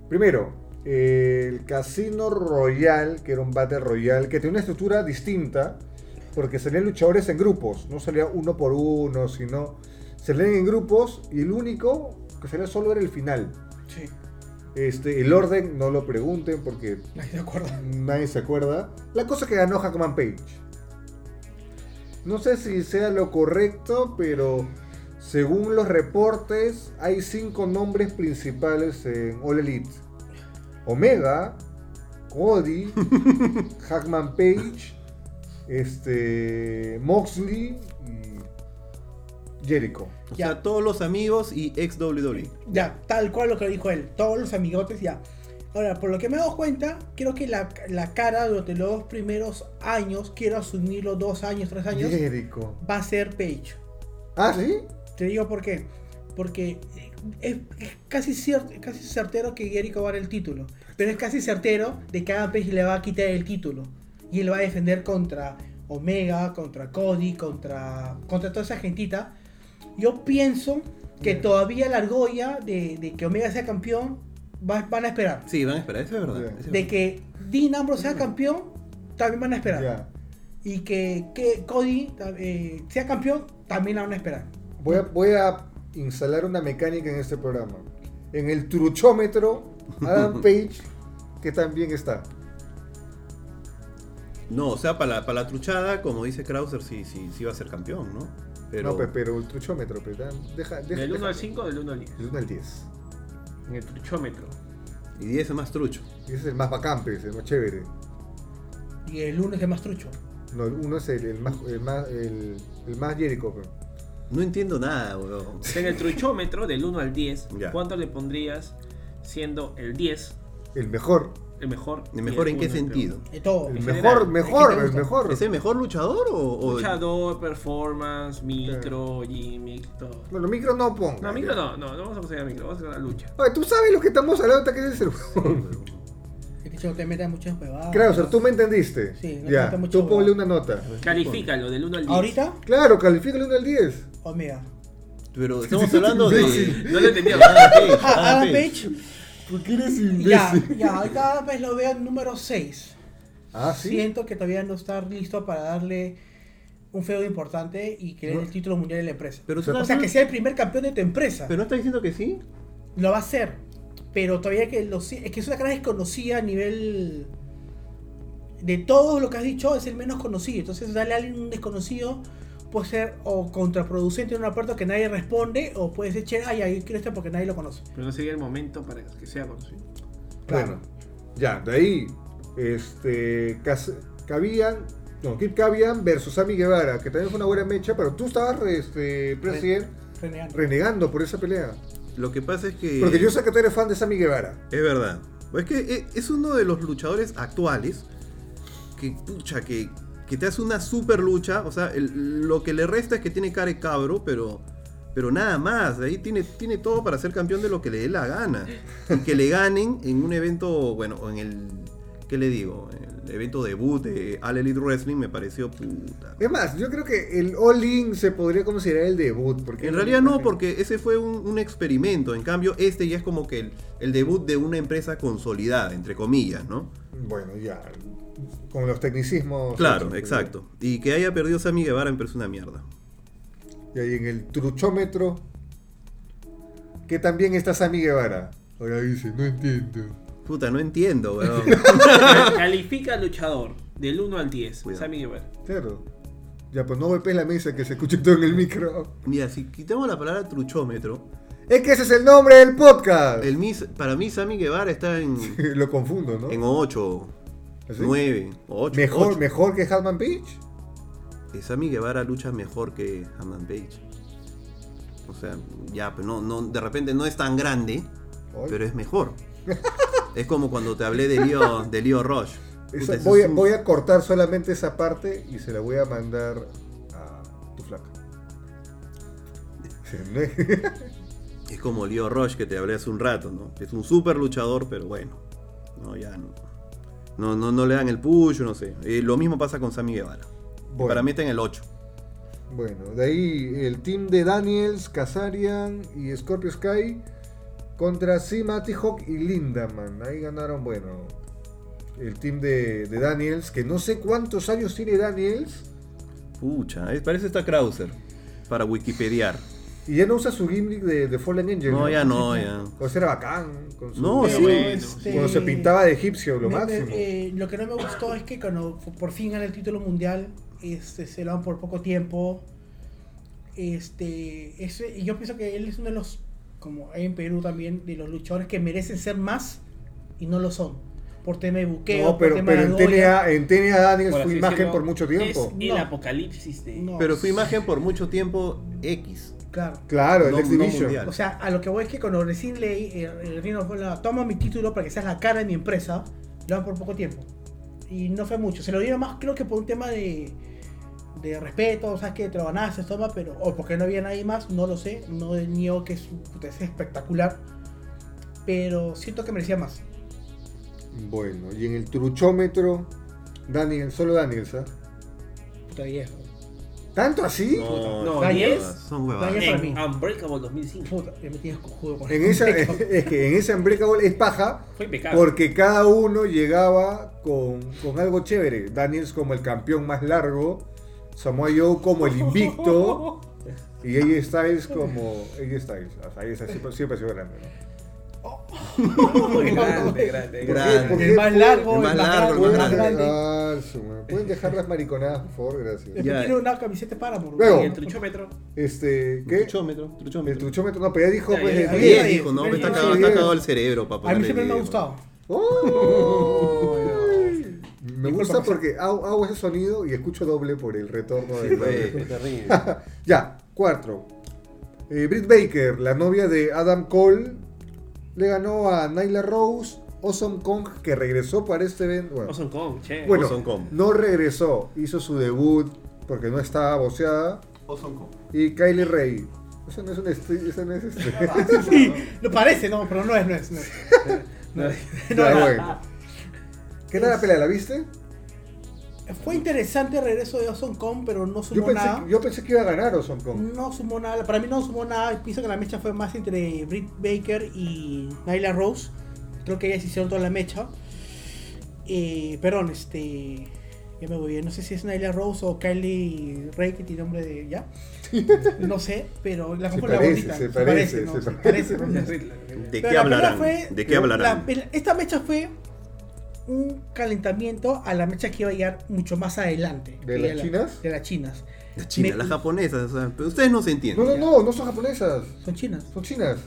Primero, el Casino Royal, que era un Battle Royal, que tenía una estructura distinta, porque salían luchadores en grupos, no salía uno por uno, sino salían en grupos y el único que salía solo era el final. Sí, Este, el orden no lo pregunten porque nadie se acuerda. nadie se acuerda. La cosa es que ganó Hackman Page. No sé si sea lo correcto, pero según los reportes, hay cinco nombres principales en All Elite: Omega, Cody, Hackman Page, este, Moxley y Jericho. O Ya. sea, todos los amigos y ex E. WWE. Ya, tal cual lo que dijo él. Todos los amigotes, ya. Ahora, por lo que me he dado cuenta, creo que la, la cara durante los primeros años, quiero asumirlo dos años, tres años, Jericho. va a ser Page. ¿Ah, sí? Te digo por qué. Porque es, es casi, cierto, casi certero que Jericho va a dar el título. Pero es casi certero de que Adam Page le va a quitar el título. Y él va a defender contra Omega, contra Cody, contra, contra toda esa gentita. Yo pienso que todavía la argolla de, de que Omega sea campeón va- van a esperar. Sí, van a esperar, eso es verdad. Ya. eso es De verdad. que Dean Ambrose sea campeón, también van a esperar. Ya. Y que, que Cody eh, sea campeón, también la van a esperar. Voy a, voy a instalar una mecánica en este programa. En el truchómetro, Adam Page, que también está. No, o sea, para la, para la truchada, como dice Krauser, sí, sí, sí va a ser campeón, ¿no? Pero, No, pe- pero el truchómetro, pe, da- deja, deja- ¿Del 1 al deja- 5 o del 1 al 10? Del 1 al 10. En el truchómetro. Y 10 es más trucho. Y ese es el más bacán, pe, ese es el más chévere. Y el lunes es más trucho. No, el 1 es el, el más, el más, el, el más Jericho, pe. No entiendo nada, weón. O sea, en el truchómetro, del 1 al 10, Ya. ¿cuánto le pondrías siendo el 10 El mejor. el mejor? ¿De y mejor en qué uno el peor? sentido? De todo. El Oh, En mejor, general, mejor, ¿qué te el gusta? mejor. ¿Es el mejor luchador o.? o- Luchador, performance, micro, gimmick, todo. No, lo micro no ponga. No, micro no, no, no vamos a conseguir micro, vamos a hacer la lucha. Oye, tú sabes lo que estamos hablando hasta que eres el Que te- te metas muchas huevadas. Krauser, tú me entendiste. Sí, no ya. falta mucho, Tú ponle ¿verdad? una nota. Califícalo del 1 al 10. Ahorita, Claro, califícale 1 al 10. Omega. Pero estamos hablando de. No lo entendía. Adam Page, Ah, Adam Adam Page. Page. ¿Por qué eres Ya, ya, ahorita vez lo veo en número 6. Ah, sí. Siento que todavía no está listo para darle un feo importante y que le dé el título mundial de la empresa. Pero, tú o estás- sea, que sea el primer campeón de tu empresa. pero no estás diciendo que sí. Lo va a hacer. Pero todavía que lo si- Es que es una cara desconocida a nivel. De todo lo que has dicho, es el menos conocido. Entonces, darle a alguien un desconocido puede ser o contraproducente en un aporte que nadie responde, o puede ser che, ay, ahí quiero estar porque nadie lo conoce. Pero no sería el momento para que sea conocido. Bueno, ya, de ahí. Este. Cas- Cavian. No, Kip Cavian versus Sammy Guevara, que también fue una buena mecha, pero tú estabas, este, presidente, Renegando. renegando por esa pelea. Lo que pasa es que. Porque yo sé que tú eres fan de Sammy Guevara. Es verdad. Es que e- es uno de los luchadores actuales que, pucha, que, que te hace una super lucha. O sea, el- lo que le resta es que tiene cara de cabro, pero, pero nada más. De ahí tiene, tiene todo para ser campeón de lo que le dé la gana. Y que le ganen en un evento, bueno, o en el. ¿Qué le digo? El evento debut de All Elite Wrestling me pareció puta. Es más, yo creo que el All-In se podría considerar el debut. Porque En realidad no, porque ese fue un, un experimento. En cambio, este ya es como que el, el debut de una empresa consolidada, entre comillas, ¿no? Bueno, ya. Con los tecnicismos. Claro, hechos, exacto. Y que haya perdido Sammy Guevara me parece una mierda. Y ahí en el truchómetro, que también está Sammy Guevara. Ahora dice, no entiendo. Puta, no entiendo, weón. Califica al luchador del 1 al 10. Cuidado. Sammy Guevara. Claro. Ya, pues no golpees la mesa que se escuche todo en el micro. Mira, si quitamos la palabra truchómetro, Es que ese es el nombre del podcast. el mis- para mí Sammy Guevara está en, Lo confundo, ¿no? en 8, ¿Así? 9, 8. ¿Ah, mejor, mejor que Hatman Beach. Eh, Sammy Guevara lucha mejor que Hammond Page. O sea, ya, pero no, no, de repente no es tan grande, Ay. pero es mejor. es como cuando te hablé de Leo, de Leo Rush. Puta, Esa- ese es voy, a, un- voy a cortar solamente esa parte y se la voy a mandar a tu flaca. No es- Es como Leo Rush que te hablé hace un rato, ¿no? Es un super luchador, pero bueno. No, ya no. No, no, no le dan el push, no sé. Eh, lo mismo pasa con Sammy Guevara. Bueno. Para mí está en el 8. Bueno, de ahí el team de Daniels, Kazarian y Scorpio Sky contra Sima, T-Hawk y Lindaman. Ahí ganaron, bueno, el team de, de Daniels, que no sé cuántos años tiene Daniels Pucha, eh, parece está Krauser. Para Wikipediar. y ya no usa su gimmick de, de Fallen Angel. No, ya no, ya. O sea, era bacán. Con su- No, Pero sí. bueno, este- Cuando se pintaba de egipcio, lo Me- me- máximo. eh, lo que no me gustó es que cuando f- por fin gana el título mundial, este, se lo dan por poco tiempo. Este, ese- y yo pienso que él es uno de los, como hay en Perú también, de los luchadores que merecen ser más y no lo son. Por tema de buqueo, no, pero, por tema pero de en, argolla. TNA, en TNA Daniels Por fue así imagen decirlo, por mucho tiempo. Es el No. apocalipsis de. No, Pero fue imagen por mucho tiempo X. Claro. Claro, el No- X no Division. mundial. O sea, a lo que voy es que cuando recién leí, eh, el Reino fue la- toma mi título para que seas la cara de mi empresa, lo dan por poco tiempo. Y no fue mucho. Se lo dieron más, creo que por un tema de, de respeto, o sea, que te lo ganaste, toma, pero. O porque no había nadie más, no lo sé. No niego que es, puta, es espectacular. Pero siento que merecía más. Bueno, y en el truchómetro, Daniel, solo Daniels, ¿ah? Puta viejo. ¿Tanto así? No, No, son ¿yes? huevadas, son huevadas. ¿Yes? para mí. En Unbreakable 2005. Puta, ya me tienes cojudo con En esa, esto. es que en ese Unbreakable es paja Fue impecable. porque cada uno llegaba con, con algo chévere. Daniels como el campeón más largo, Samoa Joe como el invicto y AJ Styles como AJ Styles. O sea, AJ Styles siempre, siempre ha sido grande. ¿no? grande, grande, ¿Por qué? grande. ¿Por qué? El más largo, El más largo, el ¿Pueden, más grande. Ah, su madre. ¿Pueden dejar las mariconadas, por favor? Gracias. Después Ya. tiene una camiseta para amor. Luego. Y el truchómetro. Este, ¿qué? Truchómetro, El truchómetro. truchómetro, no, pero ya dijo Ya, pues ya, el ya, diez. Diez, dijo, no, pero está Diez. cagado, está cagado el cerebro para A ponerle mí siempre me ha diez. gustado. Oh. Me Disculpa, gusta José. porque hago, hago ese sonido y escucho doble por el retorno del güey. Terrible. Ya, cuatro. Eh, Britt Baker, la novia de Adam Cole, le ganó a Nyla Rose, Awesome Kong, que regresó para este evento. Bueno, Awesome Kong, che. bueno, Awesome Kong. no regresó, hizo su debut porque no estaba boceada. Awesome Kong. Y Kylie Ray. Eso no es un este- eso no es este. Sí, lo parece, no, pero no es, no es. No, es. Ya, bueno. ¿Qué tal la pelea? ¿La viste? Fue interesante el regreso de Awesome Kong, pero no Yo sumó pensé, nada. yo pensé que iba a ganar Awesome Kong. No sumó nada, para mí no sumó nada. Pienso que la mecha fue más entre Britt Baker y Nyla Rose. Creo que ellas hicieron toda la mecha. Eh, perdón, este. Ya me voy bien. No sé si es Nyla Rose o Kylie Ray, que tiene nombre de. ¿Ya? No sé, pero la Se fue la parece, bonita. se parece, ¿no? se Se parece. parece, ¿no? ¿De Pero qué la pelea hablarán? fue- ¿De qué hablarán? La pele- esta mecha fue un calentamiento a la mecha que iba a llegar mucho más adelante. ¿De Que las era chinas? De las chinas. Las chinas, Me- las japonesas, o sea, pero ustedes no se No, entienden. no, no, no son japonesas, Son chinas. son chinas.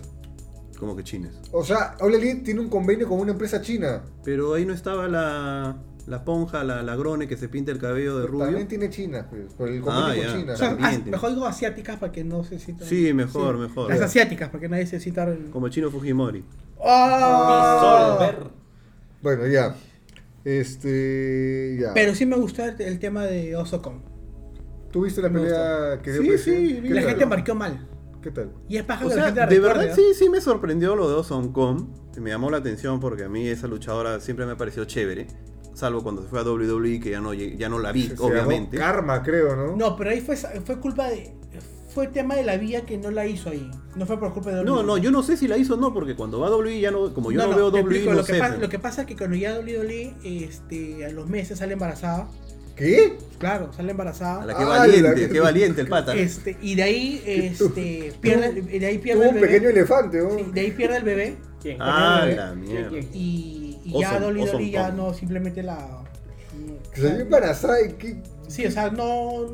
Como que chinas. O sea, All Elite tiene un convenio con una empresa china. Pero ahí no estaba la, la ponja, la lagrone que se pinta el cabello de rubio. También tiene China, pues, por el convenio Ah, con ya. China. Son También, as- tío. mejor digo asiáticas para que no se sientan. Sí, mejor, mejor. Las asiáticas, para que nadie se sienta. el- Como el chino Fujimori. ¡Ah! Solver. Bueno, ya. Este. Ya. Pero sí me gustó el, el tema de Osocon. ¿Tuviste la Me pelea que dio Sí, presión? sí, vi. ¿Qué La tal? gente marcó mal. ¿Qué tal? Y es paja eh, O que sea, Ah, la gente de recuerde, verdad sí, sí me sorprendió lo de Awesome Kong. Me llamó la atención porque a mí esa luchadora siempre me pareció chévere. Salvo cuando se fue a WWE, que ya no, lleg- ya no la vi, Se- se obviamente. llamó Karma, creo, ¿no? ¿no? No, pero ahí fue, fue culpa de. Fue tema de la vía que no la hizo ahí. No fue por culpa de No, Oliver. no, yo no sé si la hizo o no, porque cuando va a WWE, ya no, como yo no, veo te WWE, explico, no lo, que sé. pasa, pues. lo que pasa es que cuando ya WWE este, a los meses sale embarazada, pues ¿Qué? claro, sale A embarazada. la que Ay, valiente, la- qué valiente el pata. Este, y de ahí este, pierde, de ahí pierde Tuvo el un bebé. pequeño elefante, ¿no? Sí, de ahí pierde el bebé ¿Quién? Ah, ¿Quién? la mierda. ¿Quién? ¿Quién? y, y ya Awesome, Dolly awesome Dolly ya Kong. no simplemente la. Que salió embarazada y qué. Sí, o sea, no.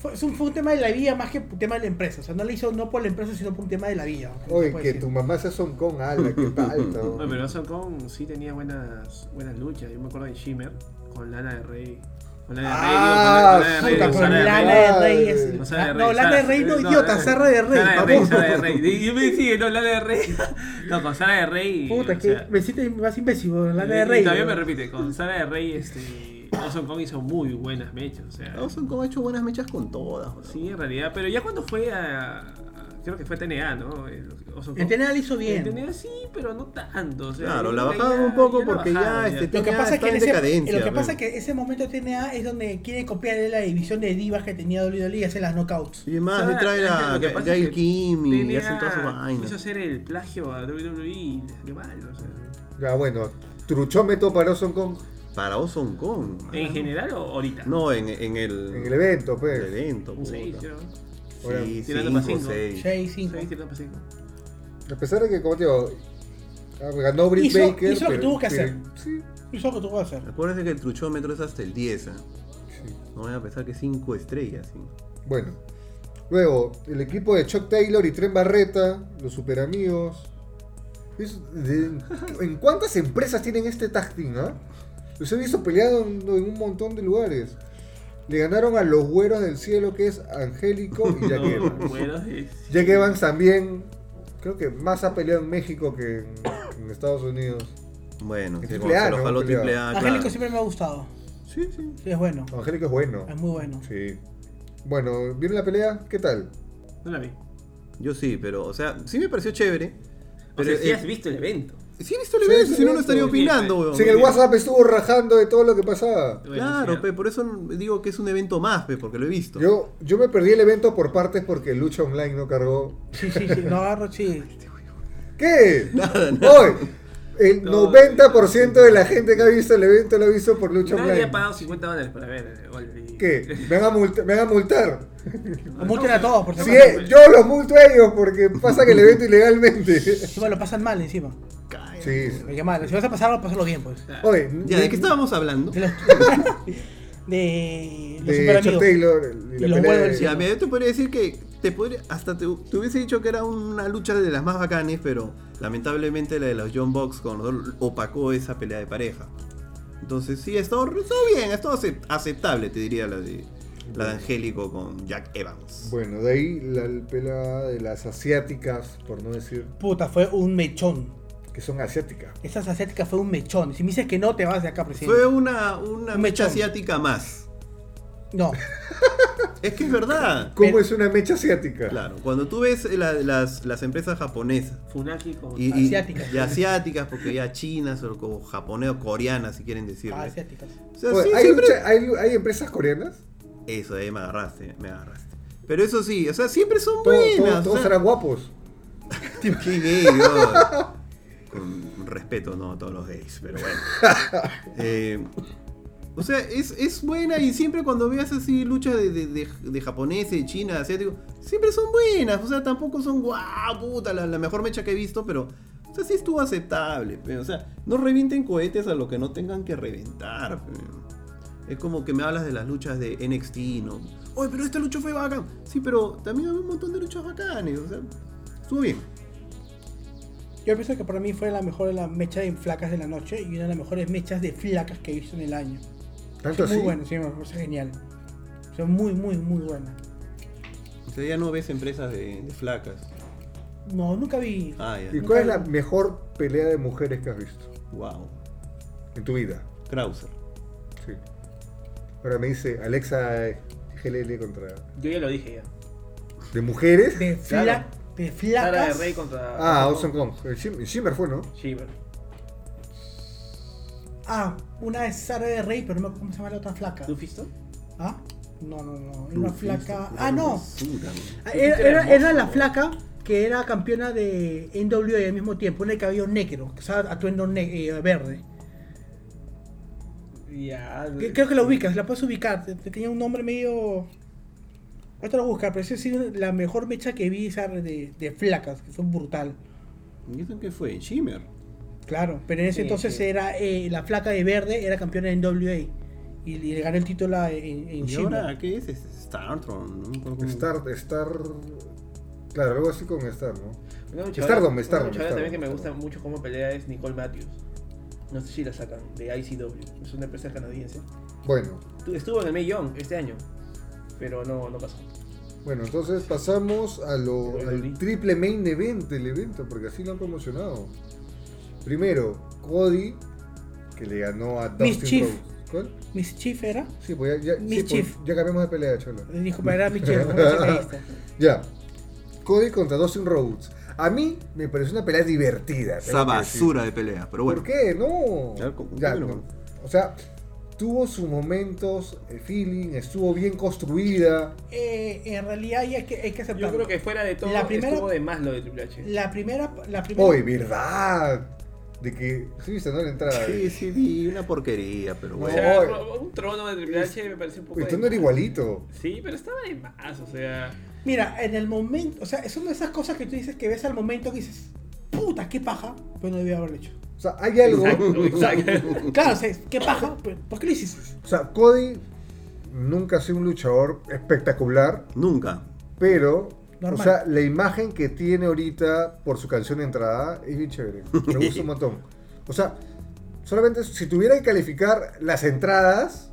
Fue, es un, fue un tema de la vía más que un tema de la empresa. O sea, no la hizo no por la empresa, sino por un tema de la vía. ¿no? Oye, Se puede que decir. tu mamá sea Son Kong, ala, qué tal. ¿no? Oye, pero Awesome Kong sí tenía buenas, buenas luchas. Yo me acuerdo de Shimmer con Lana de Rey. Con Lana de Rey. Ah, digo, Puta, con con Lana de Rey, Lana Rey. de Rey es. Con Lana de Rey, No, Lana de Sara- Rey no, no, idiota, Lana- Sara de Rey. Lana de Rey, vamos. Sara de Rey. Yo me decía, no, Lana de Rey. No, con Sara de Rey. Puta, o que sea, me hiciste más imbécil, weón, Lana y- de y Rey. Todavía me weón. repite, con Sara de Rey, este. Awesome Kong hizo muy buenas mechas. O sea, Awesome Kong ha hecho buenas mechas con todas. ¿no? sí, en realidad. Pero ya cuando fue a. a- Creo que fue TNA, ¿no? El- Awesome El Kong. TNA lo hizo bien. El TNA sí, pero no tanto. o sea, Claro, la ya- bajaban un poco la porque ya, bajaron, este, Lo que TNA pasa es está que, en en ese, decadencia, lo que, pero- pasa es que ese momento TNA es donde quiere copiar la división de divas que tenía WWE y hacer las knockouts. Y más, O sea, le trae es que a lo que pasa Gail es que Kim y TNA hacen todas sus Quiso vainas. hacer el plagio a WWE y les dio mal, o sea. Ah, Ya, bueno. Truchómetro para Son Kong Para Awesome Kong. mano. ¿En general o ahorita? No, en, en el, en el evento, el pues. evento. Un seis, puta. yo. Ahora, Sí, Tirando cinco, pa' cinco. seis. 6, 5. Seis, siete, cinco. A pesar de que, como te digo, ah, ganó Britt Hizo- Baker. hizo lo que tuvo que hacer. Sí, Eso es lo que tú vas a hacer. Acuérdense que el truchómetro es hasta el 10. ¿ah? sí. No voy a pensar que 5 estrellas. ¿sí? Bueno. Luego, el equipo de Chuck Taylor y Tren Barreta, los superamigos. Es de- ¿En cuántas empresas tienen este tag team, ah? Los he visto peleando en, en un montón de lugares. Le ganaron a los güeros del cielo, que es Angélico y Jack No, Evans. bueno, sí, sí. Jack Evans también, creo que más ha peleado en México que en, en Estados Unidos. Bueno, El sí, triple A, se ¿no? lo jaló Triple A. triple Ah, A. Angélico claro. siempre me ha gustado. Sí, sí. Sí, es bueno. No, Angélico es bueno. Es muy bueno. Sí. Bueno, ¿vieron la pelea? ¿Qué tal? No la vi. Yo sí, pero, o sea, sí me pareció chévere. O Pero sea, sí eh, has visto el evento. Sí, he visto el evento, sí, si no, no evento. estaría opinando, Sí, weón. Si en el WhatsApp estuvo rajando de todo lo que pasaba. Bueno, Claro, sí, pe, por eso digo que es un evento más, pe, porque lo he visto. Yo, yo me perdí el evento por partes porque Lucha Online no cargó. Sí, sí, sí, lo agarro, sí. ¿Qué? Nada, nada. Hoy, el No, 90% de la gente que ha visto el evento lo ha visto por Lucha Nadie ha Online. pagado 50 dólares eh, para ver. Oli. ¿Qué? ¿Me van a, multa- me van a multar? Multen a todos, por Sí, favor. eh, yo los multo a ellos porque pasan el evento ilegalmente. Sí, Encima lo pasan mal, encima. sí. Lo que mal. Si vas a pasarlo, pasarlo bien, pues. Oye, Ya, ¿de qué estábamos hablando? De los, de los De Chuck superamigos. Taylor y Y los la pelea Wolverine. de- Ya, mira, yo te podría decir que te podría, hasta te, te hubiese dicho que era una lucha de las más bacanes, pero lamentablemente la de los John Box con Rodol- opacó esa pelea de pareja. Entonces sí, ha estado, ha estado bien, ha estado acep- aceptable, te diría la de, la de Angélico con Jack Evans. Bueno, de ahí la pelea de las asiáticas, por no decir Puta, fue un mechón. que son asiáticas. Esas asiáticas fue un mechón. Si me dices que no, te vas de acá, presidente. Fue una, una Un mecha mechón. asiática más. No. Es que es verdad. ¿Cómo Pero- es una mecha asiática? Claro, cuando tú ves la- las, las empresas japonesas Funaki con. y, y- Asiáticas. y asiáticas, porque ya chinas o, o japonesas o coreanas, si quieren decirlo. Ah, asiáticas. O sea, Oye, sí, ¿hay, siempre- lucha- hay, hay empresas coreanas? Eso, ahí me agarraste, me agarraste. Pero eso sí, o sea, siempre son Todo- todo- buenas. o todos sea, eran guapos. Qué gay, ¿no? Con respeto, no a todos los gays, pero bueno. Eh, o sea, es, es buena y siempre cuando veas así luchas de, de, de, de japoneses, de China, asiático, siempre son buenas. O sea, tampoco son guau, puta, la, la mejor mecha que he visto, pero. O sea, sí estuvo aceptable, pero, o sea, no revienten cohetes a lo que no tengan que reventar. pero. Es como que me hablas de las luchas de NXT, ¿no? Oye, pero esta lucha fue bacán. Sí, pero también había un montón de luchas bacanes, o sea, estuvo bien. Yo pienso que para mí fue la mejor de las mechas de flacas de la noche y una de las mejores mechas de flacas que he visto en el año. Ah, Tanto así. Muy bueno, sí, me parece genial. Son muy, muy, muy buenas. O sea, ya no ves empresas de, de flacas. No, nunca vi. Ah, ya. ¿Y cuál es la mejor pelea de mujeres que has visto Wow. en tu vida? Krauser. Sí. Ahora me dice Alexa eh, GLL contra. Yo ya lo dije ya. ¿De mujeres? De, fla Claro. de Sara de flacas. Rey contra. Ah, Awesome Kong. El Shim- el Shimmer fue, ¿no? Shiver. Ah, una es Sara de Rey, pero no me acuerdo cómo se llama la otra flaca. ¿Lufisto? ¿Ah? No, no, no. Era una flaca. Ah, no. Ah, Era, Era era- hermoso, era la güey. flaca que era campeona de NWA al mismo tiempo, una de cabello negro, que usaba atuendo ne- eh, verde. Ya. Que- Creo que la ubicas, la puedes ubicar. te- te Tenía un nombre medio. Ahorita lo buscar, pero esa ha sido la mejor mecha que vi esa de, de flacas, que fue brutal. ¿Y eso qué fue? ¿En Shimmer? Claro, pero en ese Sí, entonces sí. era eh, la flaca de verde, era campeona de NWA. Y, y le ganó el título a- en, en ¿Y Shimmer. ahora qué es? Es Startron. ¿no? Me acuerdo cómo- Star. Star. Claro, algo así con Star, ¿no? Una Stardom, luchadora, una Stardom, luchadora Stardom, también que me gusta Stardom. mucho cómo pelea es Nicole Matthews. No sé si la sacan, de ICW. Es una empresa canadiense. Bueno. Tu- Estuvo en el Mae Young este año, pero no, no pasó. Bueno, entonces pasamos a lo, Pero al Loli. triple main event del evento, porque así lo han promocionado. Primero, Cody, que le ganó a Dustin Mischief. Rhodes. ¿Cuál? Miss Chief era. Sí, pues ya, ya, sí, Mischief. pues ya cambiamos de pelea, cholo. Dijo, pero era Miss Chief, una sacadista. Ya. Cody contra Dustin Rhodes. A mí me pareció una pelea divertida. tengo Esa que decir. basura de pelea, pero bueno. ¿Por qué? No. Ya, ¿cómo- Ya, cómo que no? no. O sea, tuvo sus momentos, el feeling, estuvo bien construida. Eh, en realidad hay que, hay que Yo aceptarlo. creo que fuera de todo La primera- estuvo de más lo de Triple H. La primera. La primera Oye, ¿verdad? De que. Sí, viste, ¿no? La entrada. Sí, sí, vi una porquería, pero O bueno. sea, Oye. ro- un trono de Triple H me pareció un poco. Oye, tú de no eres más. igualito. Sí, pero estaba de más, o sea. Mira, en el momento. O sea, es una de esas cosas que tú dices que ves al momento que dices, puta, qué paja. Pues no debía haberlo hecho. O sea, hay algo. Exacto, exacto. Claro, o sea, qué paja. pero ¿Por qué lo hiciste? O sea, Cody nunca ha sido un luchador espectacular, Nunca. pero. Normal. O sea, la imagen que tiene ahorita por su canción de entrada es bien chévere. Me gusta un montón. O sea, solamente si tuviera que calificar las entradas,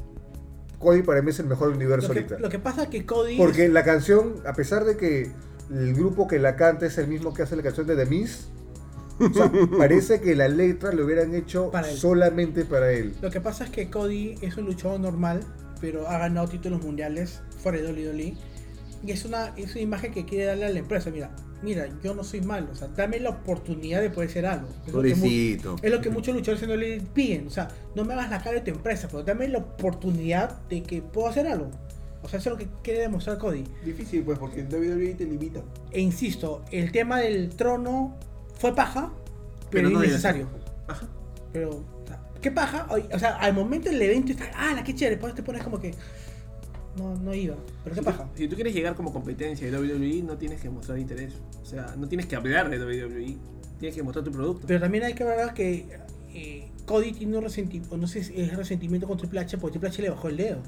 Cody para mí es el mejor universo Lo que, ahorita. lo que pasa es que Cody. Porque la canción, a pesar de que el grupo que la canta es el mismo que hace la canción de The Miz, o sea, parece que la letra lo hubieran hecho Para él. solamente para él. Lo que pasa es que Cody es un luchador normal, pero ha ganado títulos mundiales fuera de WWE. E, Y es una, es una imagen que quiere darle a la empresa. Mira, mira, yo no soy malo. O sea, dame la oportunidad de poder ser algo. Es lo que mu- Pobrecito. Es lo que muchos luchadores no le piden. O sea, no me hagas la cara de tu empresa, pero dame la oportunidad de que puedo hacer algo. O sea, eso es lo que quiere demostrar Cody. Difícil, pues, porque el WWE te limita. E insisto, el tema del trono fue paja, pero, Pero no innecesario. Pero, o sea, ¿qué paja? O- O sea, al momento del evento, está, ah, la que chévere, después te pones como que. No, no iba. Pero qué Si tú- paja. Si tú quieres llegar como competencia de E, WWE, no tienes que mostrar interés. O sea, no tienes que hablar de WWE. E, Tienes que mostrar tu producto. Pero también hay que hablar que eh, Cody tiene un resentimiento, no sé si es resentimiento con Triple H, porque Triple H le bajó el dedo.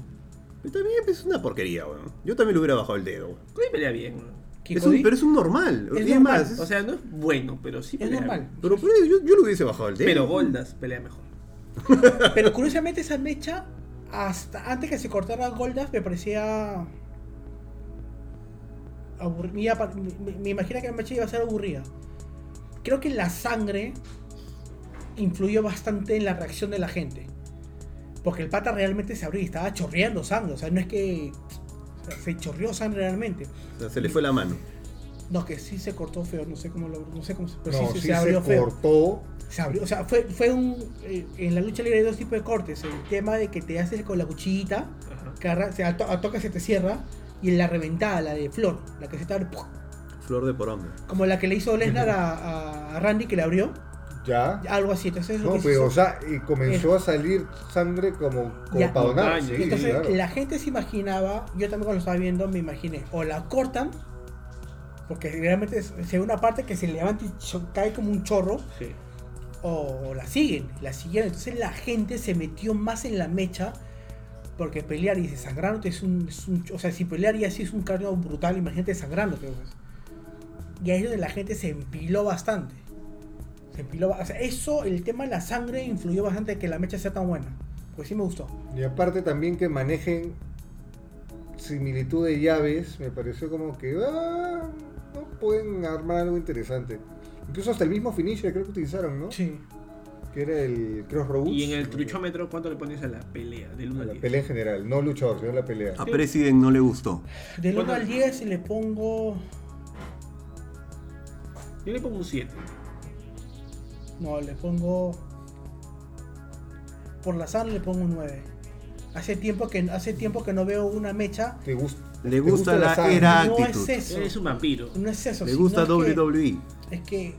Pero también es una porquería, weón. Yo también le hubiera bajado el dedo, weón. Cody pelea bien. ¿no? Que Es un- Cody pero es un normal. Es Es, normal, más, es- O sea, no es bueno, pero sí es pelea normal. bien. pero por eso yo, yo le hubiese bajado el dedo. Pero Goldas pelea mejor. Pero curiosamente esa mecha, hasta antes que se cortara Goldas, me parecía aburrida. pa- Me, me- me imagino que la mecha iba a ser aburrida. Creo que la sangre influyó bastante en la reacción de la gente. Porque el pata realmente se abrió y estaba chorreando sangre. O sea, no es que o sea, se chorreó sangre realmente. O sea, se le fue la mano. No, que sí se cortó feo. No sé cómo lo. No sé cómo. se- Pero no, Pues sí, sí, se, se, abrió feo. cortó. Se abrió, o sea, fue, fue un. eh, en la lucha libre hay dos tipos de cortes. El tema de que te haces con la cuchillita, que agarra- se, a, to- a toque se te cierra, y la reventada, la de flor, la que se te abre, ¡puf! Flor de poronga. como la que le hizo Lesnar a- a, a Randy que le abrió, Ya. algo así. Entonces, lo No, que se pero, hizo- Eh. o sea, y comenzó a salir sangre como, Ya. como para donar. Montaña. Sí, Entonces, claro. la gente se imaginaba, yo también cuando lo estaba viendo me imaginé, o la cortan, porque realmente es- se ve una parte que se levanta y cho- cae como un chorro, Sí. o la siguen, la siguieron. Entonces la gente se metió más en la mecha porque pelear y desangrándote es un, es un- O sea, si pelear y así es un cardio brutal, imagínate desangrándote. pues. Y ahí es donde la gente se empiló bastante. Se empiló. ba- O sea, eso, el tema de la sangre influyó bastante en que la mecha sea tan buena. Pues sí me gustó. Y aparte también que manejen similitud de llaves, me pareció como que ah, no pueden armar algo interesante. Incluso hasta el mismo finisher creo que utilizaron, ¿no? Sí. Que era el Cross Roads. Y en el truchómetro, ¿cuánto le pones a la pelea? Del 1 A al La 10. pelea en general, no luchador, sino la pelea. Ah. A President no le gustó. Del 1 ¿Cuánto? al 10 le pongo. Yo le pongo un 7. No, le pongo. Por la sangre le pongo un 9. Hace tiempo que, hace tiempo que no veo una mecha ¿Te gust- Le te gusta la sangre? era- No es actitud. eso. Es un vampiro. No es eso. Le sino gusta E. es que- WWE. Es que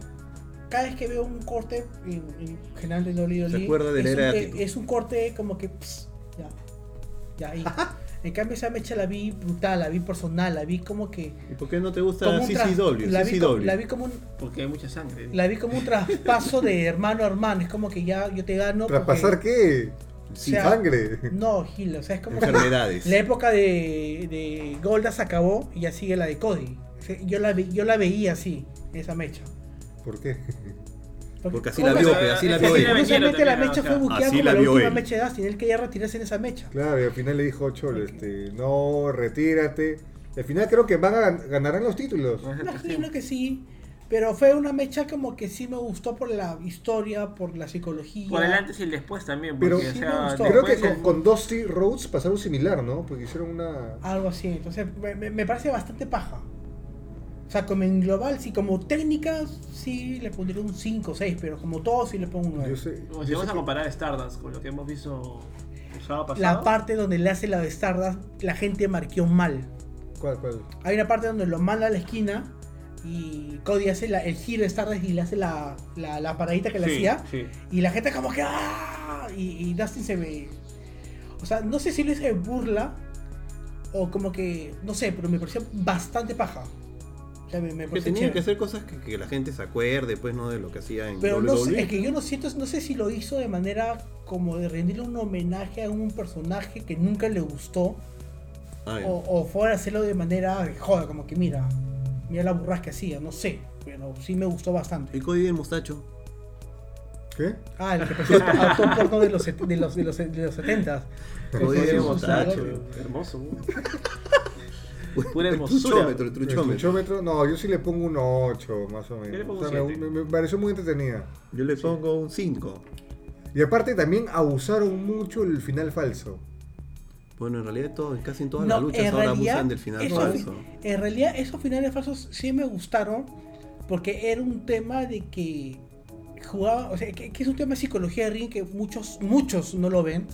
cada vez que veo un corte en, en general de WWE, Se acuerda de la es, era un, de que- actitud. es un corte como que pss, ya, ya ahí. en cambio esa mecha la vi brutal, la vi personal, la vi como que ¿Y por qué no te como gusta un tras- CCW? la, vi como, CCW? la vi como un Porque hay mucha sangre. la vi como un traspaso de hermano a hermano, es como que ya yo te gano ¿Para porque- pasar qué? O Sin sea, sangre. No, Gil, o sea, es como que Enfermedades. la época de, de Goldas acabó y ya sigue la de Cody. O sea, Yo la, ve- yo la veía así, esa mecha. ¿Por qué? Porque así la vio, Cody- pero así la Es que vio así la él. ve- Curiosamente la vendieron también, o mecha fue sea, buqueada así como la la vio última él. mecha de Dustin. Él quería retirarse en esa mecha. Claro, y al final le dijo Cholo, este, no, retírate. Y al final creo que van a gan- ganarán los títulos. Imagino que sí. Pero fue una mecha como que sí me gustó por la historia, por la psicología. Por el antes y el después también. Porque, Pero o sí me sea, gustó. Creo que después con, es- con Dusty Rhodes pasaron similar, ¿no? Porque hicieron una. Algo así. Entonces me, me- me parece bastante paja. O sea, como en global, sí, como técnica, sí le pondría un 5 o 6, pero como todo sí le pongo Ah, un 9. Yo sé. Como si yo sé vamos a que- comparar Stardust con lo que hemos visto el sábado pasado. La parte donde le hace la de Stardust, la gente marqueó mal. ¿Cuál, cuál? Hay una parte donde lo manda a la esquina y Cody hace la- el giro de Stardust y le hace la, la, la paradita que le Sí, hacía. sí. Y la gente como que ¡ah! Y, y Dustin se ve... O sea, no sé si lo hice de burla o como que... No sé, pero me pareció bastante paja. O sea, me, me Que pareció tenía chévere. que hacer cosas que, que la gente se acuerde, pues, ¿no? De lo que hacía en E. Pero no WWE. sé, es que yo no siento, no sé si lo hizo de manera como de rendirle un homenaje a un personaje que nunca le gustó Ah, ya. o, o fue a hacerlo de manera de joda, como que mira, mira la burras que hacía, no sé, pero sí me gustó bastante. ¿Y Cody del mustacho? ¿Qué? Ah, el que parecía autor porno de los, set- de los, de los, de los 70 Cody Sí, sí, del sí, mustacho. Hermoso. ¿no? Pura El hermosura. truchómetro, el ¿El truchómetro. truchómetro? No, yo sí le pongo un 8, más o menos. Yo le pongo O sea, un me, siete. me- me pareció muy entretenida. Yo le pongo un 5. Y aparte también abusaron mucho el final falso. Bueno, en realidad todo, casi en todas No, las luchas en ahora realidad, abusan del final eso- falso. En realidad esos finales falsos sí me gustaron porque era un tema de que jugaba, o sea, que, que es un tema de psicología de ring que muchos, muchos no lo ven.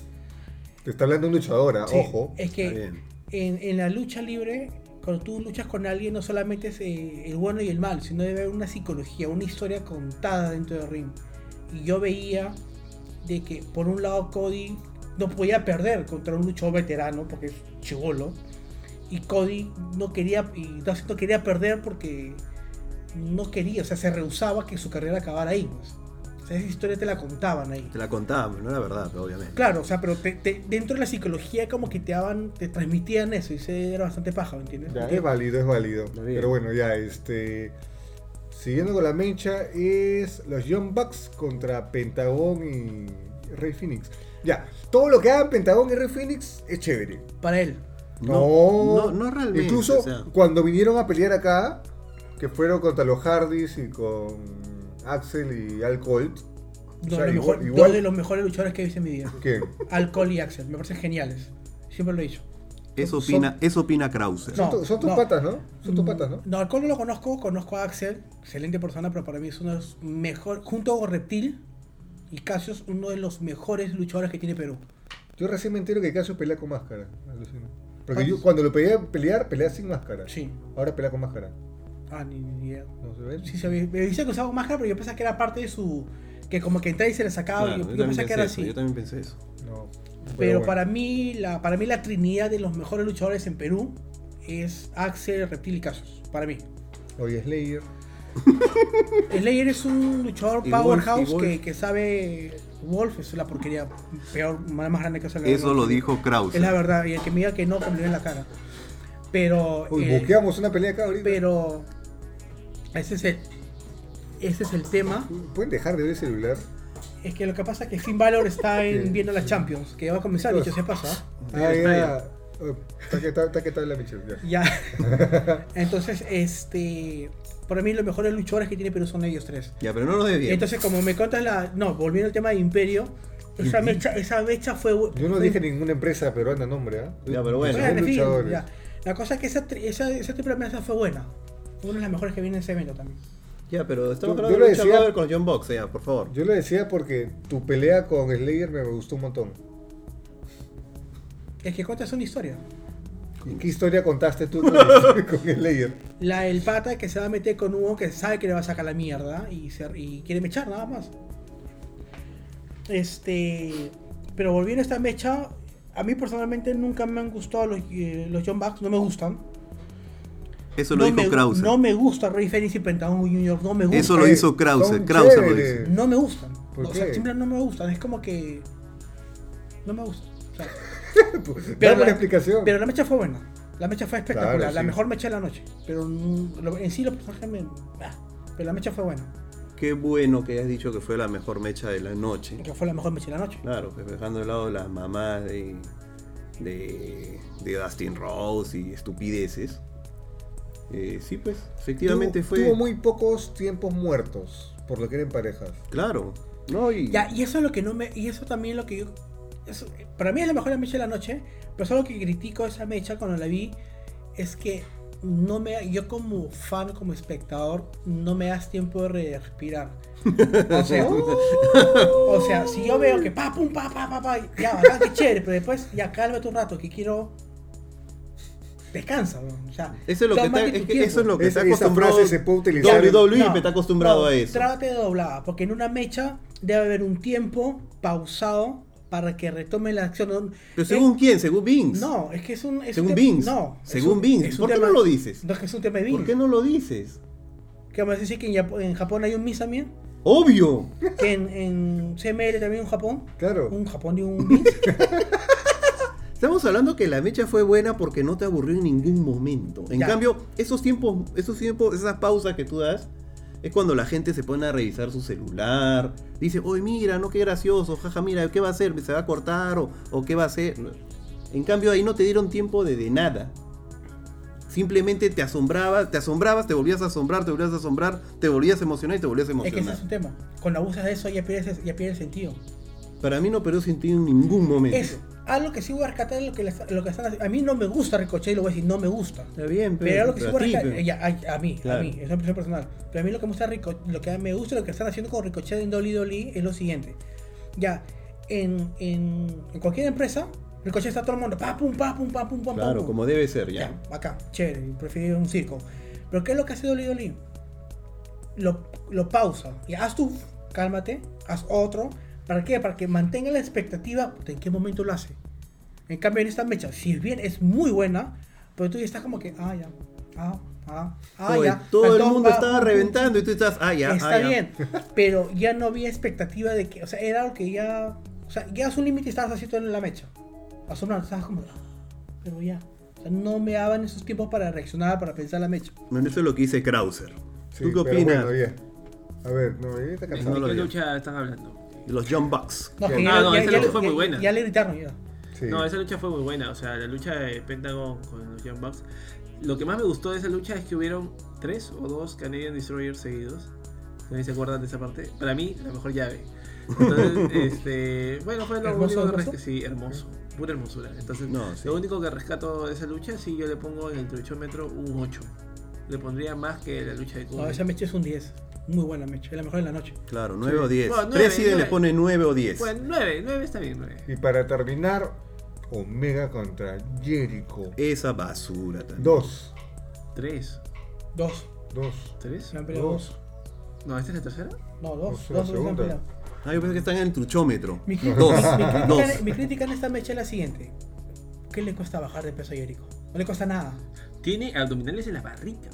Te está hablando un luchadora, Sí, ojo. Es Está que bien. en, en la lucha libre, cuando tú luchas con alguien, no solamente es eh, el bueno y el mal, sino debe haber una psicología, una historia contada dentro del ring. Y yo veía de que por un lado Cody no podía perder contra un luchador veterano porque es chivolo y Cody no quería y Dustin no quería perder porque no quería, o sea, se rehusaba que su carrera acabara ahí. pues. O sea, esa historia te la contaban ahí. Te la contaba, pero no era verdad, pero obviamente. Claro, o sea, pero te- te- dentro de la psicología como que te daban, te transmitían eso y se era bastante paja, ¿me entiendes? Ya, Porque- es válido, es válido. Está bien. Pero bueno, ya, este. Siguiendo con la mecha es los Young Bucks contra Pentagón y Rey Phoenix. Ya, todo lo que hagan Pentagón y Rey Phoenix es chévere. Para él. No, no, no realmente. Incluso o sea, cuando vinieron a pelear acá, que fueron contra los Hardys y con Axel y Al Colt. Uno sea, de los igual- mejor- igual- Dos de los mejores luchadores que he visto en mi vida. ¿Quién? Alcohol y Axel, me parecen geniales. Siempre lo he dicho. eso opina, eso opina Krauser. No, son, tu- son tus no. patas, ¿no? Son tus Mm, patas, ¿no? No, Alcohol no lo conozco, conozco a Axel, excelente persona, pero para mí es uno de los mejores, junto con Reptil y Casios, uno de los mejores luchadores que tiene Perú. Yo recién me entero que Caso pelea con máscara. alucina. Porque Ah, yo sí. cuando lo pedía pelear, pelea sin máscara. Sí. Ahora pelea con máscara. Ah, ni, ni idea. ¿No se ve? Sí, se ve- me dice que usaba máscara, pero yo pensaba que era parte de su... Que como que entraba y se le sacaba. yo- Claro, yo, yo, también pensaba que pensé era eso, así. yo también pensé eso. No. Pero bueno. para mí, la, para mí la trinidad de los mejores luchadores en Perú es Axel, Reptil y Casos. Para mí. Oye, Slayer. Slayer es un luchador Y Wolf, powerhouse y Wolf. que, que sabe. Wolf es la porquería peor, más más grande que eso. Eso lo dijo Krauser. Es la verdad, y el que me diga que no, que me lo en la cara. Pero. Uy, eh, buqueamos una pelea acá ahorita. pero. Ese es el. Ese es el tema. ¿Pueden dejar de ver el celular? Es que lo que pasa es que Finn Balor está en, Sí. viendo las Champions, que ya va a comenzar, dicho se pasa. Ah, está ya. Oh, Está que tal, está que tal la Michelle. ya. Ya. Entonces, este. Para mí, los mejores luchadores que tiene Perú son ellos tres. Ya, pero no lo debía. Entonces, como me contas la. No, volviendo al tema de Imperio, esa mecha, esa mecha fue. Yo no dije ninguna empresa peruana nombre, ¿ah? Ya, pero bueno. Son pues, en fin, luchadores. ya. La cosa es que esa, tri- esa, esa triple amenaza fue buena. Una de las mejores que viene en ese evento también. Ya, pero estamos Yo- hablando yo lo de Lucha decía- Brother con John Box, ya, por favor. Yo lo decía porque tu pelea con Slayer me gustó un montón. Es que cuentas una historia. ¿Y qué historia contaste tú con, con Slayer? La del pata que se va a meter con Hugo que sabe que le va a sacar la mierda y, se, y quiere mechar nada más. Este. Pero volviendo a esta mecha, a mí personalmente nunca me han gustado los, eh, los John Bucks, no me gustan. Eso lo no dijo me, Krauser. No me gusta Rey Fenix y Pentagon Jr., no me gusta. Eso lo Eh, hizo Krause, son Krause lo chéveres. No me gustan. ¿Por o sea, qué? simplemente no me gustan. Es como que. No me gustan. O sea, Dame una la- explicación. pero la mecha fue buena. La mecha fue espectacular. Claro, La sí. mejor mecha de la noche. Pero mm, lo- en sí los personajes me. ah, pero la mecha fue buena. Qué bueno que hayas dicho que fue la mejor mecha de la noche. Que fue la mejor mecha de la noche. Claro, pues dejando de lado las mamás de, de, de Dustin Rose y estupideces. Eh, sí, pues, efectivamente tuvo, fue. tuvo muy pocos tiempos muertos, por lo que eran parejas. Claro. No, y. Ya, y eso es lo que no me. Y eso también lo que yo. eso- para mí es la mejor mecha de la noche. Pero eso es lo que critico de esa mecha cuando la vi. Es que no me yo como fan, como espectador, no me das tiempo de respirar. O sea, uh, o sea, si yo veo que pa pum pa pa pa pa, ya, bacán, qué chévere, pero después ya cálmate un rato que quiero descansa, weón. o sea, Eso es lo que está, tómate tu es que tiempo. eso es lo que Esa- está esa acostumbrado. frase se puede utilizar en- WWE No, está acostumbrado no, a eso. Trágate de doblada, porque en una mecha debe haber un tiempo pausado para que retome la acción. No- Pero eh, según quién, según Vince. No, es que es un. es Según un tema- Vince. No. es Según un- Vince. es un ¿Por qué tema- no lo dices? No, es que es un tema de Vince. ¿Por qué no lo dices? ¿Qué vamos a decir que en, Japo- en Japón hay un Vince también? Obvio. Que en, en CML también hay un Japón. Claro. Un Japón y un Vince. Estamos hablando que la mecha fue buena porque no te aburrió en ningún momento. En Ya. cambio, esos tiempos, esos tiempos, esas pausas que tú das, es cuando la gente se pone a revisar su celular. Dice, oye, mira, no, qué gracioso, jaja, mira, ¿qué va a hacer? ¿Se va a cortar? ¿O, o qué va a hacer? En cambio, ahí no te dieron tiempo de, de nada. Simplemente te asombrabas, te asombrabas, te volvías a asombrar, te volvías a asombrar, te volvías a emocionar y te volvías a es que ese emocionar. es un tema. Cuando abusas de eso ya pierdes, ya pierdes sentido. Para mí no perdió sentido en ningún momento. Es, algo que sí voy a rescatar es lo que, le está- lo que están haciendo. A mí no me gusta Ricochet y lo voy a decir, no me gusta. Está bien, pero. Pero algo que sí pero voy a a ti, rescatar. pues. pero- eh, ya, a, a mí, a Claro. mí, es una impresión personal. Pero a mí lo que me gusta, de Rico- lo que me gusta, lo que están haciendo con Ricochet en Dolly Dolly es lo siguiente. Ya, en, en, en cualquier empresa, Ricochet está todo el mundo, pa, pum, pa, pum, pa, pum, pum, pa, Claro, pum. como debe ser, ya. Ya, acá, chévere, prefiero ir a un circo. Pero ¿qué es lo que hace Dolly Dolly? Lo, lo pausa. Y haz tú, cálmate, haz otro. ¿Para qué? Para que mantenga la expectativa puta, en qué momento lo hace. En cambio, en esta mecha, si bien es muy buena, pero tú ya estás como que, ah, ya, ah, ah, ah, Joder, ya. todo el faltó, mundo pa, estaba pum, pum. reventando y tú estás. Ah, ya. Está ah, ya. bien, pero ya no había expectativa de que, o sea, era algo que ya, o sea, ya a su límite estabas así todo en la mecha. Asombrado, estabas como, "Ah, pero ya. O sea, no me daban esos tiempos para reaccionar, para pensar la mecha. Bueno, eso es lo que dice Krauser. Sí, ¿Tú qué pero opinas? Bueno, ya. A ver, no, ya está ¿De cansado. lo qué vi. lucha estás hablando? Los Jump Bucks. No, Ah, no, esa le- lucha fue muy buena. Ya le gritaron, ya. Sí. No, esa lucha fue muy buena. O sea, la lucha de Pentagon con los Young Bucks. Lo que más me gustó de esa lucha es que hubieron tres o dos Canadian Destroyers seguidos. ¿Nadie se acuerdan de esa parte? Para mí, la mejor llave. Entonces, este, bueno, fue lo ¿Hermoso, único que hermoso? rescato. Sí, hermoso. Pura hermosura. Entonces, No, sí. lo único que rescato de esa lucha, sí, yo le pongo en el 38 metro un 8. Le pondría más que la lucha de Cuba. No, esa mecha es un 10. Muy buena mecha, es la mejor de la noche. Claro, 9 o 10. Bueno, nueve, President nueve. le pone 9 o 10. Bueno, 9, 9 está bien, 9. Y para terminar, Omega contra Jericho. Esa basura también. Dos. 3, Dos. Dos. 3. se han peleado Dos. No, ¿esta es la tercera? No, dos. Dos en la dos se han segunda. peleado. Ah, yo pensé que están en el truchómetro. Mi crítica, Dos. mi- mi crítica Dos. en- mi crítica en esta mecha es la siguiente. ¿Qué le cuesta bajar de peso a Jericho? No le cuesta nada. Tiene abdominales en la barriga.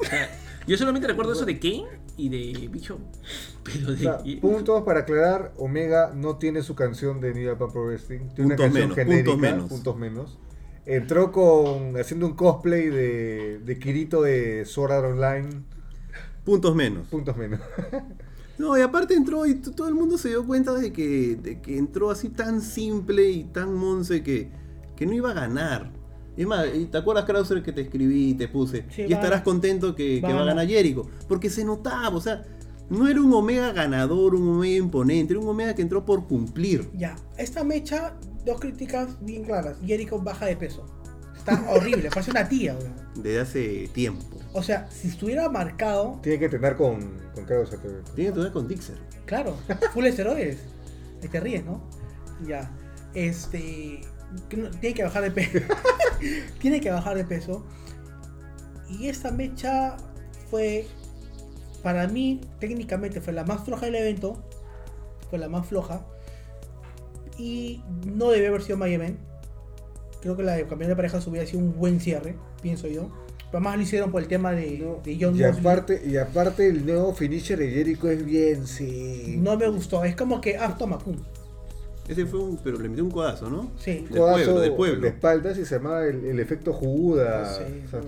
O sea, yo solamente recuerdo eso de Kane y de Bicho. Pero O de. sea, puntos para aclarar, Omega no tiene su canción de New Japan Pro Wrestling. Tiene una Puntos canción menos, genérica, puntos menos. puntos menos. Entró con haciendo un cosplay de, de Kirito de Sword Art Online, Puntos menos. puntos menos. No, y aparte entró y t- todo el mundo se dio cuenta de que, de que entró así tan simple y tan monce que, que no iba a ganar. Es más, ¿y ¿te acuerdas, Krauser, que te escribí y te puse? Sí, y va- estarás contento que, que va a va a ganar Jericho. Porque se notaba, o sea, no era un Omega ganador, un Omega imponente, era un Omega que entró por cumplir. Ya, esta mecha, dos críticas bien claras. Jericho baja de peso. Está horrible, parece una tía, weón. Desde hace tiempo. O sea, si estuviera marcado, Tiene que tener con, con Krause, creo. Tiene que ver con Dixer. claro, full esteroides. Ahí te ríes, ¿no? Ya. Este. que no- Tiene que bajar de peso. tiene que bajar de peso. Y esta mecha fue. Para mí, técnicamente, fue la más floja del evento. Fue la más floja. Y no debió haber sido My Event. Creo que la de campeón de parejas hubiera sido un buen cierre, pienso yo. Pero además lo hicieron por el tema de, de John Y Moxley. aparte, y aparte el nuevo finisher de Jericho es bien, sí. No me gustó. Es como que, ah, toma, pum. Ese fue un. Pero le metió un codazo, ¿no? Sí. Del pueblo, del pueblo. de espaldas y se llamaba el, el efecto juguda. No sé, o sea,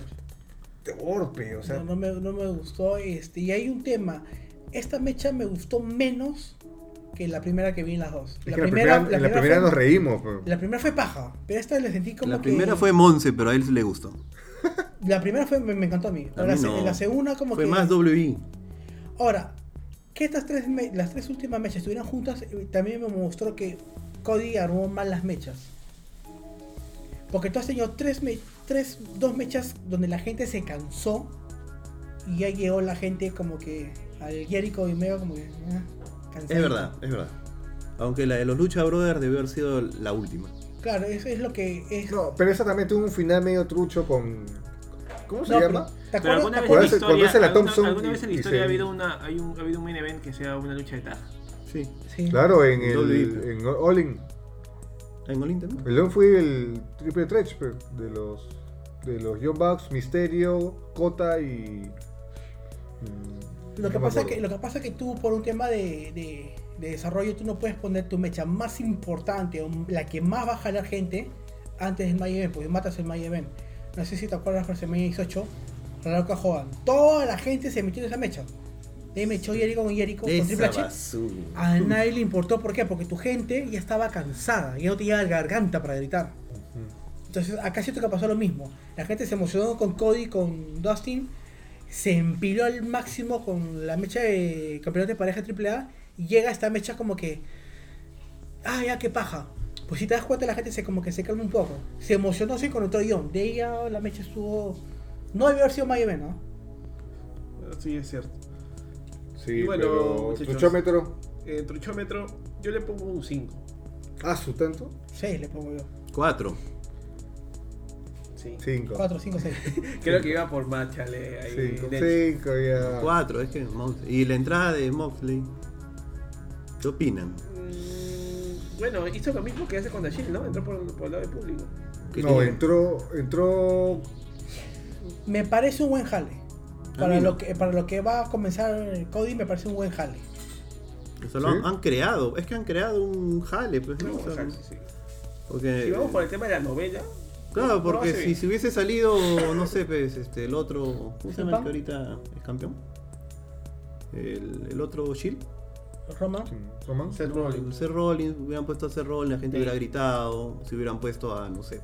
Pues no. torpe, o sea, no, no me, no me gustó. Este, y hay un tema. Esta mecha me gustó menos que la primera que vi en las dos. es que la primera, en la primera fue, nos reímos. pero- la primera fue paja, pero esta le sentí como La que- primera fue Monse, pero a él le gustó. La primera fue, me, me encantó a mí. Pero la, mí se- no. la segunda como Fue que... más WI. Ahora, que estas tres, me- las tres últimas mechas estuvieran juntas, eh, también me mostró que Cody armó mal las mechas. Porque tú has tenido tres, me- tres, dos mechas donde la gente se cansó y ya llegó la gente como que al Jericho y medio como que... ah, cansadito. Es verdad, es verdad. Aunque la de los Lucha Brothers debió haber sido la última. Claro, eso es lo que es... No, pero esa también tuvo un final medio trucho con. ¿Cómo se No, llama? pero- ¿te Pero alguna vez, acuerdas? te en acuerdas la acuerdas? de cuando historia, hace la alguna- Thompson alguna y- vez en la y historia se- ha, habido una, hay un, ha habido un main event que sea una lucha de taja. Sí. Sí. Claro, en el. WWE. En All In. En Olin también. El All In fue el triple threat pero, de los. De los Young Bucks, Misterio, Kota y. mm, Lo que, no me pasa es acuerdo. que, lo que pasa es que tú, por un tema de, de- de desarrollo, tú no puedes poner tu mecha más importante o la que más va a jalar gente antes del May Event, porque matas el May Event. No sé si te acuerdas de WrestleMania 18, la loca Hogan. Toda la gente se metió en esa mecha. De mechó Jericho con Jericho con Triple H. Ah. Esa basura. A nadie le importó, ¿por qué? Porque tu gente ya estaba cansada, ya no tenía la garganta para gritar. Entonces, acá siento que pasó lo mismo. La gente se emocionó con Cody, con Dustin, se empiló al máximo con la mecha de campeonato de pareja AAA y llega esta mecha como que, ah, ya qué paja. pues si te das cuenta la gente se como que se calma un poco. Se emocionó, se conectó a John. De ella la mecha estuvo... No debió haber sido más y menos. Sí, es cierto. Sí, Y bueno, pero. muchachos. ¿Truchómetro? Eh, truchómetro, yo le pongo un 5. Ah, su tanto. Sí, le pongo yo. 4. Sí. 5. 4, 5, 6. Creo que iba por Machale ahí. 5. Dench. 5 ya. 4, es que Moxley- Y la entrada de Moxley. ¿Qué opinan? Mm, Bueno, hizo lo mismo que hace con Dashil, ¿no? Entró por, por el lado del público. ¿Qué No, tiene? entró. Entró. Me parece un buen jale. A Para mí no. lo, que, para lo que va a comenzar Cody me parece un buen jale. O sea, lo ¿Sí? han, han creado. Es que han creado un jale, pues, ¿no? No, O sea, o sea, sí. porque- Si vamos por el tema de la novela. Claro, no porque hace si bien. se hubiese salido, no sé, pues, este, el otro. ¿Cómo se llama el que ahorita es campeón? El, el otro Shield. Roma. Roman. Seth Rollins. Seth Rollins, hubieran puesto a Seth Rollins, la gente hubiera gritado, si hubieran puesto a, no sé,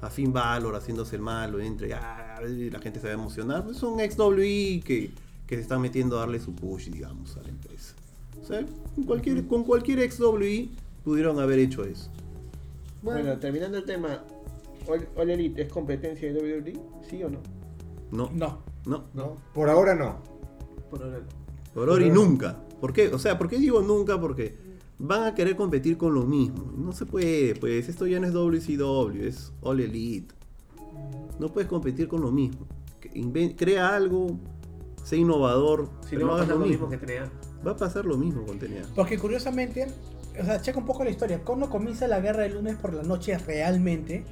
a Finn Balor haciéndose el malo, entre, ah, y la gente se va a emocionar. Pues son ex WWE que, que se están metiendo a darle su push, digamos, a la empresa. O sea, con cualquier, con cualquier ex WWE pudieron haber hecho eso. Bueno, terminando el tema, All, All Elite es competencia de WWE, ¿sí o no? No, no, No. No, por ahora no. Por ahora. Por ahora y nunca. ¿Por qué? O sea, ¿por qué digo nunca? Porque van a querer competir con lo mismo. No se puede, pues esto ya no es WCW, es All Elite. No puedes competir con lo mismo. Que inven- Crea algo, sé innovador, Si pero no va a hagas pasar lo mismo que tenía. Va a pasar lo mismo con TNA. Porque curiosamente, o sea, checa un poco la historia. ¿Cuándo comienza la guerra el lunes por la noche realmente?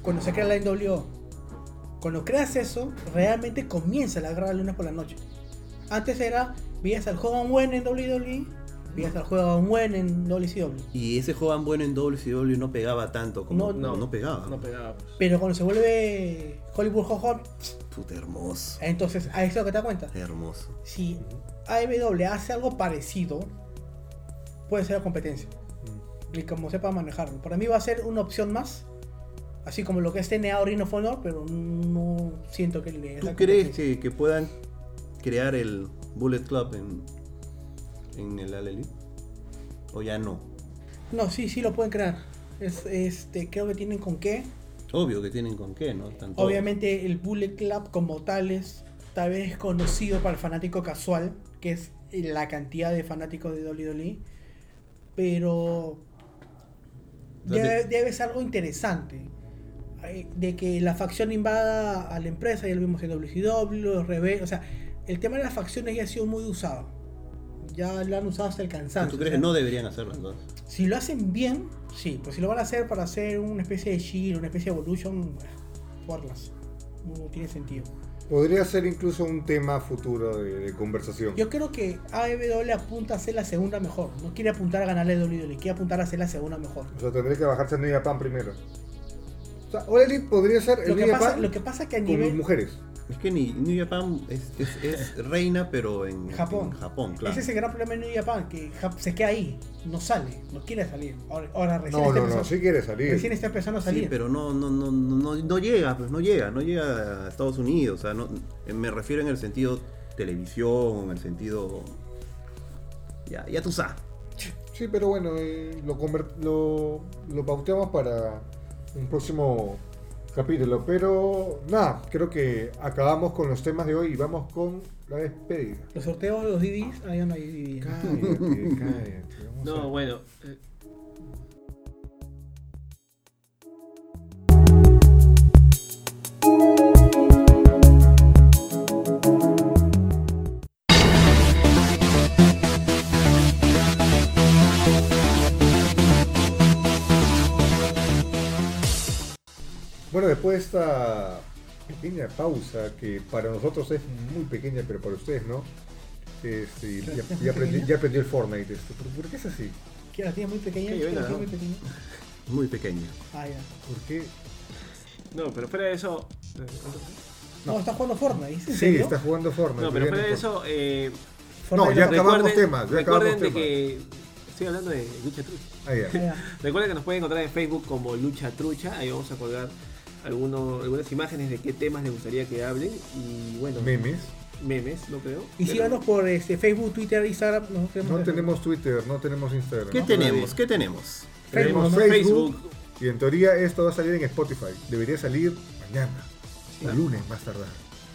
Cuando se crea la NWO. Cuando creas eso, realmente comienza la guerra del lunes por la noche. Antes era, veías al joven buen en WWE, veías al joven buen en WCW. Y ese joven bueno en WCW no pegaba tanto como No, no, no. pegaba. No pegaba. pues. Pero cuando se vuelve Hollywood Hot Puta hermoso. entonces ahí es lo que te das cuenta. Hermoso. Si AEW hace algo parecido, puede ser la competencia. Y como sepa manejarlo. Para mí va a ser una opción más. Así como lo que es TNA o Ring of Honor, pero no siento que le ¿Tú crees que, que puedan crear el Bullet Club en, en el All Elite? ¿O ya no? No, sí, sí lo pueden crear. Es, este, creo que tienen con qué. Obvio que tienen con qué, ¿no? Están todos. Obviamente el Bullet Club como tal es tal vez conocido para el fanático casual, que es la cantidad de fanáticos de WWE, pero ¿Dónde? debe, debe ser algo interesante. eh, De que la facción invada a la empresa, ya lo vimos en WCW, los rebeldes, o sea, el tema de las facciones ya ha sido muy usado. Ya lo han usado hasta el cansancio. ¿Tú o crees sea, que no deberían hacerlo entonces? si lo hacen bien, sí, pues si lo van a hacer para hacer una especie de shield, una especie de evolution, bueno, porlas. No tiene sentido. Podría ser incluso un tema futuro de, de conversación. Yo creo que AEW apunta a ser la segunda mejor. No quiere apuntar a ganarle a WWE, quiere apuntar a ser la segunda mejor. O sea, tendría que bajarse en New Pan primero. O sea, All Elite podría ser Lo el que, New pasa, Japan lo que pasa que a con nivel. mujeres. Es que ni New Japan es, es- es reina, pero en Japón. en Japón, claro. Ese es el gran problema en New Japan, que Jap- se queda ahí, no sale, no quiere salir. Ahora, ahora recién, No, está no, no, empezando, sí quiere salir. recién está empezando a salir. Sí, pero no, no, no, no, no- no llega, pues no llega, no llega a Estados Unidos. O sea, no, eh, me refiero en el sentido televisión, en el sentido. Ya, ya tú sabes. Sí, pero bueno, eh, lo, conver- lo, lo pauteamos para un próximo capítulo. Pero nada, creo que acabamos con los temas de hoy y vamos con la despedida. Los sorteos, los DVDs, ahí no hay DVDs. Cállate, cállate. vamos No, a- bueno. eh, Bueno, después de esta pequeña pausa que para nosotros es muy pequeña, pero para ustedes no. Este, ya, ¿Es muy ya aprendí, pequeña? ya aprendí el Fortnite. esto. ¿Por, por qué es así? Que la tía muy pequeña, Sí, que venga, la tía ¿no? muy pequeña. Muy pequeña. Ah, ya. ¿Por qué? no, pero fuera de eso. eh, No, está jugando Fortnite. ¿es en Sí, serio? está jugando Fortnite. No, pero ya fuera de importa. eso. eh, Fortnite No, ya está- Acabamos recuerden- temas, ya Recuerden acabamos temas. de que. Estoy hablando de Lucha Trucha. Ah, ya. Ah, ya. Recuerden que nos pueden encontrar en Facebook como Lucha Trucha. Ahí vamos a colgar alguno- algunas imágenes de qué temas les gustaría que hablen. Y bueno, Memes. memes, no creo. Y Pero- síganos por este, Facebook, Twitter, Instagram. No, No tenemos Twitter, no tenemos Instagram. ¿Qué ¿no? tenemos? ¿Qué tenemos? Tenemos Tenemos Facebook. Facebook. Y en teoría esto va a salir en Spotify. Debería salir mañana. El lunes más tardar.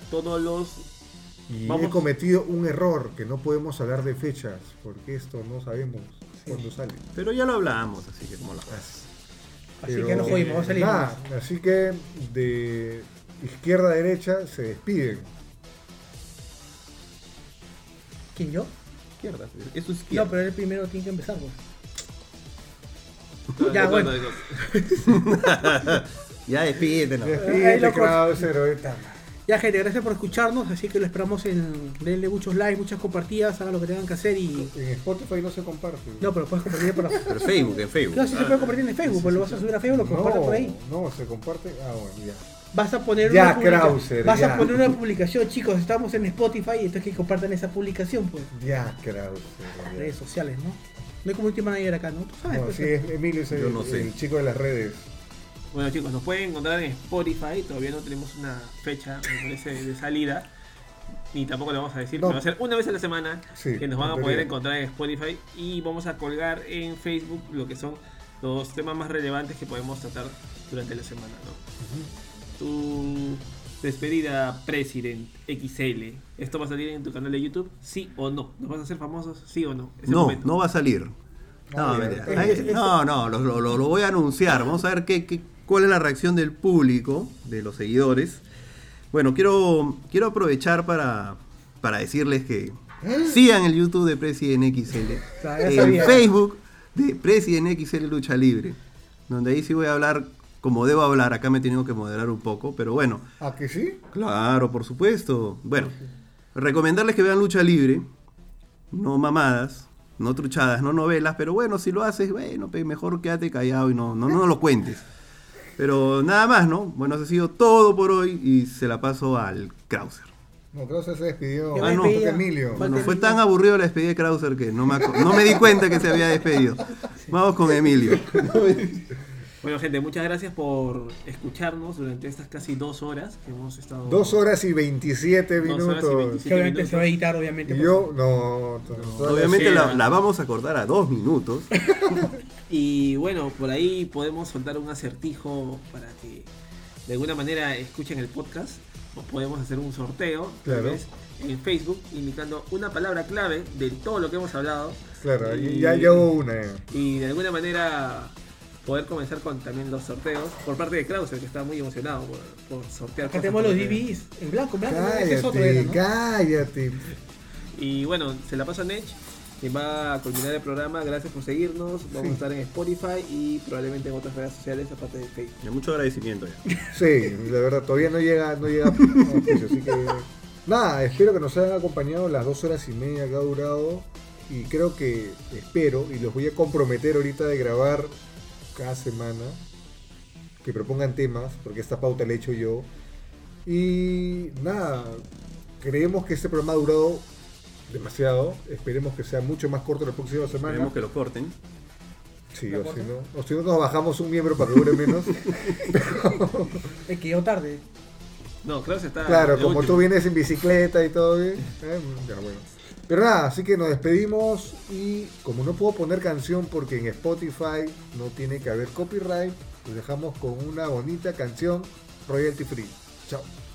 Todos los. Y Vamos. he cometido un error que no podemos hablar de fechas. Porque esto no sabemos cuándo sale. Pero ya lo hablamos, así que como la Así Pero, que no jodimos, vamos a salir. nada, así que de izquierda a derecha se despiden. ¿Quién yo? izquierda. Eso es No, izquierda. pero él primero tiene que empezar, pues. Todo- Ya, todo- bueno. todo- Ya despídete, no. ahí lo Despídete, corto. Krauser, ahorita. Ya, gente, gracias por escucharnos. Así que lo esperamos en. Denle muchos likes, muchas compartidas, hagan lo que tengan que hacer y. En Spotify no se comparte. No, pero puedes compartir por. Pero Facebook, en Facebook. No, si se puede compartir en Facebook, pues lo vas a subir a Facebook, lo compartes por ahí. no, se comparte. Ah, bueno, ya. Vas a poner Ya, una publica- Krauser, Vas ya. a poner una publicación, chicos. Estamos en Spotify, entonces que compartan esa publicación, pues. Ya, Krauser. ya. Redes sociales, ¿no? No hay community manager acá, ¿no? Tú sabes, No, pues, sí, es- Emilio es Yo el, no sé. el chico de las redes. Bueno chicos, nos pueden encontrar en Spotify, todavía no tenemos una fecha, me parece, de salida, ni tampoco lo vamos a decir, No. pero va a ser una vez a la semana Sí, que nos van a en poder teoría. encontrar en Spotify y vamos a colgar en Facebook lo que son los temas más relevantes que podemos tratar durante la semana. ¿no? Tu despedida, President XL, ¿esto va a salir en tu canal de YouTube? ¿Sí o no? ¿Nos vas a hacer famosos? ¿Sí o no? Es el No, momento. no va a salir. No, Ah, mentira. ya. Ahí- no, no, lo, lo- lo- lo voy a anunciar. Vamos a ver qué, qué- cuál es la reacción del público, de los seguidores. Bueno, quiero, quiero aprovechar para, para decirles que sigan el YouTube de President XL. Ah, ya en sabía. Facebook de President XL Lucha Libre. Donde ahí sí voy a hablar como debo hablar. Acá me he tenido que moderar un poco, pero bueno. ¿Ah, que sí? Claro, por supuesto. Bueno, recomendarles que vean lucha libre, no mamadas, no truchadas, no novelas, pero bueno, si lo haces, bueno, pe, mejor quédate callado y no, no, no lo cuentes. Pero nada más, ¿no? Bueno, eso ha sido todo por hoy y se la paso al Krauser. No, Krauser se despidió. Yo Ah, me no. pedía- Toca Emilio. Bueno, Falta fue Emilio. tan aburrido la despedida de Krauser que no me, acu- no me di cuenta que se había despedido. Vamos con Emilio. Bueno gente, muchas gracias por escucharnos durante estas casi dos horas que hemos estado... Dos horas y 27 Dos horas y minutos. 27. Que obviamente se va a editar, obviamente. Y pues. yo, no. t- todavía Obviamente sí, la, ¿no? la vamos a cortar a dos minutos. Y bueno, por ahí podemos soltar un acertijo para que de alguna manera escuchen el podcast. O podemos hacer un sorteo, tal Claro. vez, en Facebook, indicando una palabra clave de todo lo que hemos hablado. Claro, Y- ya, ya hubo una. ya. Y de alguna manera poder comenzar con también los sorteos por parte de Krauser, que está muy emocionado por, por sortear. Acá cosas tenemos por los acá. DVDs. En blanco, blanco. ¿no? Ese es otro, era, Cállate, ¿no? cállate. Y bueno, se la paso a Nech, quien va a culminar el programa. Gracias por seguirnos. Vamos a estar en Spotify y probablemente en otras redes sociales aparte de Facebook. Ya, Mucho agradecimiento ya. Sí, la verdad, todavía no llega, no llega. a Patricio, así que. Nada, espero que nos hayan acompañado las dos horas y media que ha durado. Y creo que, espero, y los voy a comprometer ahorita de grabar cada semana, que propongan temas, porque esta pauta la he hecho yo. Y nada, creemos que este programa ha durado demasiado. Esperemos que sea mucho más corto la próxima semana. Esperemos que lo corten. Sí, o si, no, o si no nos bajamos un miembro para que dure menos. Es que yo tarde. No, Krauser está. Claro, de como último. tú vienes en bicicleta y todo bien. eh, ya, bueno. Pero nada, así que nos despedimos y como no puedo poner canción porque en Spotify no tiene que haber copyright, lo dejamos con una bonita canción royalty free. Chao.